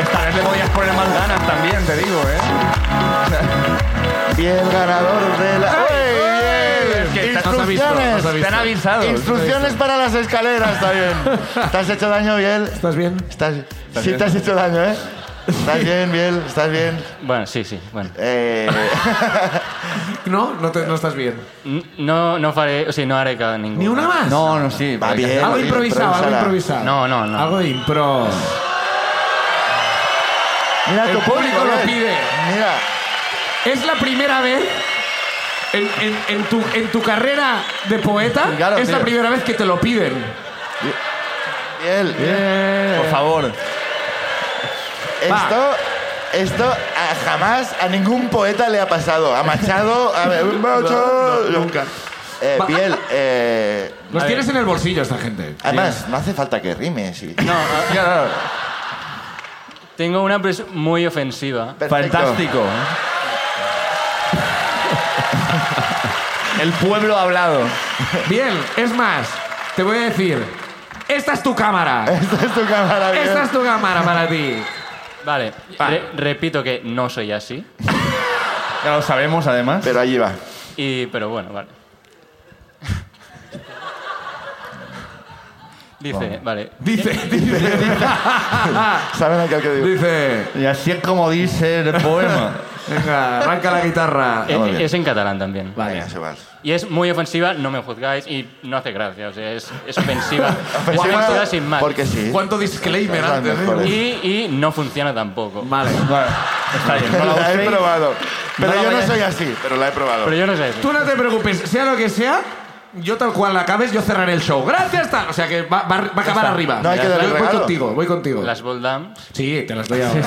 Speaker 3: Esta vez le podías poner más ganas también, te digo, ¿eh?
Speaker 2: Bien ganador de la... ¡Uy,
Speaker 1: Es que
Speaker 2: bien!
Speaker 1: nos ha visto, nos ha
Speaker 2: Instrucciones.
Speaker 1: visto.
Speaker 3: avisado.
Speaker 2: Instrucciones para las escaleras, está bien. ¿Te has hecho daño, Biel?
Speaker 1: ¿Estás bien?
Speaker 2: Estás... Sí te has hecho daño, ¿eh? Estás bien, Biel, estás bien.
Speaker 5: Bueno, sí, sí, bueno.
Speaker 2: Eh,
Speaker 1: No, no, te- no estás bien.
Speaker 5: N- No, no faré, o sea, no haré ca- ninguna.
Speaker 1: ¿Ni una más?
Speaker 3: No, no, sí.
Speaker 2: Va bien.
Speaker 1: Algo improvisado, algo
Speaker 2: Improvísala.
Speaker 1: improvisado.
Speaker 5: No, no, no.
Speaker 1: Algo de impro.
Speaker 2: mira
Speaker 1: El
Speaker 2: tu
Speaker 1: público lo
Speaker 2: Biel.
Speaker 1: pide.
Speaker 2: Mira,
Speaker 1: Es la primera vez en, en- en tu, en tu carrera de poeta,
Speaker 3: Claro,
Speaker 1: es la
Speaker 3: tío.
Speaker 1: primera vez que te lo piden.
Speaker 2: Biel,
Speaker 3: Por favor.
Speaker 2: esto... Esto a- jamás a ningún poeta le ha pasado. A Machado, a Machado, nunca. Eh,
Speaker 1: Va.
Speaker 2: Biel, eh,
Speaker 1: Los tienes en el bolsillo esta gente.
Speaker 2: además, no hace falta que rimes. y-
Speaker 5: No, ah, tengo una pres- muy ofensiva.
Speaker 2: Perfecto.
Speaker 3: Fantástico. El pueblo ha hablado.
Speaker 1: Bien, es más, te voy a decir, esta es tu cámara.
Speaker 2: Esta es tu cámara, Biel.
Speaker 1: Esta es tu cámara para ti.
Speaker 5: Vale,
Speaker 3: Ah.
Speaker 5: re- repito que no soy así,
Speaker 3: Ya lo sabemos, además.
Speaker 2: Pero allí va.
Speaker 5: y, pero bueno, vale. Dice, vale,
Speaker 1: Dice, dice,
Speaker 2: ¿Saben aquel que digo?
Speaker 1: dice.
Speaker 3: Y así es como dice el poema.
Speaker 1: Venga, arranca la guitarra.
Speaker 5: e-
Speaker 2: Ah, muy bien.
Speaker 5: es en catalán también.
Speaker 2: Venga, se va.
Speaker 5: Y es muy ofensiva, no me juzgáis, y no hace gracia, o sea, es, es ofensiva. es
Speaker 2: Ofensiva
Speaker 5: ofensiva sin más.
Speaker 2: Pues Porque sí.
Speaker 1: ¿Cuánto disclaimer
Speaker 2: Son
Speaker 1: antes? eh?
Speaker 2: mejores.
Speaker 5: Y, y no funciona tampoco.
Speaker 1: Vale.
Speaker 3: Vale, está bien. No lo
Speaker 2: La he
Speaker 3: uséis.
Speaker 2: probado. Pero
Speaker 3: No la
Speaker 2: yo no
Speaker 3: vayáis-
Speaker 2: soy así, pero la he probado.
Speaker 5: Pero yo no sé eso.
Speaker 1: Tú no te preocupes, sea lo que sea, yo tal cual la acabes, yo cerraré el show. Gracias, tal. O sea que va, va- va a acabar arriba.
Speaker 2: No hay que
Speaker 1: Voy-
Speaker 2: darle
Speaker 1: voy,
Speaker 2: regalo.
Speaker 1: contigo, voy contigo.
Speaker 5: Las Voldams.
Speaker 1: Sí, te las doy ahora.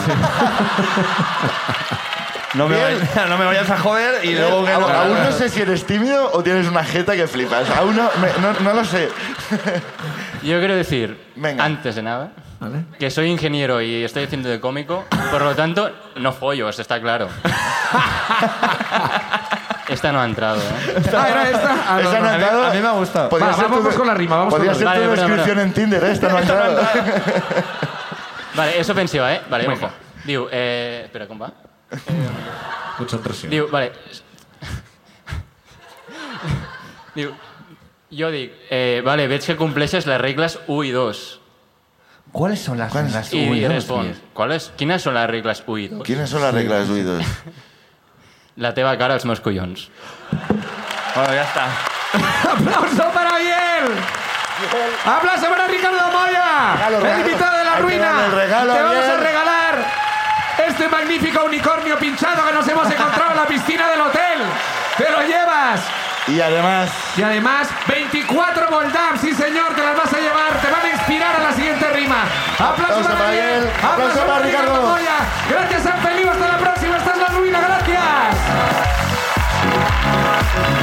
Speaker 3: No me,
Speaker 2: Bien.
Speaker 3: vayas, no me vayas a joder y
Speaker 2: Biel,
Speaker 3: luego que
Speaker 2: aún,
Speaker 3: no-
Speaker 2: aún no sé si eres tímido o tienes una jeta que flipas. Aún no, me- no, no lo sé.
Speaker 5: Yo quiero decir,
Speaker 2: Venga.
Speaker 5: antes de nada,
Speaker 4: ¿vale?
Speaker 5: Que soy ingeniero y estoy haciendo de cómico, por lo tanto, no follo, eso está claro. Esta no ha entrado, ¿eh?
Speaker 1: Ah, era esta. Ah, no,
Speaker 2: Esa
Speaker 1: no.
Speaker 2: no ha entrado.
Speaker 3: a mí me ha gustado.
Speaker 2: Podría
Speaker 1: Va,
Speaker 2: ser
Speaker 1: vamos
Speaker 2: tu-
Speaker 1: con la rima, vamos
Speaker 2: podría
Speaker 1: con
Speaker 2: ser
Speaker 5: la
Speaker 2: tu
Speaker 5: rima. Vale, perdona,
Speaker 2: descripción en Tinder, ¿eh? esta no ha entrado.
Speaker 5: Vale, es ofensiva, ¿eh? Vale, ojo. Diu, eh... Espera, com va?
Speaker 1: Concentració.
Speaker 5: Diu, vale... Diu, jo dic, eh, vale, veig que compleixes les regles 1 i 2.
Speaker 3: ¿Cuáles son las reglas?
Speaker 5: I
Speaker 3: Uy,
Speaker 5: Uy,
Speaker 3: Dios mío.
Speaker 5: respons, ¿cuáles, quines són les regles 1 i 2?
Speaker 2: ¿Quiénes son las reglas de oídos?
Speaker 5: La teva cara als meus collons.
Speaker 3: Bueno, ya está.
Speaker 1: ¡Aplauso para Biel! ¡Aplauso para Ricardo Moya!
Speaker 2: Regalo,
Speaker 1: ¡El
Speaker 2: regalo.
Speaker 1: invitado de la
Speaker 2: Hay que
Speaker 1: ruina!
Speaker 2: darle el regalo,
Speaker 1: ¡Te vamos a
Speaker 2: Biel.
Speaker 1: regalar este magnífico unicornio pinchado que nos hemos encontrado en la piscina del hotel! ¡Te lo llevas!
Speaker 2: Y además,
Speaker 1: Y además, 24 Voldam, sí señor, te las vas a llevar, te van a inspirar a la siguiente rima. Aplauso
Speaker 2: Aplauso
Speaker 1: para
Speaker 2: para
Speaker 1: Biel,
Speaker 2: él,
Speaker 1: aplauso para Ricardo Moya. Gracias, San Feliu, hasta la próxima, esta es la ruina, gracias.